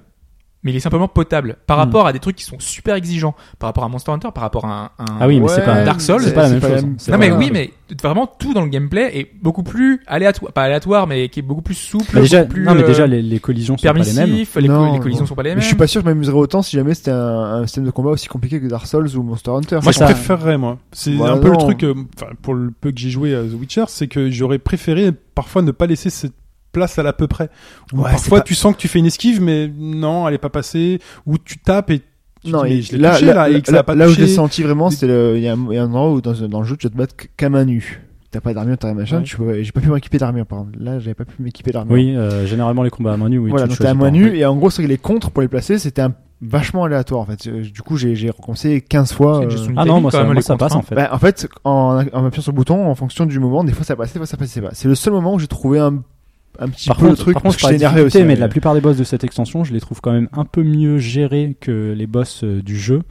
S3: mais il est simplement potable par
S5: Hmm.
S3: rapport à des trucs qui sont super exigeants, par rapport à Monster Hunter, par rapport à un. un-
S5: Ah oui, mais c'est
S4: Ouais,
S5: pas
S3: Dark Souls,
S5: c'est pas la
S4: c'est
S5: même
S4: pas la
S5: chose.
S4: même-
S5: C'est
S3: Non
S5: pas
S3: mais
S5: la même
S3: oui
S5: chose.
S3: mais vraiment tout dans le gameplay est beaucoup plus aléatoire pas aléatoire mais qui est beaucoup plus souple
S5: Bah, déjà,
S3: beaucoup plus
S5: non, mais
S3: euh,
S5: déjà, les, les collisions sont
S3: permissif
S5: pas les mêmes.
S3: les, co-
S4: Non,
S3: les collisions
S4: non.
S3: sont pas les
S4: Mais
S3: mêmes
S4: je suis pas sûr que je m'amuserais autant si jamais c'était un, un système de combat aussi compliqué que Dark Souls ou Monster Hunter.
S2: Moi,
S5: C'est
S2: je
S5: ça.
S2: préférerais, moi. C'est
S4: Voilà,
S2: un peu le
S4: non.
S2: truc, euh, enfin, pour le peu que j'ai joué à The Witcher, c'est que j'aurais préféré parfois ne pas laisser cette place à l'à peu près. Ou
S4: Ouais, c'est
S2: parfois,
S4: pas-
S2: tu sens que tu fais une esquive, mais non, elle est pas passée. Ou tu tapes et tu
S4: Non,
S2: dis, mais
S4: et
S2: je l'ai touché, là, et que ça a pas
S4: là où je l'ai
S2: touché.
S4: senti vraiment, c'est le- il y, a un il y a un endroit où dans, dans le jeu tu dois te battre qu'à main nue. T'as pas d'armure, t'as rien machin.
S2: Ouais.
S4: Tu peux, j'ai pas pu m'équiper d'armure par exemple. Là, j'avais pas pu m'équiper d'armure.
S5: Oui, euh, généralement, les combats à main nue, oui.
S4: voilà,
S5: tu
S4: donc
S5: choisis
S4: t'es à
S5: pas.
S4: main nue et en gros, c'est que les contres pour les placer, c'était un vachement aléatoire en fait. Euh, Du coup, j'ai, j'ai conseillé 15 fois.
S3: C'est
S4: euh,
S3: juste une
S5: Ah non,
S3: technique,
S5: moi,
S3: quand
S5: ça,
S3: même,
S5: moi,
S3: les
S5: ça passe,
S3: contraintes.
S5: en
S4: Bah,
S5: fait.
S4: en fait, en, en appuyant sur le bouton, en fonction du moment, des fois ça passait, des fois ça passait pas. C'est le seul moment où j'ai trouvé un, un petit
S5: par
S4: peu
S5: contre,
S4: le truc
S5: par
S4: parce
S5: contre,
S4: que
S5: par
S4: j'étais énervé
S5: difficulté,
S4: aussi. hein.
S5: mais de la plupart des boss de cette extension, je les trouve quand même un peu mieux gérés que les boss euh, du jeu.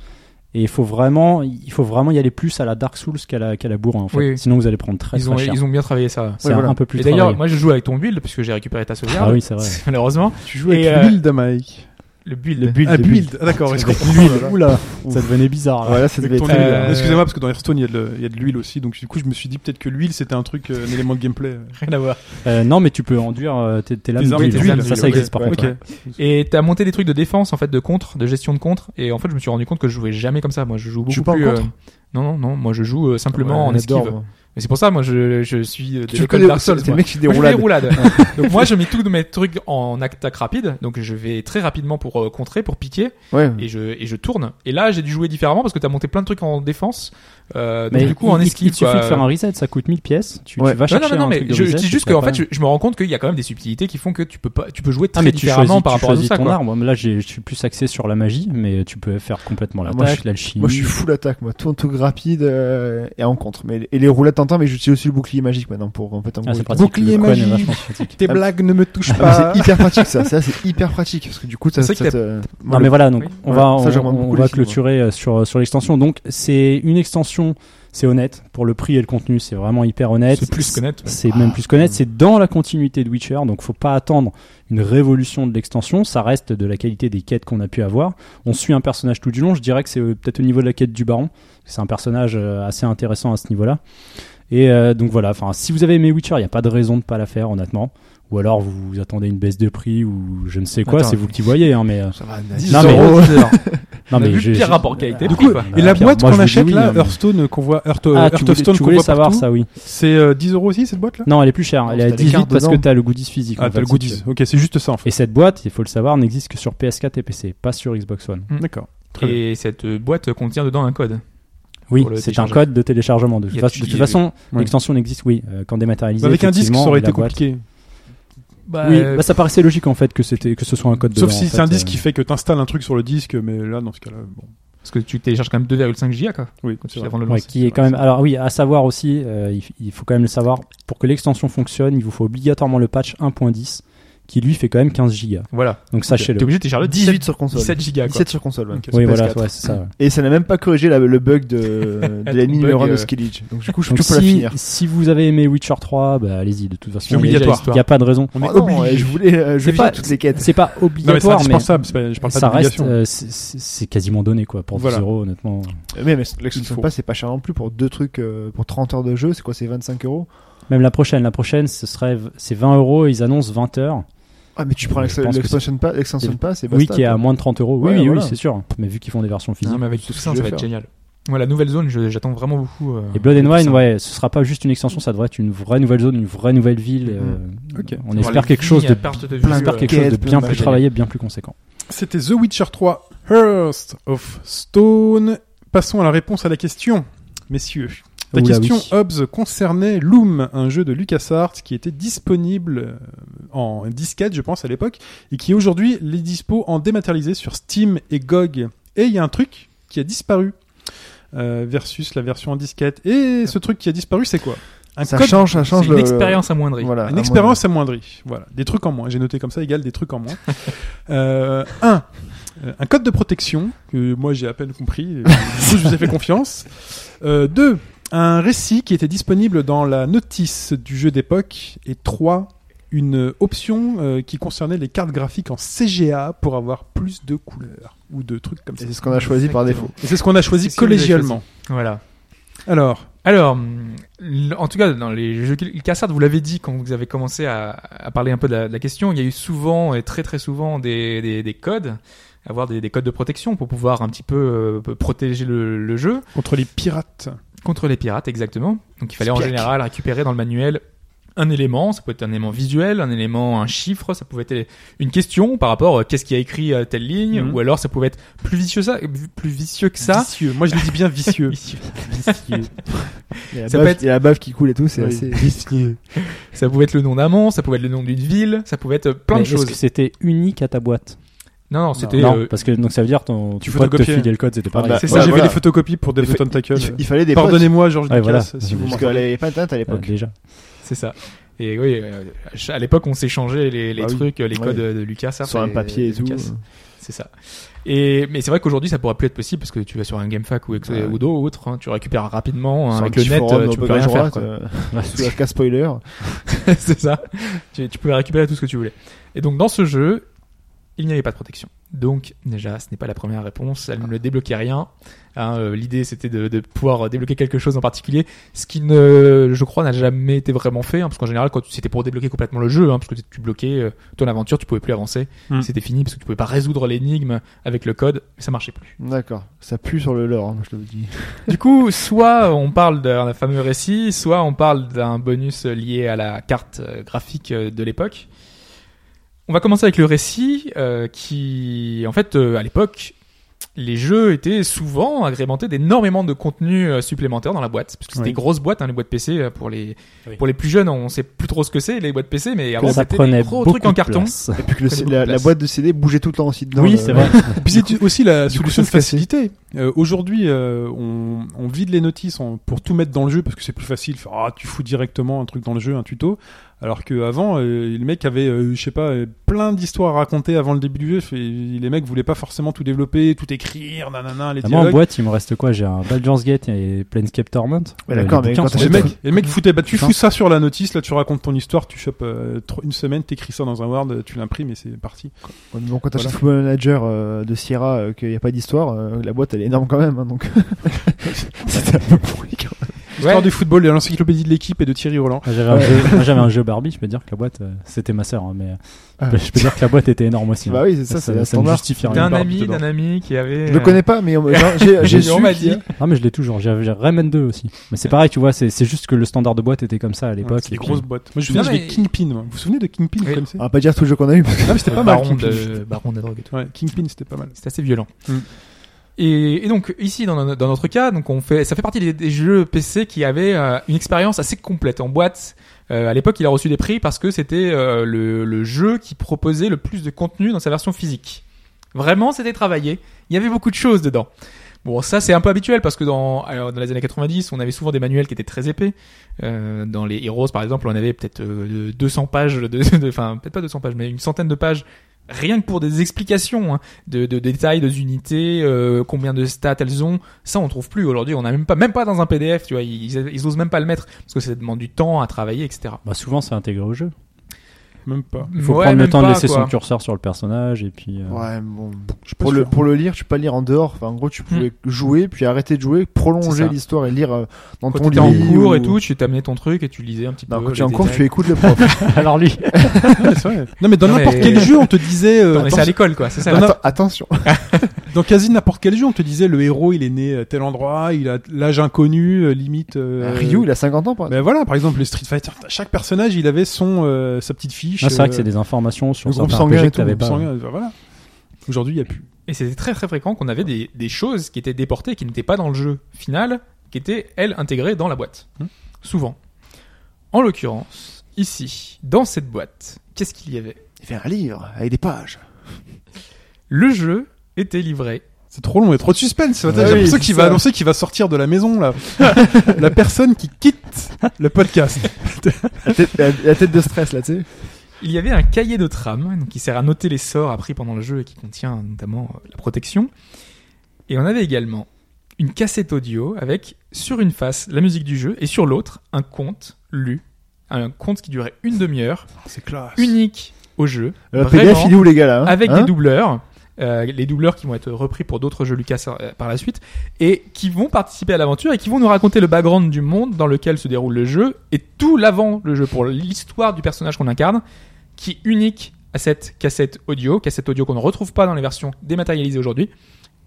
S5: Et il faut vraiment, il faut vraiment y aller plus à la Dark Souls qu'à la, qu'à la bourrin, en fait.
S3: Oui, oui.
S5: Sinon, vous allez prendre très,
S3: Ils ont,
S5: très cher.
S3: ils ont bien travaillé ça.
S5: C'est
S4: Ouais,
S5: un,
S4: voilà.
S5: un peu plus
S3: Et d'ailleurs,
S5: travaillé.
S3: moi je joue avec ton build puisque j'ai récupéré ta sauvegarde.
S5: Ah oui, c'est vrai.
S3: Malheureusement,
S2: Tu joues
S3: Et,
S2: avec
S3: euh,
S2: l'huile de Mike.
S3: le build.
S4: Le build.
S2: Ah,
S4: le
S2: build. Ah, d'accord, je comprends.
S5: L'huile,
S2: Voilà.
S5: oula, ça devenait bizarre. là.
S4: Voilà, ça devait
S2: Avec ton
S4: être.
S2: huile.
S3: euh,
S2: Excusez-moi, parce que dans Hearthstone, il y a de le- il y a de l'huile aussi. Donc, du coup, je me suis dit peut-être que l'huile, c'était un truc, euh, un élément de gameplay.
S3: Rien à voir.
S5: Euh, non, mais tu peux enduire euh, tes, tes lames
S2: Tes armes
S5: d'huile.
S3: et tes lames
S5: Ça, ça
S3: d'huile,
S5: existe par
S4: ouais.
S5: contre.
S2: Ok.
S3: Et t'as monté des trucs de défense en fait, de contre, de gestion de contre. Et en fait, je me suis rendu compte que je jouais jamais comme ça. Moi, je joue beaucoup
S4: joues pas en
S3: plus.
S4: contre
S3: euh, Non, non, non. Moi, je joue euh, simplement en
S4: on
S3: esquive.
S4: adore, moi.
S3: Mais c'est pour ça, moi, je, je suis euh, de
S4: Tu
S3: l'école
S4: connais
S3: Dark Souls.
S4: des
S3: moi.
S4: mecs qui
S3: Moi, je
S4: déroulent.
S3: fais des roulades. donc moi, je mets tous mes trucs en attaque rapide. Donc je vais très rapidement pour euh, contrer, pour piquer,
S4: Ouais.
S3: et je et je tourne. Et là, j'ai dû jouer différemment parce que t'as monté plein de trucs en défense. Euh, donc
S5: Mais
S3: du coup, en
S5: il- il-
S3: esquive.
S5: il suffit
S3: quoi.
S5: de faire un reset, ça coûte 1000 pièces. Tu, tu
S4: Ouais.
S5: vas
S3: Non,
S5: chercher
S3: non, non,
S5: un
S3: mais
S5: truc de
S3: je, je
S5: reset,
S3: dis juste
S5: tu
S3: qu'en
S5: l'as
S3: fait,
S5: pas.
S3: je, je me rends compte qu'il y a quand même des subtilités qui font que tu peux pas, tu peux jouer très
S5: Ah mais tu
S3: différemment
S5: choisis,
S3: par
S5: tu
S3: rapport à tout
S5: choisis
S3: ça.
S5: ton
S3: quoi.
S5: arme. Là, j'ai- je suis plus axé sur la magie, mais tu peux faire complètement
S4: Ah, moi,
S5: l'attaque,
S4: je-
S5: l'alchimie.
S4: Moi, je suis full attaque, moi. Tout un truc rapide euh, et en contre. Mais, et les roulades, t'entends, mais j'utilise aussi le bouclier magique maintenant pour en fait en
S5: Ah, c'est
S4: gros,
S5: pratique.
S2: Bouclier
S5: le coin est
S2: magique.
S5: vachement pratique.
S2: Tes blagues ne me touchent
S4: Ah, mais
S2: pas.
S4: c'est hyper pratique ça, ça c'est hyper pratique parce que du coup ça,
S3: C'est vrai que
S4: ça te-
S5: Non mais voilà, donc
S3: Oui.
S5: on
S4: Voilà,
S5: va,
S4: ça,
S5: on,
S4: j'aime beaucoup
S5: on
S4: les
S5: va
S4: films,
S5: clôturer euh, sur, sur l'extension. Donc c'est une extension, c'est honnête pour le prix et le contenu, c'est vraiment hyper honnête.
S3: C'est plus connaître.
S5: C'est même plus connaître, c'est dans la continuité de Witcher, donc faut pas attendre une révolution de l'extension, ça reste de la qualité des quêtes qu'on a pu avoir. On suit un personnage tout du long, je dirais que c'est euh, peut-être au niveau de la quête du baron, c'est un personnage euh, assez intéressant à ce niveau-là. Et euh, donc voilà, enfin si vous avez aimé Witcher, il n'y a pas de raison de pas la faire honnêtement. Ou alors vous vous attendez une baisse de prix ou je ne sais quoi,
S3: Attends.
S5: c'est vous qui voyez, hein, mais euh,
S4: Ça va,
S2: Dix
S3: Ah,
S5: Non, mais-
S2: euros.
S5: non
S3: On a
S5: mais
S3: vu
S5: j'ai-
S3: le pire
S5: j'ai-
S3: rapport qualité.
S2: Du coup,
S3: prix, quoi.
S2: et la
S5: Ah, Pierre,
S2: boîte
S5: moi, je
S2: qu'on
S5: vous
S2: achète
S5: dis oui,
S2: là,
S5: mais-
S2: Hearthstone qu'on voit, Hearth-
S5: Ah, tu voulais,
S2: euh, Hearthstone
S5: tu
S2: qu'on
S5: voulais
S2: voit
S5: savoir
S2: partout,
S5: ça, oui.
S2: c'est euh, 10 euros aussi cette boîte là
S5: Non, elle est plus chère.
S4: Non,
S5: Elle est à
S4: t'as des
S5: 18
S4: cartes
S5: parce que
S4: dedans.
S5: t'as le goodies physique. en
S2: Ah, t'as
S5: fait,
S2: le
S5: si tu
S2: goodies.
S5: veux.
S2: Ok, c'est juste ça en fait.
S5: Et cette boîte, il faut le savoir, n'existe que sur PS4 et PC, pas sur Xbox One.
S2: D'accord. Très bien.
S3: Et cette euh, boîte contient dedans un code.
S5: Oui,
S3: Pour le
S5: c'est un
S3: télécharger.
S5: code de téléchargement. De,
S3: Il y a-
S5: fa- de
S3: il y
S5: toute
S3: a-
S5: façon,
S2: Ouais.
S5: l'extension n'existe, oui, euh, quand dématérialisée.
S2: Avec un disque, ça aurait été
S5: effectivement, la boîte-
S2: compliqué.
S3: Bah,
S5: Oui,
S3: euh,
S5: bah, ça paraissait logique en fait que c'était que ce soit un code.
S2: Sauf
S5: dedans,
S2: si
S5: en
S2: c'est
S5: fait,
S2: un disque
S5: euh.
S2: qui fait que t'installes un truc sur le disque, mais là, dans ce cas-là, bon.
S3: parce que tu télécharges quand même 2,5 giga quoi.
S2: Oui,
S3: quand tu-
S2: c'est vrai.
S3: avant de le
S5: Ouais,
S3: lancer.
S5: qui est quand même. Alors oui, à savoir aussi, euh, il, f- il faut quand même le savoir. Pour que l'extension fonctionne, il vous faut obligatoirement le patch 1.10, qui lui fait quand même 15 gigas.
S3: Voilà.
S5: Donc
S3: T'es
S5: sachez-le.
S3: obligé de télécharger
S4: 18
S3: 18
S4: sur console.
S3: 17 gigas quoi.
S4: 17 sur console, ouais.
S2: Ok.
S5: Oui,
S4: sur
S5: voilà,
S4: PS4.
S5: ouais, c'est ça. ouais.
S4: Et ça n'a même pas corrigé la- le bug de, de l'ennemi
S3: Bug,
S4: numéro 1 de
S3: euh,
S4: Skillage. Donc du coup je
S5: Donc,
S4: peux pas la
S5: si,
S4: finir.
S5: si vous avez aimé Witcher 3, bah, allez-y, de toute
S2: C'est
S5: façon. il y a-
S2: obligatoire.
S5: Il n'y a pas de raison.
S2: On est
S4: Oh non, ouais,
S2: obligé.
S4: je voulais euh, je
S5: C'est
S4: vais
S5: pas-
S4: faire toutes les quêtes.
S5: C'est pas
S2: Non, mais c'est
S5: obligatoire, mais,
S2: indispensable. c'est pas- Je parle pas
S5: ça reste,
S2: d'obligation.
S5: euh, c'est- c'est c'est quasiment donné quoi, pour 10
S2: Voilà.
S5: euros honnêtement.
S4: Mais, mais
S2: Il
S4: l'extension
S2: faut.
S4: pas c'est pas cher non plus pour deux trucs euh, pour 30 heures de jeu, c'est quoi c'est 25 euros
S5: Même la prochaine, la prochaine, ce serait v- c'est 20 euros, ils annoncent 20 heures.
S4: Ah mais tu prends
S5: Je
S4: l'ex-
S5: pense que
S4: l'extension pass, l'extension
S5: c'est-
S4: pass et bah,
S5: oui,
S4: basta,
S5: qui est à
S4: quoi.
S5: moins de 30 euros. Oui,
S4: Ouais,
S5: oui,
S4: voilà.
S5: oui, c'est sûr. Mais vu qu'ils font des versions physiques.
S3: Non, mais avec
S4: C'est
S3: tout
S4: ce
S3: ça,
S4: que je
S3: ça va
S4: vais
S3: être
S4: faire.
S3: génial. Ouais, la nouvelle zone, je- j'attends vraiment beaucoup. euh,
S5: Et Blood
S3: tout
S5: and Wine,
S3: ça.
S5: ouais, ce sera pas juste une extension, ça devrait être une vraie nouvelle zone, une vraie nouvelle ville. euh,
S2: Ok.
S5: On
S3: Voir
S5: espère
S3: les
S5: quelque chose
S3: vignes,
S5: de,
S3: la perte de
S5: on
S3: vue,
S5: espère
S3: euh,
S5: quelque chose de
S4: quête,
S5: bien
S4: plein
S5: plus
S4: de-
S5: travaillé, bien plus conséquent.
S2: C'était The Witcher 3, Hearst of Stone. Passons à la réponse à la question, messieurs. La
S5: Oula,
S2: question, hein.
S5: oui.
S2: Hobbs, concernait Loom, un jeu de LucasArts qui était disponible euh, en disquette, je pense, à l'époque, et qui aujourd'hui les dispo en dématérialisé sur Steam et GOG. Et il y a un truc qui a disparu euh, versus la version en disquette. Et ce truc qui a disparu, c'est quoi Un
S4: ça
S2: code
S4: change ça
S3: C'est
S4: change
S3: une
S4: le-
S3: expérience amoindrie.
S4: Voilà, Ah, à
S2: une
S4: moins
S2: expérience amoindrie. Voilà, des trucs en moins. J'ai noté comme ça égale des trucs en moins. euh, un, euh, un code de protection que moi j'ai à peine compris. et du coup, je vous ai fait confiance. Euh, deux, un récit qui était disponible dans la notice du jeu d'époque. Et trois, une option euh, qui concernait les cartes graphiques en CGA pour avoir plus de couleurs ou de trucs comme
S4: de-
S2: ça.
S4: et c'est ce qu'on a choisi par défaut.
S2: Et c'est ce qu'on a choisi
S3: C'est ce que vous avez
S2: collégialement.
S3: Voilà.
S2: Alors,
S3: Alors, hum, l- en tout cas, dans les jeux Cassard, vous l'avez dit quand vous avez commencé à, à parler un peu de la, de la question, il y a eu souvent, et très très souvent, des, des, des codes, avoir des, des codes de protection pour pouvoir un petit peu euh, protéger le, le jeu
S2: contre les pirates.
S3: contre les pirates, exactement. Donc il fallait en
S4: Spiak.
S3: général récupérer dans le manuel un élément, ça pouvait être un élément visuel, un élément, un chiffre, ça pouvait être une question par rapport à qu'est-ce qui a écrit euh, telle ligne,
S2: Mhm.
S3: ou alors ça pouvait être plus vicieux, ça, plus vicieux que ça.
S2: Vicieux. Moi je le dis bien vicieux.
S4: Il y a la
S3: Ça
S4: bave-
S3: peut être-
S4: il y a la bave qui coule et tout, c'est
S2: Oui.
S4: assez
S3: Ça pouvait être le nom d'un monstre, ça pouvait être le nom d'une ville, ça pouvait être plein
S5: Mais
S3: de
S5: Est-ce
S3: choses.
S5: que c'était unique à ta boîte
S3: Non, non, c'était.
S5: Non,
S3: euh,
S5: parce que donc ça veut dire ton
S2: Tu
S5: tu pote te
S2: photocopiais.
S5: filer le code, c'était
S4: Ah,
S5: pareil.
S4: bah,
S3: c'est
S4: moi,
S3: ça,
S2: j'ai
S4: voilà.
S2: vu les photocopies pour Dev
S4: Il fait-
S2: Tentacle.
S4: Il, fa- il fallait des potes,
S2: Pardonnez-moi, Georges
S5: Ouais,
S2: Lucas,
S5: voilà.
S2: si vous
S4: parce
S2: m'entendez.
S4: qu'elle avait pas internet à l'époque.
S5: Déjà.
S3: c'est ça. Et oui, euh, à l'époque, on s'échangeait les, les
S4: Ah oui.
S3: trucs, les
S4: Ouais.
S3: codes de Lucas.
S4: sur un papier et tout.
S3: C'est ça. Et, mais c'est vrai qu'aujourd'hui, ça pourrait plus être possible parce que tu vas sur un GameFAQ ou Ex-
S4: Ouais.
S3: Udo ou autre, hein, tu récupères rapidement.
S4: Sur
S3: hein,
S4: un
S3: avec le
S4: petit
S3: net,
S4: forum
S3: euh,
S4: au
S3: tu peux
S4: bagage
S3: rien faire.
S4: droite, euh, sous la case spoiler.
S3: quoi. c'est ça. Tu, tu pouvais récupérer tout ce que tu voulais. Et donc, dans ce jeu, il n'y avait pas de protection. Donc, déjà, ce n'est pas la première réponse. Elle ne le débloquait rien. Hein, euh, L'idée, c'était de, de pouvoir débloquer quelque chose en particulier, ce qui, ne, je crois, n'a jamais été vraiment fait. hein, parce qu'en général, quand tu- c'était pour débloquer complètement le jeu, hein, parce que tu bloquais euh, ton aventure, tu pouvais plus avancer.
S5: Mm.
S3: C'était fini parce que tu pouvais pas résoudre l'énigme avec le code. Mais ça marchait plus.
S4: D'accord. Ça pue sur le lore, hein, je te le dis.
S3: Du coup, soit on parle d'un fameux récit, soit on parle d'un bonus lié à la carte euh, graphique euh, de l'époque. On va commencer avec le récit euh, qui, en fait, euh, à l'époque, les jeux étaient souvent agrémentés d'énormément de contenus euh, supplémentaires dans la boîte. Parce que c'était
S5: Oui.
S3: des grosses boîtes, hein, les boîtes PC, euh, pour les,
S5: Oui.
S3: pour les plus jeunes, on sait plus trop ce que c'est, les boîtes PC, mais avant
S5: ça
S3: c'était des
S5: prenait
S3: gros
S5: beaucoup
S3: trucs en
S5: de
S3: carton.
S5: place.
S4: Et puis que le-
S3: Prenez beaucoup
S4: la,
S3: de
S4: la
S3: place.
S4: boîte de CD bougeait tout le temps aussi dedans. euh,
S5: Oui,
S4: le-
S5: c'est vrai.
S2: Puis c'est aussi la solution
S4: coup, ça
S2: de
S4: se
S2: facilité. Euh, Aujourd'hui, euh, on, on vide les notices en- pour tout mettre dans le jeu parce que c'est plus facile. Faire, Ah, tu fous directement un truc dans le jeu, un tuto. Alors qu'avant, les mecs avaient, euh, je sais pas, euh, plein d'histoires à raconter avant le début du jeu. Fait- les mecs voulaient pas forcément tout développer, tout écrire, nanana, les
S5: Ah, moi, en
S2: dialogues.
S5: boîte, il me reste quoi J'ai un Baldur's Gate et Planescape Torment. Euh,
S4: Ouais, d'accord,
S5: Les
S4: mais
S5: bouquins
S4: quand
S5: sont
S2: Et le
S4: t'achètes-
S5: faits.
S2: mec, et le mec foutait, bah, tu
S5: Putain.
S2: fous ça sur la notice, là tu racontes ton histoire, tu chopes euh, tro- une semaine, t'écris ça dans un Word, tu l'imprimes et c'est parti.
S4: Ouais, mais bon, quand t'achètes Football Manager euh, de Sierra, euh, qu'il n'y a pas d'histoire, euh, la boîte elle est énorme quand même. hein, donc c'était un peu pourri quand même.
S2: L'histoire
S3: Ouais.
S2: du football, de l'encyclopédie de l'équipe et de Thierry Roland.
S5: Moi, J'avais un, jeu- moi, j'avais un jeu Barbie, je peux dire que la boîte, euh, c'était ma sœur, hein, mais euh, je peux- je peux dire que la boîte était énorme aussi. hein.
S4: Ah. Bah oui, c'est ça, c'est la
S5: ça, ne
S4: standard.
S5: justifie rien.
S3: D'un
S5: Barbie
S3: ami,
S5: dedans.
S3: d'un ami qui avait.
S4: Je le connais pas, mais on- j'ai- j'ai- j'ai su.
S3: Euh, on m'a
S4: qu'il y a-
S3: dit.
S5: Ah mais je l'ai toujours, j'avais j'avais Rayman 2 aussi. Mais c'est pareil, tu vois, c'est c'est juste que le standard de boîte était comme ça à l'époque.
S2: C'est des
S5: et puis-
S2: grosses boîtes. Moi je me souviens,
S3: Non,
S2: j'avais
S3: mais-
S2: Kingpin. moi. Vous vous souvenez de Kingpin
S3: Oui.
S2: comme c'est
S4: On va pas dire tout le jeu qu'on a eu. parce que-
S2: Ah, mais c'était pas mal.
S3: baron
S2: Kingpin.
S3: de, baron de drogue et tout.
S2: Ouais, Kingpin, c'était pas mal.
S3: C'est assez violent.
S2: Mm.
S3: Et, et donc ici dans, no- dans notre cas, donc on fait, ça fait partie des, des jeux PC qui avaient euh, une expérience assez complète en boîte. Euh, à l'époque, il a reçu des prix parce que c'était euh, le, le jeu qui proposait le plus de contenu dans sa version physique. Vraiment, c'était travaillé. Il y avait beaucoup de choses dedans. Bon, ça c'est un peu habituel parce que dans, alors, dans les années 90, on avait souvent des manuels qui étaient très épais. Euh, dans les Heroes, par exemple, on avait peut-être euh, 200 pages, de- de- enfin peut-être pas 200 pages, mais une centaine de pages, rien que pour des explications hein, de, de détails, des unités, euh, combien de stats elles ont. Ça, on trouve plus aujourd'hui. On n'a même pas, même pas dans un PDF. Tu vois, ils, ils osent même pas le mettre parce que ça demande du temps à travailler, etc.
S5: Bah souvent c'est intégré au jeu.
S2: Même pas.
S5: Il faut
S3: Ouais,
S5: prendre le
S3: même
S5: temps de
S3: pas,
S5: laisser
S3: quoi.
S5: son curseur sur le personnage et puis. euh,
S4: Ouais, bon.
S2: Je suis pas
S4: Pour le,
S2: sûr.
S4: pour le lire, tu peux pas lire en dehors. Enfin, en gros, tu pouvais jouer, puis arrêter de jouer,
S3: C'est ça.
S4: prolonger l'histoire et lire euh, dans
S3: Quand
S4: ton
S3: t'étais
S4: lit.
S3: en cours
S4: ou-
S3: et tout, tu t'amenais ton truc et tu lisais un petit
S4: Non,
S5: Bah,
S3: peu.
S4: quand tu
S3: les
S4: es en cours,
S3: détails.
S4: tu écoutes le prof.
S5: Alors lui.
S2: Ouais, c'est vrai. Non, mais dans
S3: Non, mais-
S2: n'importe quel jeu, on te disait. euh,
S3: Attends, mais
S2: dans-
S3: c'est à l'école, quoi. C'est ça. la-
S4: Atten- attention.
S2: dans quasi n'importe quel jeu, on te disait le héros, il est né à tel endroit, il a l'âge inconnu, euh, limite. euh,
S4: Ah, Ryu, il a 50 ans, par exemple.
S2: Ben voilà, par exemple, les Street Fighter, chaque personnage, il avait son euh, sa petite fiche.
S5: Ah, c'est vrai que
S2: euh,
S5: c'est des informations sur
S4: le groupe
S5: certains
S4: sanguin
S5: RPG
S4: et
S5: que t'avais
S2: groupe
S5: pas.
S2: sanguin, euh, voilà. Aujourd'hui, il n'y a plus.
S3: Et c'était très très fréquent qu'on avait des, des choses qui étaient déportées, qui n'étaient pas dans le jeu final, qui étaient, elles, intégrées dans la boîte.
S5: Hum.
S2: Hmm.
S3: Souvent. En l'occurrence, ici, dans cette boîte, qu'est-ce qu'il y avait
S4: Il fait un livre avec des pages.
S3: Le jeu était livré.
S2: C'est trop long et trop de suspense. J'ai
S4: Ah oui,
S2: l'impression
S4: c'est
S2: qu'il
S4: ça.
S2: va annoncer qu'il va sortir de la maison, là. la personne qui quitte le podcast.
S4: La tête, la- la tête de stress, là, tu sais.
S3: Il y avait un cahier de trame donc qui sert à noter les sorts appris pendant le jeu et qui contient notamment euh, la protection. Et on avait également une cassette audio avec sur une face la musique du jeu et sur l'autre un conte lu, un conte qui durait une demi-heure,
S2: C'est classe.
S3: unique au jeu,
S4: Le
S3: vraiment,
S4: PDF, il est où, les gars, là hein
S3: avec
S4: Hein
S3: des doubleurs. euh, les doubleurs qui vont être repris pour d'autres jeux Lucas euh, par la suite et qui vont participer à l'aventure et qui vont nous raconter le background du monde dans lequel se déroule le jeu et tout l'avant le jeu pour l'histoire du personnage qu'on incarne qui est unique à cette cassette audio, cassette audio qu'on ne retrouve pas dans les versions dématérialisées aujourd'hui.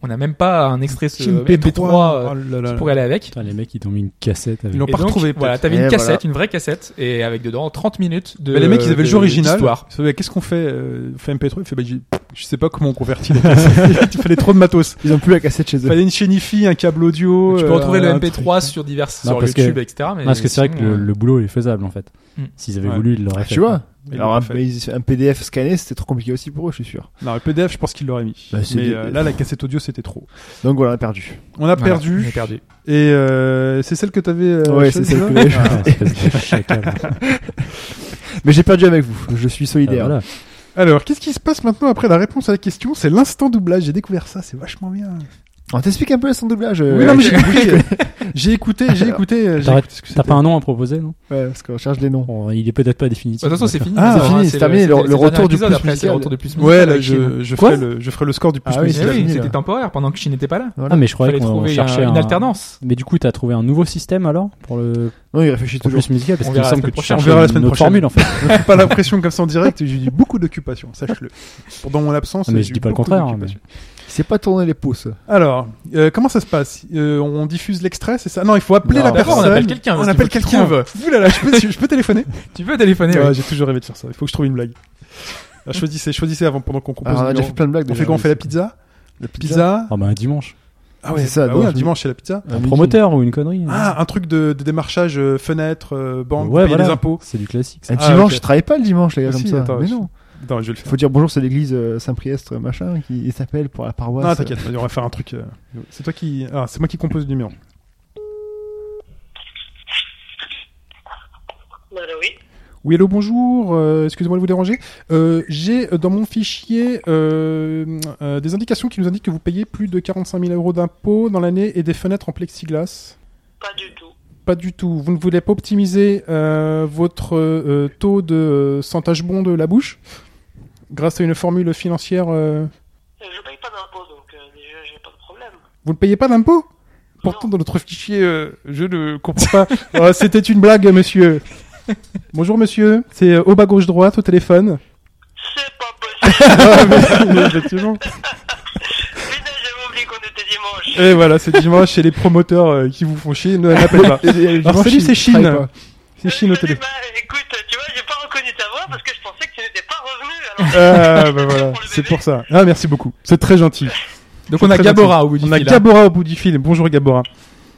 S3: On n'a même pas un extrait sur
S2: Team
S3: MP3 euh,
S2: Oh là
S3: qui
S2: là.
S3: pourrait aller avec.
S5: Putain, les mecs ils t'ont mis une cassette. Avec...
S2: Ils l'ont
S3: Et
S2: pas
S3: donc,
S2: retrouvé,
S3: Voilà,
S2: peut-être. Eh,
S3: t'avais une
S4: Et
S3: cassette,
S4: voilà.
S3: une vraie cassette, et avec dedans 30 minutes de.
S2: Mais les mecs, ils avaient le jeu
S3: de-
S2: original.
S3: d'histoire.
S2: Ils savaient, qu'est-ce qu'on fait euh, on fait MP3, il fait, bah, j'ai- je sais pas comment on convertit. la cassette. il fallait trop de matos.
S4: Ils ont plus la cassette chez
S2: Il
S4: eux.
S2: fallait une chenifie, un câble audio.
S3: Tu peux
S2: euh,
S3: retrouver le
S2: un
S3: MP3 sur divers,
S5: Non,
S3: sur
S5: parce
S3: YouTube,
S5: que-
S3: etc. Mais
S5: Ah, parce que c'est vrai que
S3: sinon,
S5: le,
S3: euh,
S5: le boulot est faisable en fait.
S3: Hmm.
S5: S'ils avaient
S2: Ouais.
S5: voulu, ils l'auraient fait.
S4: Ah, Tu vois
S2: truc.
S4: Alors, un,
S2: Il l'a pas fait.
S4: un PDF scanné, c'était trop compliqué aussi pour eux, je suis sûr.
S2: Non, le PDF, je pense qu'il l'aurait mis.
S4: Bah, c'est
S2: mais
S4: des-
S2: euh, là, la cassette audio, c'était trop.
S4: Donc voilà, on a perdu.
S2: On a
S3: voilà,
S2: perdu.
S3: on a perdu.
S2: Et euh, c'est celle que t'avais. euh,
S4: ouais,
S2: Sean,
S4: c'est celle
S2: déjà
S4: que
S5: Ah, espèce de chacal.
S4: Mais j'ai perdu avec vous, je suis
S5: Ah,
S4: solidaire.
S5: voilà.
S2: Alors, qu'est-ce qui se passe maintenant après la réponse à la question C'est l'instant doublage. J'ai découvert ça, c'est vachement bien.
S4: On t'explique Ah, un peu son doublage. euh,
S2: oui, non, mais j'ai
S4: Eric.
S2: écouté. j'ai écouté, j'ai écouté. euh, j'ai
S5: T'arrêtes-
S2: écouté ce que
S5: T'as
S2: c'était.
S5: pas un nom à proposer, non
S4: Ouais, parce qu'on cherche les noms.
S5: Bon, Il est peut-être pas définitif.
S3: Bah,
S5: euh.
S3: De toute façon, c'est fini.
S4: Ah,
S3: mais
S4: c'est
S3: vrai,
S4: fini, c'est terminé, le-
S3: c'est
S4: le
S3: dernier
S4: retour du
S3: épisode,
S4: plus
S3: après, c'est le
S4: musical.
S3: retour du plus
S2: Ouais,
S3: musical
S2: là,
S3: avec Chine.
S2: je, je,
S4: Quoi
S2: ferai le, je ferai le score du plus
S4: Ah
S3: Eh
S4: oui,
S2: plus
S4: c'est
S3: oui,
S4: fini,
S3: c'était
S4: là.
S3: temporaire pendant que Chine n'était pas là.
S5: Ah, mais je croyais
S3: Fallait
S5: qu'on
S3: trouver
S5: cherchait
S3: un-
S5: un-
S3: une alternance.
S5: Mais du coup, t'as trouvé un nouveau système alors pour le
S4: Non, il réfléchit
S5: pour
S4: toujours.
S5: plus musical parce
S3: On
S5: qu'il me
S3: verra la
S5: semble que
S3: semaine
S5: tu
S3: prochaine.
S5: cherches
S2: On verra la
S5: une
S2: semaine
S5: autre
S2: prochaine.
S5: formule en fait.
S2: Ne fais pas l'impression comme ça en direct. J'ai eu beaucoup d'occupations, sache-le. Pendant mon absence,
S5: Ah, mais
S2: j'ai
S5: je
S2: eu
S5: dis pas le
S2: beaucoup
S5: contraire,
S2: d'occupations.
S4: Il sait pas tourner les pouces.
S2: Alors, euh, comment ça se passe Euh, On diffuse l'extrait, c'est ça Non, il faut appeler
S4: Non.
S2: la
S3: D'abord,
S2: personne.
S3: on appelle quelqu'un,
S2: On
S3: parce qu'il
S2: appelle
S3: faut que tu
S2: quelqu'un. Oulala, je peux, je peux téléphoner
S3: Tu peux téléphoner.
S2: Ouais,
S3: ouais.
S2: J'ai toujours rêvé de faire ça. Il faut que je trouve une blague. Alors, choisissez, choisissez avant pendant qu'on compose.
S4: Alors, on a
S2: le
S4: déjà
S2: numéro.
S4: fait plein de blagues.
S2: Ah, on
S4: déjà.
S2: fait quoi On fait la pizza
S4: La pizza.
S2: Pizza.
S5: Ah bah un dimanche.
S2: Ah
S4: C'est ça,
S2: bah
S4: donc,
S2: ouais, un
S4: je-
S2: dimanche c'est la pizza.
S5: Un promoteur ou une connerie. hein.
S2: Ah, un truc de, de démarchage euh, fenêtre, euh, banque,
S5: Ouais,
S2: payer
S5: voilà.
S2: les impôts.
S5: C'est du classique. ça.
S4: Un
S2: Ah,
S4: dimanche,
S2: ok.
S4: je travaille pas le dimanche, les gars,
S2: Ah,
S4: comme
S2: si,
S4: ça.
S2: attends,
S4: Mais
S2: je-
S4: non.
S2: Attends, je vais le faire.
S4: Faut dire bonjour, c'est l'église euh, Saint-Priestre, machin, qui s'appelle pour la paroisse.
S2: Non, t'inquiète, vas-y, on va faire un truc. euh, C'est toi qui. Ah, c'est moi qui compose le numéro.
S6: Voilà, oui.
S2: Oui, hello, bonjour. euh, Excusez-moi de vous déranger. Euh, J'ai euh, dans mon fichier euh, euh, des indications qui nous indiquent que vous payez plus de 45 000 euros d'impôts dans l'année et des fenêtres en plexiglas.
S6: Pas du tout.
S2: Pas du tout. Vous ne voulez pas optimiser euh, votre euh, taux de euh, sentage bon de la bouche grâce à une formule financière. euh,
S6: Euh, Je paye pas d'impôts, donc euh, déjà, j'ai pas de problème.
S2: Vous ne payez pas d'impôts Pourtant, dans notre fichier, euh, je ne comprends pas. Oh, C'était une blague, monsieur. Bonjour, monsieur. C'est euh, au bas gauche droite au téléphone.
S6: C'est pas possible.
S2: Ah, mais- mais effectivement.
S6: Putain, j'avais oublié qu'on était dimanche.
S2: Et voilà, c'est dimanche chez les promoteurs euh, qui vous font chier. Ne n'appelez pas. Alors, salut, c'est Chine. C'est Chine au
S6: Euh, je me
S2: téléphone.
S6: dis, bah, écoute, tu vois, j'ai pas reconnu ta voix parce que je pensais que tu n'étais pas revenu. Alors,
S2: Ah, bah voilà, c'est pour ça. Ah, merci beaucoup. C'est très gentil.
S3: Donc on a
S2: Très
S3: Gabora
S2: gentil.
S3: au bout du
S2: On a
S3: fil. hein.
S2: Gabora au bout du fil. Bonjour, Gabora.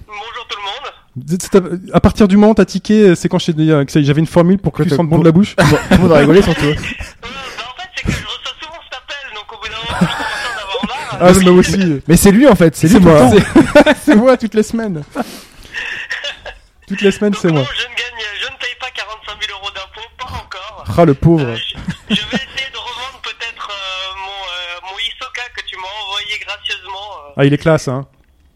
S6: bonjour tout le monde.
S2: C'est à- À partir du moment où t'as tiqué, euh, c'est quand j'ai dit, euh, que j'avais une formule pour que tu
S4: Pour-
S2: sentes bon de la bouche.
S4: Tout le monde a rigolé surtout.
S6: Euh, bah, en fait, c'est que je reçois souvent cet appel, donc au bout d'un moment, je commence à en avoir marre.
S2: Ah, mais moi aussi.
S4: Mais c'est lui en fait, c'est lui
S2: C'est
S4: tout le
S2: moi.
S4: temps.
S2: C'est moi toutes les semaines. Toutes les semaines,
S6: Donc,
S2: c'est moi.
S6: non, je ne gagne, je ne paye pas 45 000 euros d'impôts, pas encore.
S2: Ah, le pauvre.
S6: Euh, je, je vais essayer de revendre peut-être euh, mon, euh, mon Isoka que tu m'as envoyé gracieusement. euh.
S2: Ah, il est classe, hein.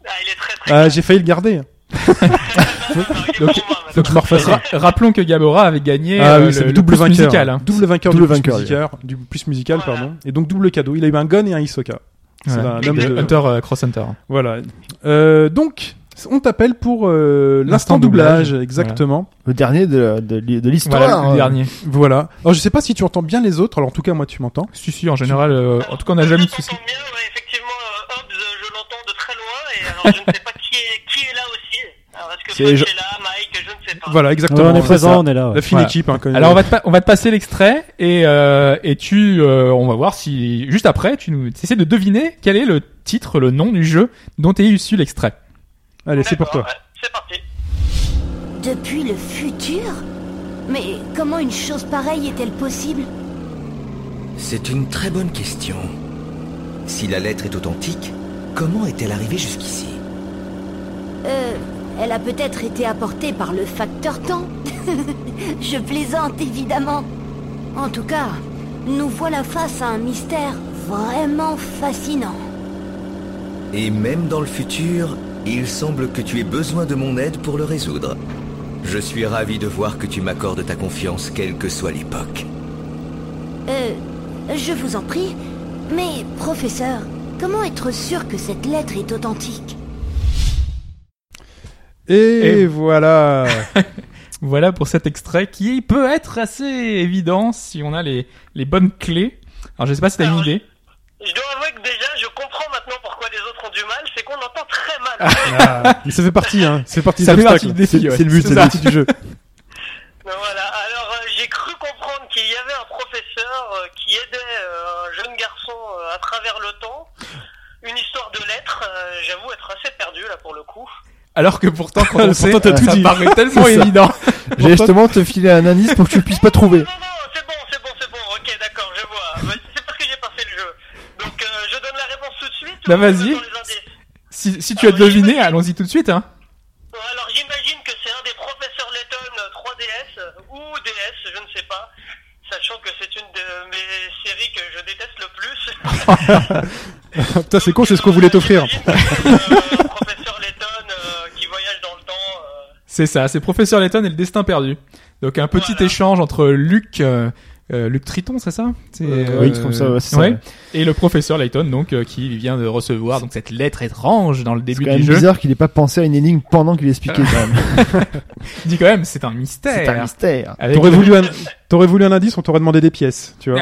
S6: Ah, il est très très
S2: Ah, j'ai failli le garder.
S6: Il est
S3: donc-
S6: pour moi, maintenant.
S3: Donc je me refais ça. Rappelons que Gabora avait gagné
S2: Ah
S3: euh,
S2: oui, c'est
S3: le,
S2: le
S3: le
S2: double
S3: plus
S2: vainqueur.
S3: musical. hein.
S2: Double vainqueur
S4: Double
S2: du plus
S4: vainqueur,
S2: musical, du plus musical,
S6: Voilà.
S2: pardon. Et donc double cadeau. Il a eu un gun et un Hisoka. C'est
S3: Ouais.
S2: un homme de-
S3: Hunter euh, Cross Hunter.
S2: Voilà. Euh, donc, on t'appelle pour euh, l'instant
S3: L'instant
S2: doublage,
S3: doublage.
S2: exactement.
S4: Le dernier de, de, de l'histoire.
S3: Voilà le
S4: hein.
S3: dernier.
S2: Voilà. Alors, je sais pas si tu entends bien les autres. Alors, en tout cas, moi, tu m'entends.
S3: Si si en général euh, en tout cas on n'a
S6: Alors,
S3: jamais eu de
S6: je
S3: soucis.
S6: t'entends bien, ouais, effectivement, euh, Hobbs, euh, je l'entends de très loin, et alors je ne sais pas qui est, qui est là aussi. Alors, est-ce que
S4: C'est
S6: Foch
S4: je-
S6: est là, Mike, je ne sais pas.
S2: Voilà,
S5: Ouais,
S2: exactement.
S5: on est
S2: C'est
S5: présent,
S2: ça.
S5: on est là. ouais.
S2: La fine
S3: Voilà.
S2: équipe. Hein,
S4: Mm.
S2: quand même.
S3: Alors on va te pa- on va te passer l'extrait et euh, et tu euh, on va voir si juste après tu nous essaies de deviner quel est le titre le nom du jeu dont est issu l'extrait.
S2: Allez, c'est pour toi.
S6: D'accord, ouais, c'est parti.
S7: Depuis le futur Mais comment une chose pareille est-elle possible
S8: C'est une très bonne question. Si la lettre est authentique, comment est-elle arrivée jusqu'ici
S7: Euh, elle a peut-être été apportée par le facteur temps. Je plaisante, évidemment. En tout cas, nous voilà face à un mystère vraiment fascinant.
S8: Et même dans le futur, il semble que tu aies besoin de mon aide pour le résoudre. Je suis ravi de voir que tu m'accordes ta confiance, quelle que soit l'époque.
S7: Euh, je vous en prie, mais professeur, comment être sûr que cette lettre est authentique
S2: Et,
S3: Et-
S2: voilà.
S3: Voilà pour cet extrait qui peut être assez évident si on a les les bonnes clés. Alors je sais pas si t'as une
S6: Alors,
S3: idée.
S6: Je dois avouer que déjà, je comprends maintenant pourquoi les autres ont du mal, c'est qu'on entend très mal.
S2: Ah, mais ça fait partie, hein. C'est partie
S3: Ça
S2: des
S3: fait partie
S2: obstacles.
S3: du défi,
S2: C'est
S3: ouais.
S2: c'est le but,
S3: C'est
S2: c'est le
S3: ça.
S2: but du jeu.
S6: Mais voilà, alors euh, j'ai cru comprendre qu'il y avait un professeur euh, qui aidait euh, un jeune garçon euh, à travers le temps. Une histoire de lettres, euh, j'avoue être assez perdu là pour le coup.
S3: Alors que pourtant quand on sait
S2: Pourtant, t'as tout
S3: ça
S2: dit.
S3: paraît tellement évident.
S4: J'ai justement te filé un indice pour que tu puisses pas trouver.
S6: Non, non, non, c'est bon, c'est bon, c'est bon. Ok, d'accord, je vois. Mais C'est parce que j'ai pas fait le jeu. Donc, euh, je donne la réponse tout de suite. ou
S3: Bah,
S6: on
S3: vas-y.
S6: attend les indices
S3: Si si tu
S6: Ah
S3: as deviné allons-y tout de suite hein.
S6: Bon, Alors, j'imagine que c'est un des professeurs Letton euh, 3DS euh, ou DS, je ne sais pas. Sachant que c'est une de mes séries que je déteste le plus.
S2: Putain, c'est con, c'est ce qu'on voulait t'offrir.
S6: Euh, professeur Letton euh, qui voyage dans le temps. euh,
S3: C'est ça, c'est Professeur Letton et le destin perdu. Donc un petit
S6: Voilà.
S3: échange entre Luc, euh, euh, Luc Triton, c'est ça C'est,
S4: Euh, oui, comme ça, ouais, c'est ça, ouais.
S3: Et le professeur Layton, donc, euh, qui vient de recevoir donc cette lettre étrange dans le
S4: C'est
S3: début
S4: quand
S3: du
S4: même
S3: jeu.
S4: bizarre qu'il ait pas pensé à une énigme pendant qu'il expliquait quand même.
S3: Il dit quand même, c'est un
S4: C'est un
S3: mystère.
S4: mystère.
S3: Avec-
S2: T'aurais voulu, un... t'aurais voulu un indice, on t'aurait demandé des pièces, tu vois.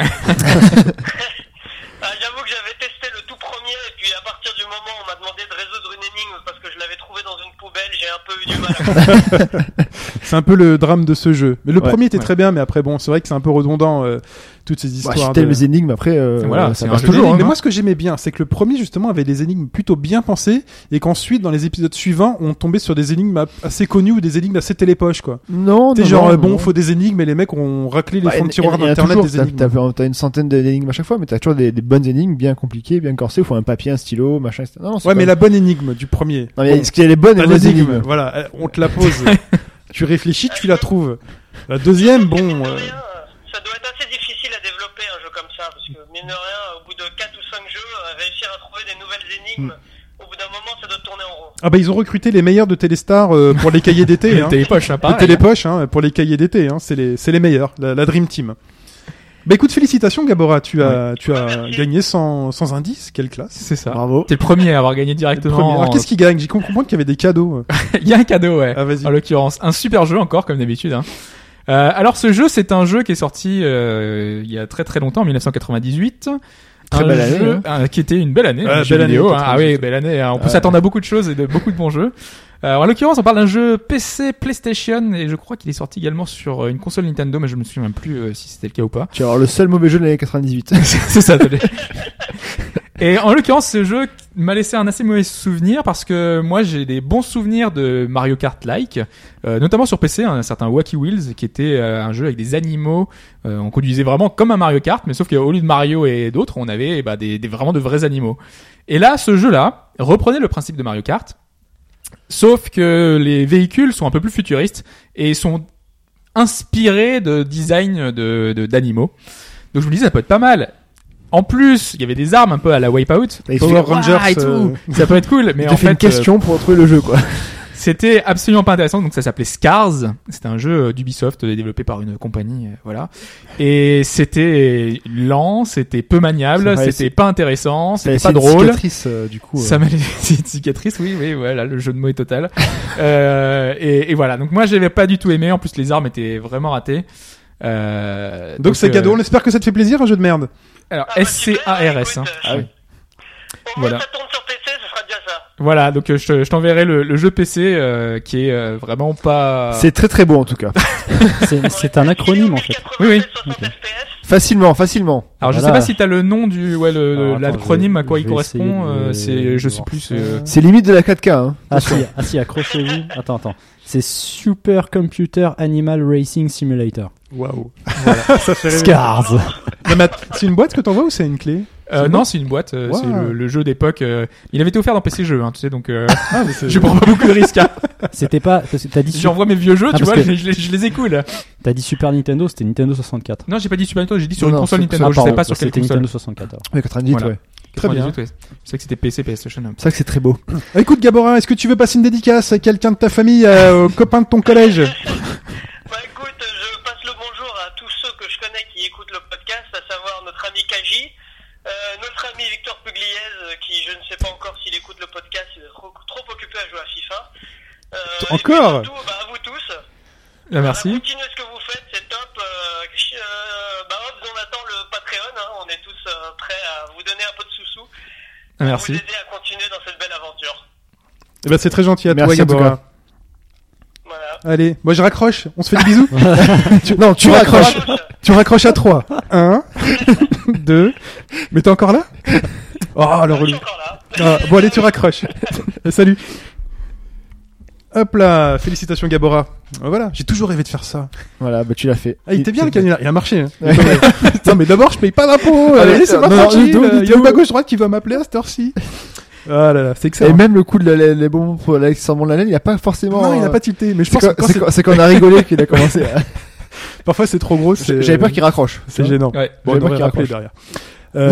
S6: Ah, J'avoue que j'avais testé le tout premier et puis à partir du moment où on m'a demandé de résoudre une énigme parce que je l'avais trouvé dans une poubelle, j'ai un peu eu du mal. à comprendre.
S2: C'est un peu le drame de ce jeu. Mais le
S4: Ouais,
S2: premier était
S3: ouais.
S2: très bien, mais après, bon, c'est vrai que c'est un peu redondant, euh, toutes ces
S4: Bah,
S2: histoires.
S4: si t'aimes
S2: de-
S4: les énigmes, après, euh,
S3: Voilà, c'est
S4: ça
S3: un
S4: marche
S3: jeu
S4: toujours.
S3: d'énigmes.
S4: hein.
S2: Mais moi, ce que j'aimais bien, c'est que le premier, justement, avait des énigmes plutôt bien pensées, et qu'ensuite, dans les épisodes suivants, on tombait sur des énigmes a- assez connues ou des énigmes assez télépoche, quoi.
S4: Non,
S2: T'es
S4: non,
S2: genre,
S4: non,
S2: euh, bon,
S4: non.
S2: faut des énigmes, et les mecs ont raclé les
S4: Bah,
S2: fonds de
S4: il-
S2: tiroir
S4: il y en a
S2: d'internet
S4: toujours,
S2: des
S4: t'as-
S2: énigmes.
S4: T'as t'as une centaine d'énigmes à chaque fois, mais t'as toujours des, des bonnes énigmes bien compliquées, bien corsées. Il faut un papier, un stylo, machin, etc. Non, c'est
S2: Ouais,
S4: pas-
S2: mais la bonne énigme du premier.
S4: Non, mais est-ce qu'il y a les bonnes et
S2: T'as
S4: les mauvaises
S2: des énigmes,
S4: énigmes
S2: voilà, euh, on te la pose. tu réfléchis, tu la trouves. La deuxième,
S6: Mine
S2: bon,
S6: de
S2: euh,
S6: rien, euh, ça doit être assez difficile à développer un jeu comme ça parce que mine de rien, au bout de 4 ou 5 jeux, euh, réussir à trouver des nouvelles énigmes, au bout d'un moment ça doit tourner en rond.
S2: ah bah ils ont recruté les meilleurs de Téléstar euh, pour les cahiers d'été. hein.
S3: T'es les poches, hein,
S2: Les
S3: pareil.
S2: télépoches, hein, pour les cahiers d'été, hein, c'est les, c'est les meilleurs, la, la Dream Team. Bah écoute, félicitations Gabora, tu as, tu as
S6: Merci.
S2: gagné sans, sans indice, quelle classe.
S3: C'est ça.
S4: Bravo.
S3: T'es euh, le premier à avoir gagné
S2: Premier.
S3: directement.
S2: Alors qu'est-ce qui gagne J'ai compris qu'il y avait des cadeaux.
S3: Il y a un cadeau, ouais.
S2: Ah vas-y.
S3: En l'occurrence, un super jeu encore, comme d'habitude. Hein. Euh, alors ce jeu, c'est un jeu qui est sorti euh, il y a très très longtemps, en 1998.
S4: Très
S3: un
S4: belle année, hein.
S3: jeu, euh, qui était une belle année.
S2: Ah,
S3: un jeu
S2: belle
S3: vidéo,
S2: année,
S3: hein. Ah oui, belle année. hein. On peut
S4: Ouais.
S3: s'attendre à beaucoup de choses et de beaucoup de bons jeux. Euh, en l'occurrence, on parle d'un jeu PC, PlayStation, et je crois qu'il est sorti également sur euh, une console Nintendo, mais je me souviens plus euh, si c'était le cas ou pas.
S4: Tu vas avoir le seul mauvais jeu de l'année 98.
S3: c'est ça, t'as dit. Et en l'occurrence, ce jeu m'a laissé un assez mauvais souvenir parce que moi j'ai des bons souvenirs de Mario Kart like, euh, notamment sur PC, un certain Wacky Wheels qui était euh, un jeu avec des animaux. Euh, on conduisait vraiment comme un Mario Kart, mais sauf qu'au lieu de Mario et d'autres, on avait bah, des, des- vraiment de vrais animaux. Et là, ce jeu-là reprenait le principe de Mario Kart, sauf que les véhicules sont un peu plus futuristes et sont inspirés de design de de- d'animaux. Donc je me disais ça peut être pas mal. En plus, il y avait des armes un peu à la Wipeout.
S4: Il
S2: Power Rangers,
S3: Ouah, et tout.
S2: euh,
S3: Ça peut être cool, mais
S4: Mais
S3: en
S4: fait,
S3: fait,
S4: une question pour trouver le jeu, quoi.
S3: euh, c'était absolument pas intéressant. Donc ça s'appelait Scars. C'était un jeu euh, d'Ubisoft euh, développé par une compagnie, euh, voilà. Et c'était lent, c'était peu
S4: Ça
S3: maniable,
S4: paraissait-
S3: c'était pas intéressant, c'était
S4: C'est
S3: pas
S4: une
S3: drôle.
S4: cicatrice, euh, du coup. euh.
S3: Ça m'a laissé une cicatrice, oui, oui, voilà, le jeu de mots est total. euh, et, et voilà, donc moi j'avais pas du tout aimé, en plus les armes étaient vraiment ratées. Euh,
S2: Donc c'est
S3: euh,
S2: cadeau, on espère que ça te fait plaisir, un jeu de merde.
S3: Alors,
S6: Ah, bah,
S3: S-C-A-R-S.
S6: super,
S3: hein.
S6: écoute, euh,
S4: Ah oui.
S6: Au moins
S3: Voilà.
S6: ça tourne sur PC, ce sera déjà ça.
S3: Voilà, donc euh, je te- je t'enverrai le, le jeu PC euh, qui est euh, vraiment pas...
S4: C'est très très beau en tout cas.
S5: C'est- C'est un acronyme en fait.
S3: Oui, oui.
S6: 60 FPS.
S4: Facilement, facilement.
S3: Alors je sais
S5: Voilà.
S3: pas si t'as le nom du... Ouais, le- le-
S5: Alors, attends,
S3: l'acronyme
S5: je-
S3: à quoi
S5: je
S3: il
S5: vais essayer
S3: correspond,
S5: de
S3: euh, c'est... Je sais
S5: voir
S3: plus...
S5: ça.
S3: euh,
S4: C'est limite de la 4K. Hein.
S5: Ah si, ah, si, accrochez-vous. Attends, attends. C'est Super Computer Animal Racing Simulator.
S2: Waouh.
S5: Scars.
S2: Non, mais att- C'est une boîte que t'envoies ou c'est une clé
S3: euh,
S2: C'est
S3: non, c'est une boîte, euh,
S2: Wow.
S3: c'est le, le jeu d'époque. euh, il avait été offert dans PC Jeux, hein, tu sais, donc euh,
S2: Ah, mais c'est-
S3: je prends pas beaucoup de risques. hein.
S5: C'était pas. parce que T'as dit, su-
S3: J'envoie mes vieux jeux,
S5: Ah,
S3: tu
S5: parce
S3: vois,
S5: que-
S3: je, les- je les écoule.
S5: t'as dit Super Nintendo, c'était Nintendo 64.
S3: Non, j'ai pas dit Super Nintendo, j'ai dit sur
S4: Non,
S3: une
S4: non,
S3: console
S4: c'est-
S3: Nintendo.
S4: ah,
S3: je sais
S4: pardon,
S3: pas sur quelle
S5: C'était
S3: console.
S5: Nintendo 64. alors.
S4: Ouais, 98,
S3: Voilà.
S4: ouais.
S2: Très bien.
S3: 98, ouais. Je sais que c'était PC, PlayStation.
S4: C'est vrai que c'est très beau.
S2: Ah, écoute Gabora, est-ce que tu veux passer une dédicace à quelqu'un de ta famille, euh, au copain de ton collège
S6: Bah écoute, je passe le bonjour à tous ceux que je connais qui écoutent le podcast, à savoir notre ami Kaji, euh, notre ami Victor Pugliese, euh, qui je ne sais pas encore s'il écoute le podcast, il est trop, trop occupé à jouer à FIFA. Euh, et puis
S2: Encore
S6: surtout, bah, À vous tous.
S3: Là, merci.
S6: Voilà, Continuez ce que vous faites, c'est top. Euh, euh, bah, Hobbs, on attend le Patreon, hein, on est tous euh, prêts à vous donner un peu de sous-sous,
S3: Ah,
S6: pour
S3: merci.
S6: vous aider à continuer dans cette belle aventure.
S2: Eh ben c'est très gentil à
S4: Merci,
S2: toi
S4: en tout
S2: Gabora.
S6: Voilà.
S2: Allez, moi je raccroche, on se fait des bisous.
S4: Tu- non, tu
S2: raccroches.
S4: raccroches.
S6: À tous.
S2: Tu raccroches à 3. 1, 2. Mais t'es encore là Oh, le
S6: Je suis
S2: relou.
S6: encore là.
S2: Ah, bon, allez, tu raccroches. Euh, Salut. Hop là, félicitations Gabora. Euh, Voilà, j'ai toujours rêvé de faire ça.
S4: Voilà, bah tu l'as fait.
S2: Ah, il était bien le
S4: canular.
S2: canular, il a marché. hein. Il est pas mal. Putain, mais d'abord, je paye pas d'impôts. euh,
S4: Allez,
S2: Laissez-moi
S4: non, Ah, non, du
S2: tranquille.
S4: tout, du
S2: euh, Il y a
S4: tout.
S2: le bas gauche-droite qui va m'appeler à cette heure-ci. Ah là là, c'est
S4: Et
S2: excellent.
S4: même le coup de la- la- les bonbons pour l'Alexandre Mondelaine, il a pas forcément.
S2: Non, il a
S4: euh,
S2: pas tilté, mais je
S4: c'est
S2: pense que
S4: quand-
S2: quand
S4: C'est
S2: c'est-
S4: quand- c'est quand on a rigolé qu'il a commencé à.
S2: Parfois, c'est trop gros. c'est-
S4: J'avais peur qu'il raccroche.
S2: C'est gênant.
S3: Ouais.
S4: J'avais
S2: Bon, on
S4: peur
S2: devrait
S4: qu'il
S2: rappeler
S4: raccroche.
S2: derrière.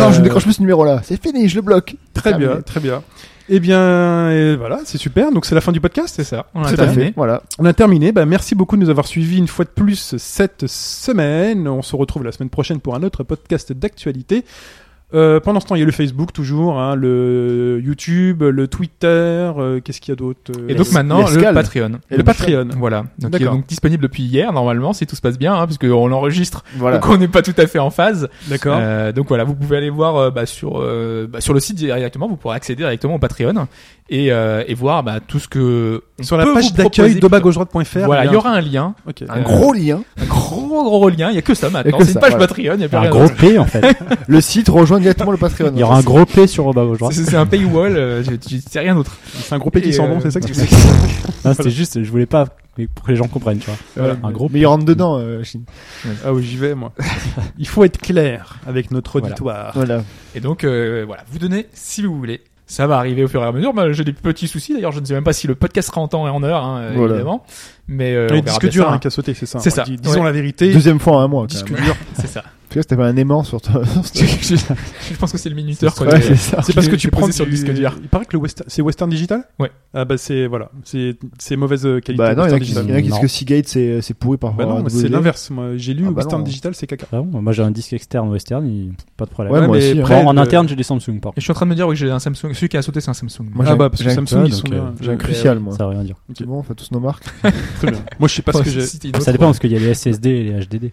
S4: Non, je
S2: Euh,
S4: ne décroche plus ce numéro-là. C'est fini, je le bloque.
S2: Très bien, très bien. Eh bien, et voilà, c'est super. Donc, c'est la fin du podcast, c'est ça.
S3: On a
S2: C'est
S4: Tout à
S3: terminé.
S4: fait. Voilà.
S2: On a terminé. Bah, merci beaucoup de nous avoir suivis une fois de plus cette semaine. On se retrouve la semaine prochaine pour un autre podcast d'actualité. Euh, pendant ce temps, il y a le Facebook toujours, hein, le YouTube, le Twitter, euh, qu'est-ce qu'il y a d'autre euh,
S3: Et donc
S4: Les-
S3: maintenant,
S4: les
S3: le
S4: scales.
S3: Patreon.
S2: le Patreon.
S3: Voilà. Donc, il est
S2: D'accord.
S3: donc disponible depuis hier, normalement, si tout se passe bien, hein, parce qu'on l'enregistre,
S4: Voilà.
S3: donc on n'est pas tout à fait en phase.
S2: D'accord.
S3: Euh, donc voilà, vous pouvez aller voir euh, bah, sur euh, bah, sur le site directement. Vous pourrez accéder directement au Patreon et, euh, et voir bah, tout ce que on
S2: Sur la
S3: peut
S2: page
S3: vous proposer.
S2: d'accueil d'obagauche-droite.fr.
S3: Voilà, il y aura un lien,
S2: Ok.
S3: un gros,
S4: Gros lien.
S3: un gros gros lien. Il y a que ça maintenant.
S4: que
S3: C'est une
S4: ça,
S3: page
S4: voilà.
S3: Patreon. Il y a plus
S5: Un
S3: rien
S5: gros P en fait.
S4: Le site rejoint directement le Patreon.
S5: Il y aura un gros P sur Oba
S3: d'autre.
S5: aujourd'hui.
S3: C'est c'est un paywall. euh, je- je- C'est rien d'autre.
S2: C'est un groupe qui
S3: Et,
S2: sent
S3: euh,
S2: bon, c'est ça que tu veux
S5: Non, c'était juste, je voulais pas mais pour que les gens comprennent, tu vois.
S2: Voilà.
S5: Un gros
S4: Mais il rentre dedans, euh, Chine.
S2: Ah oui, j'y vais moi. Il faut être clair avec notre
S3: Voilà.
S2: auditoire.
S4: Voilà.
S3: Et donc euh, voilà, vous donnez si vous voulez. Ça va arriver au fur et à mesure. Bah, J'ai des petits soucis d'ailleurs. Je ne sais même pas si le podcast sera en temps et en heure, hein, euh,
S4: Voilà.
S3: évidemment. Mais euh, on
S2: Le
S3: verra
S2: disque
S3: bien
S2: dur
S3: ça,
S2: hein,
S3: hein.
S2: qui a sauté, c'est ça.
S3: C'est
S2: On
S3: ça.
S2: dit- Disons
S3: Ouais.
S2: la vérité.
S4: Deuxième fois en un mois. quand
S2: Disque
S4: même.
S2: dur.
S3: C'est ça.
S4: Parce que t'avais un aimant sur toi.
S3: je, je- je pense que c'est le minuteur qu'on
S4: Ouais,
S3: avait-
S4: c'est ça.
S2: C'est parce que
S3: Qui-
S2: tu
S3: qui est
S2: prends
S3: posé sur le
S2: du-
S3: disque dur.
S2: Il paraît que le Western, c'est Western Digital.
S3: Ouais.
S2: Ah bah c'est voilà, c'est c'est mauvaise euh, qualité.
S4: Bah non, il y en a
S2: Western
S4: qui
S2: Digital.
S4: il y en a qui disent
S5: Non.
S4: que Seagate c'est c'est pourri par
S2: Bah
S4: rapport
S2: non,
S4: à
S2: moi, c'est
S4: WD.
S2: l'inverse. Moi, j'ai lu
S4: Ah bah
S2: Western
S4: non.
S2: Digital, c'est caca.
S5: Ah bon moi j'ai un disque externe western, il- pas de problème.
S4: Ouais,
S2: Ouais,
S4: moi
S2: mais euh,
S4: aussi.
S2: après-
S4: hein.
S5: Bon, en
S2: le-
S5: interne, j'ai des Samsung par
S3: Et je suis en train de me dire oui, j'ai un Samsung. Celui qui a sauté, c'est un Samsung.
S4: Moi, j'ai
S2: ah
S4: un-
S2: bah parce que
S4: j'ai un-
S2: Samsung
S5: ouais,
S2: ils sont
S5: donc, euh,
S2: bien.
S4: J'ai un
S2: Euh,
S4: crucial, moi.
S5: contre. Ça veut rien dire.
S4: C'est bon, on fait tous nos marques.
S2: très bien. Moi je sais pas ce que j'ai.
S5: Ça dépend parce qu'il y a les SSD et les HDD.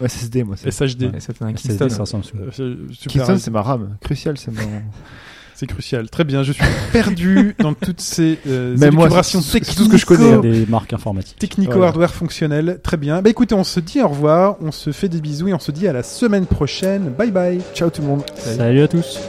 S4: Ouais, SSD, moi. c'est-
S2: SHD.
S3: Ah, Ça fait un
S5: SSD
S3: Kingston.
S5: c'est un Samsung.
S2: Euh, c'est- super,
S4: Kingston, c'est ma RAM. Crucial, c'est mon.
S2: C'est crucial. Très bien, je suis perdu dans toutes ces euh,
S4: Mais moi,
S2: élucubrations
S4: c'est- c'est tout ce que je connais. hein.
S5: C'est
S2: technico-
S5: des marques informatiques.
S2: Technico-hardware fonctionnel. Très bien. Bah écoutez, on se dit au revoir, on se fait des bisous et on se dit à la semaine prochaine. Bye bye.
S4: Ciao tout le monde.
S5: Salut à tous.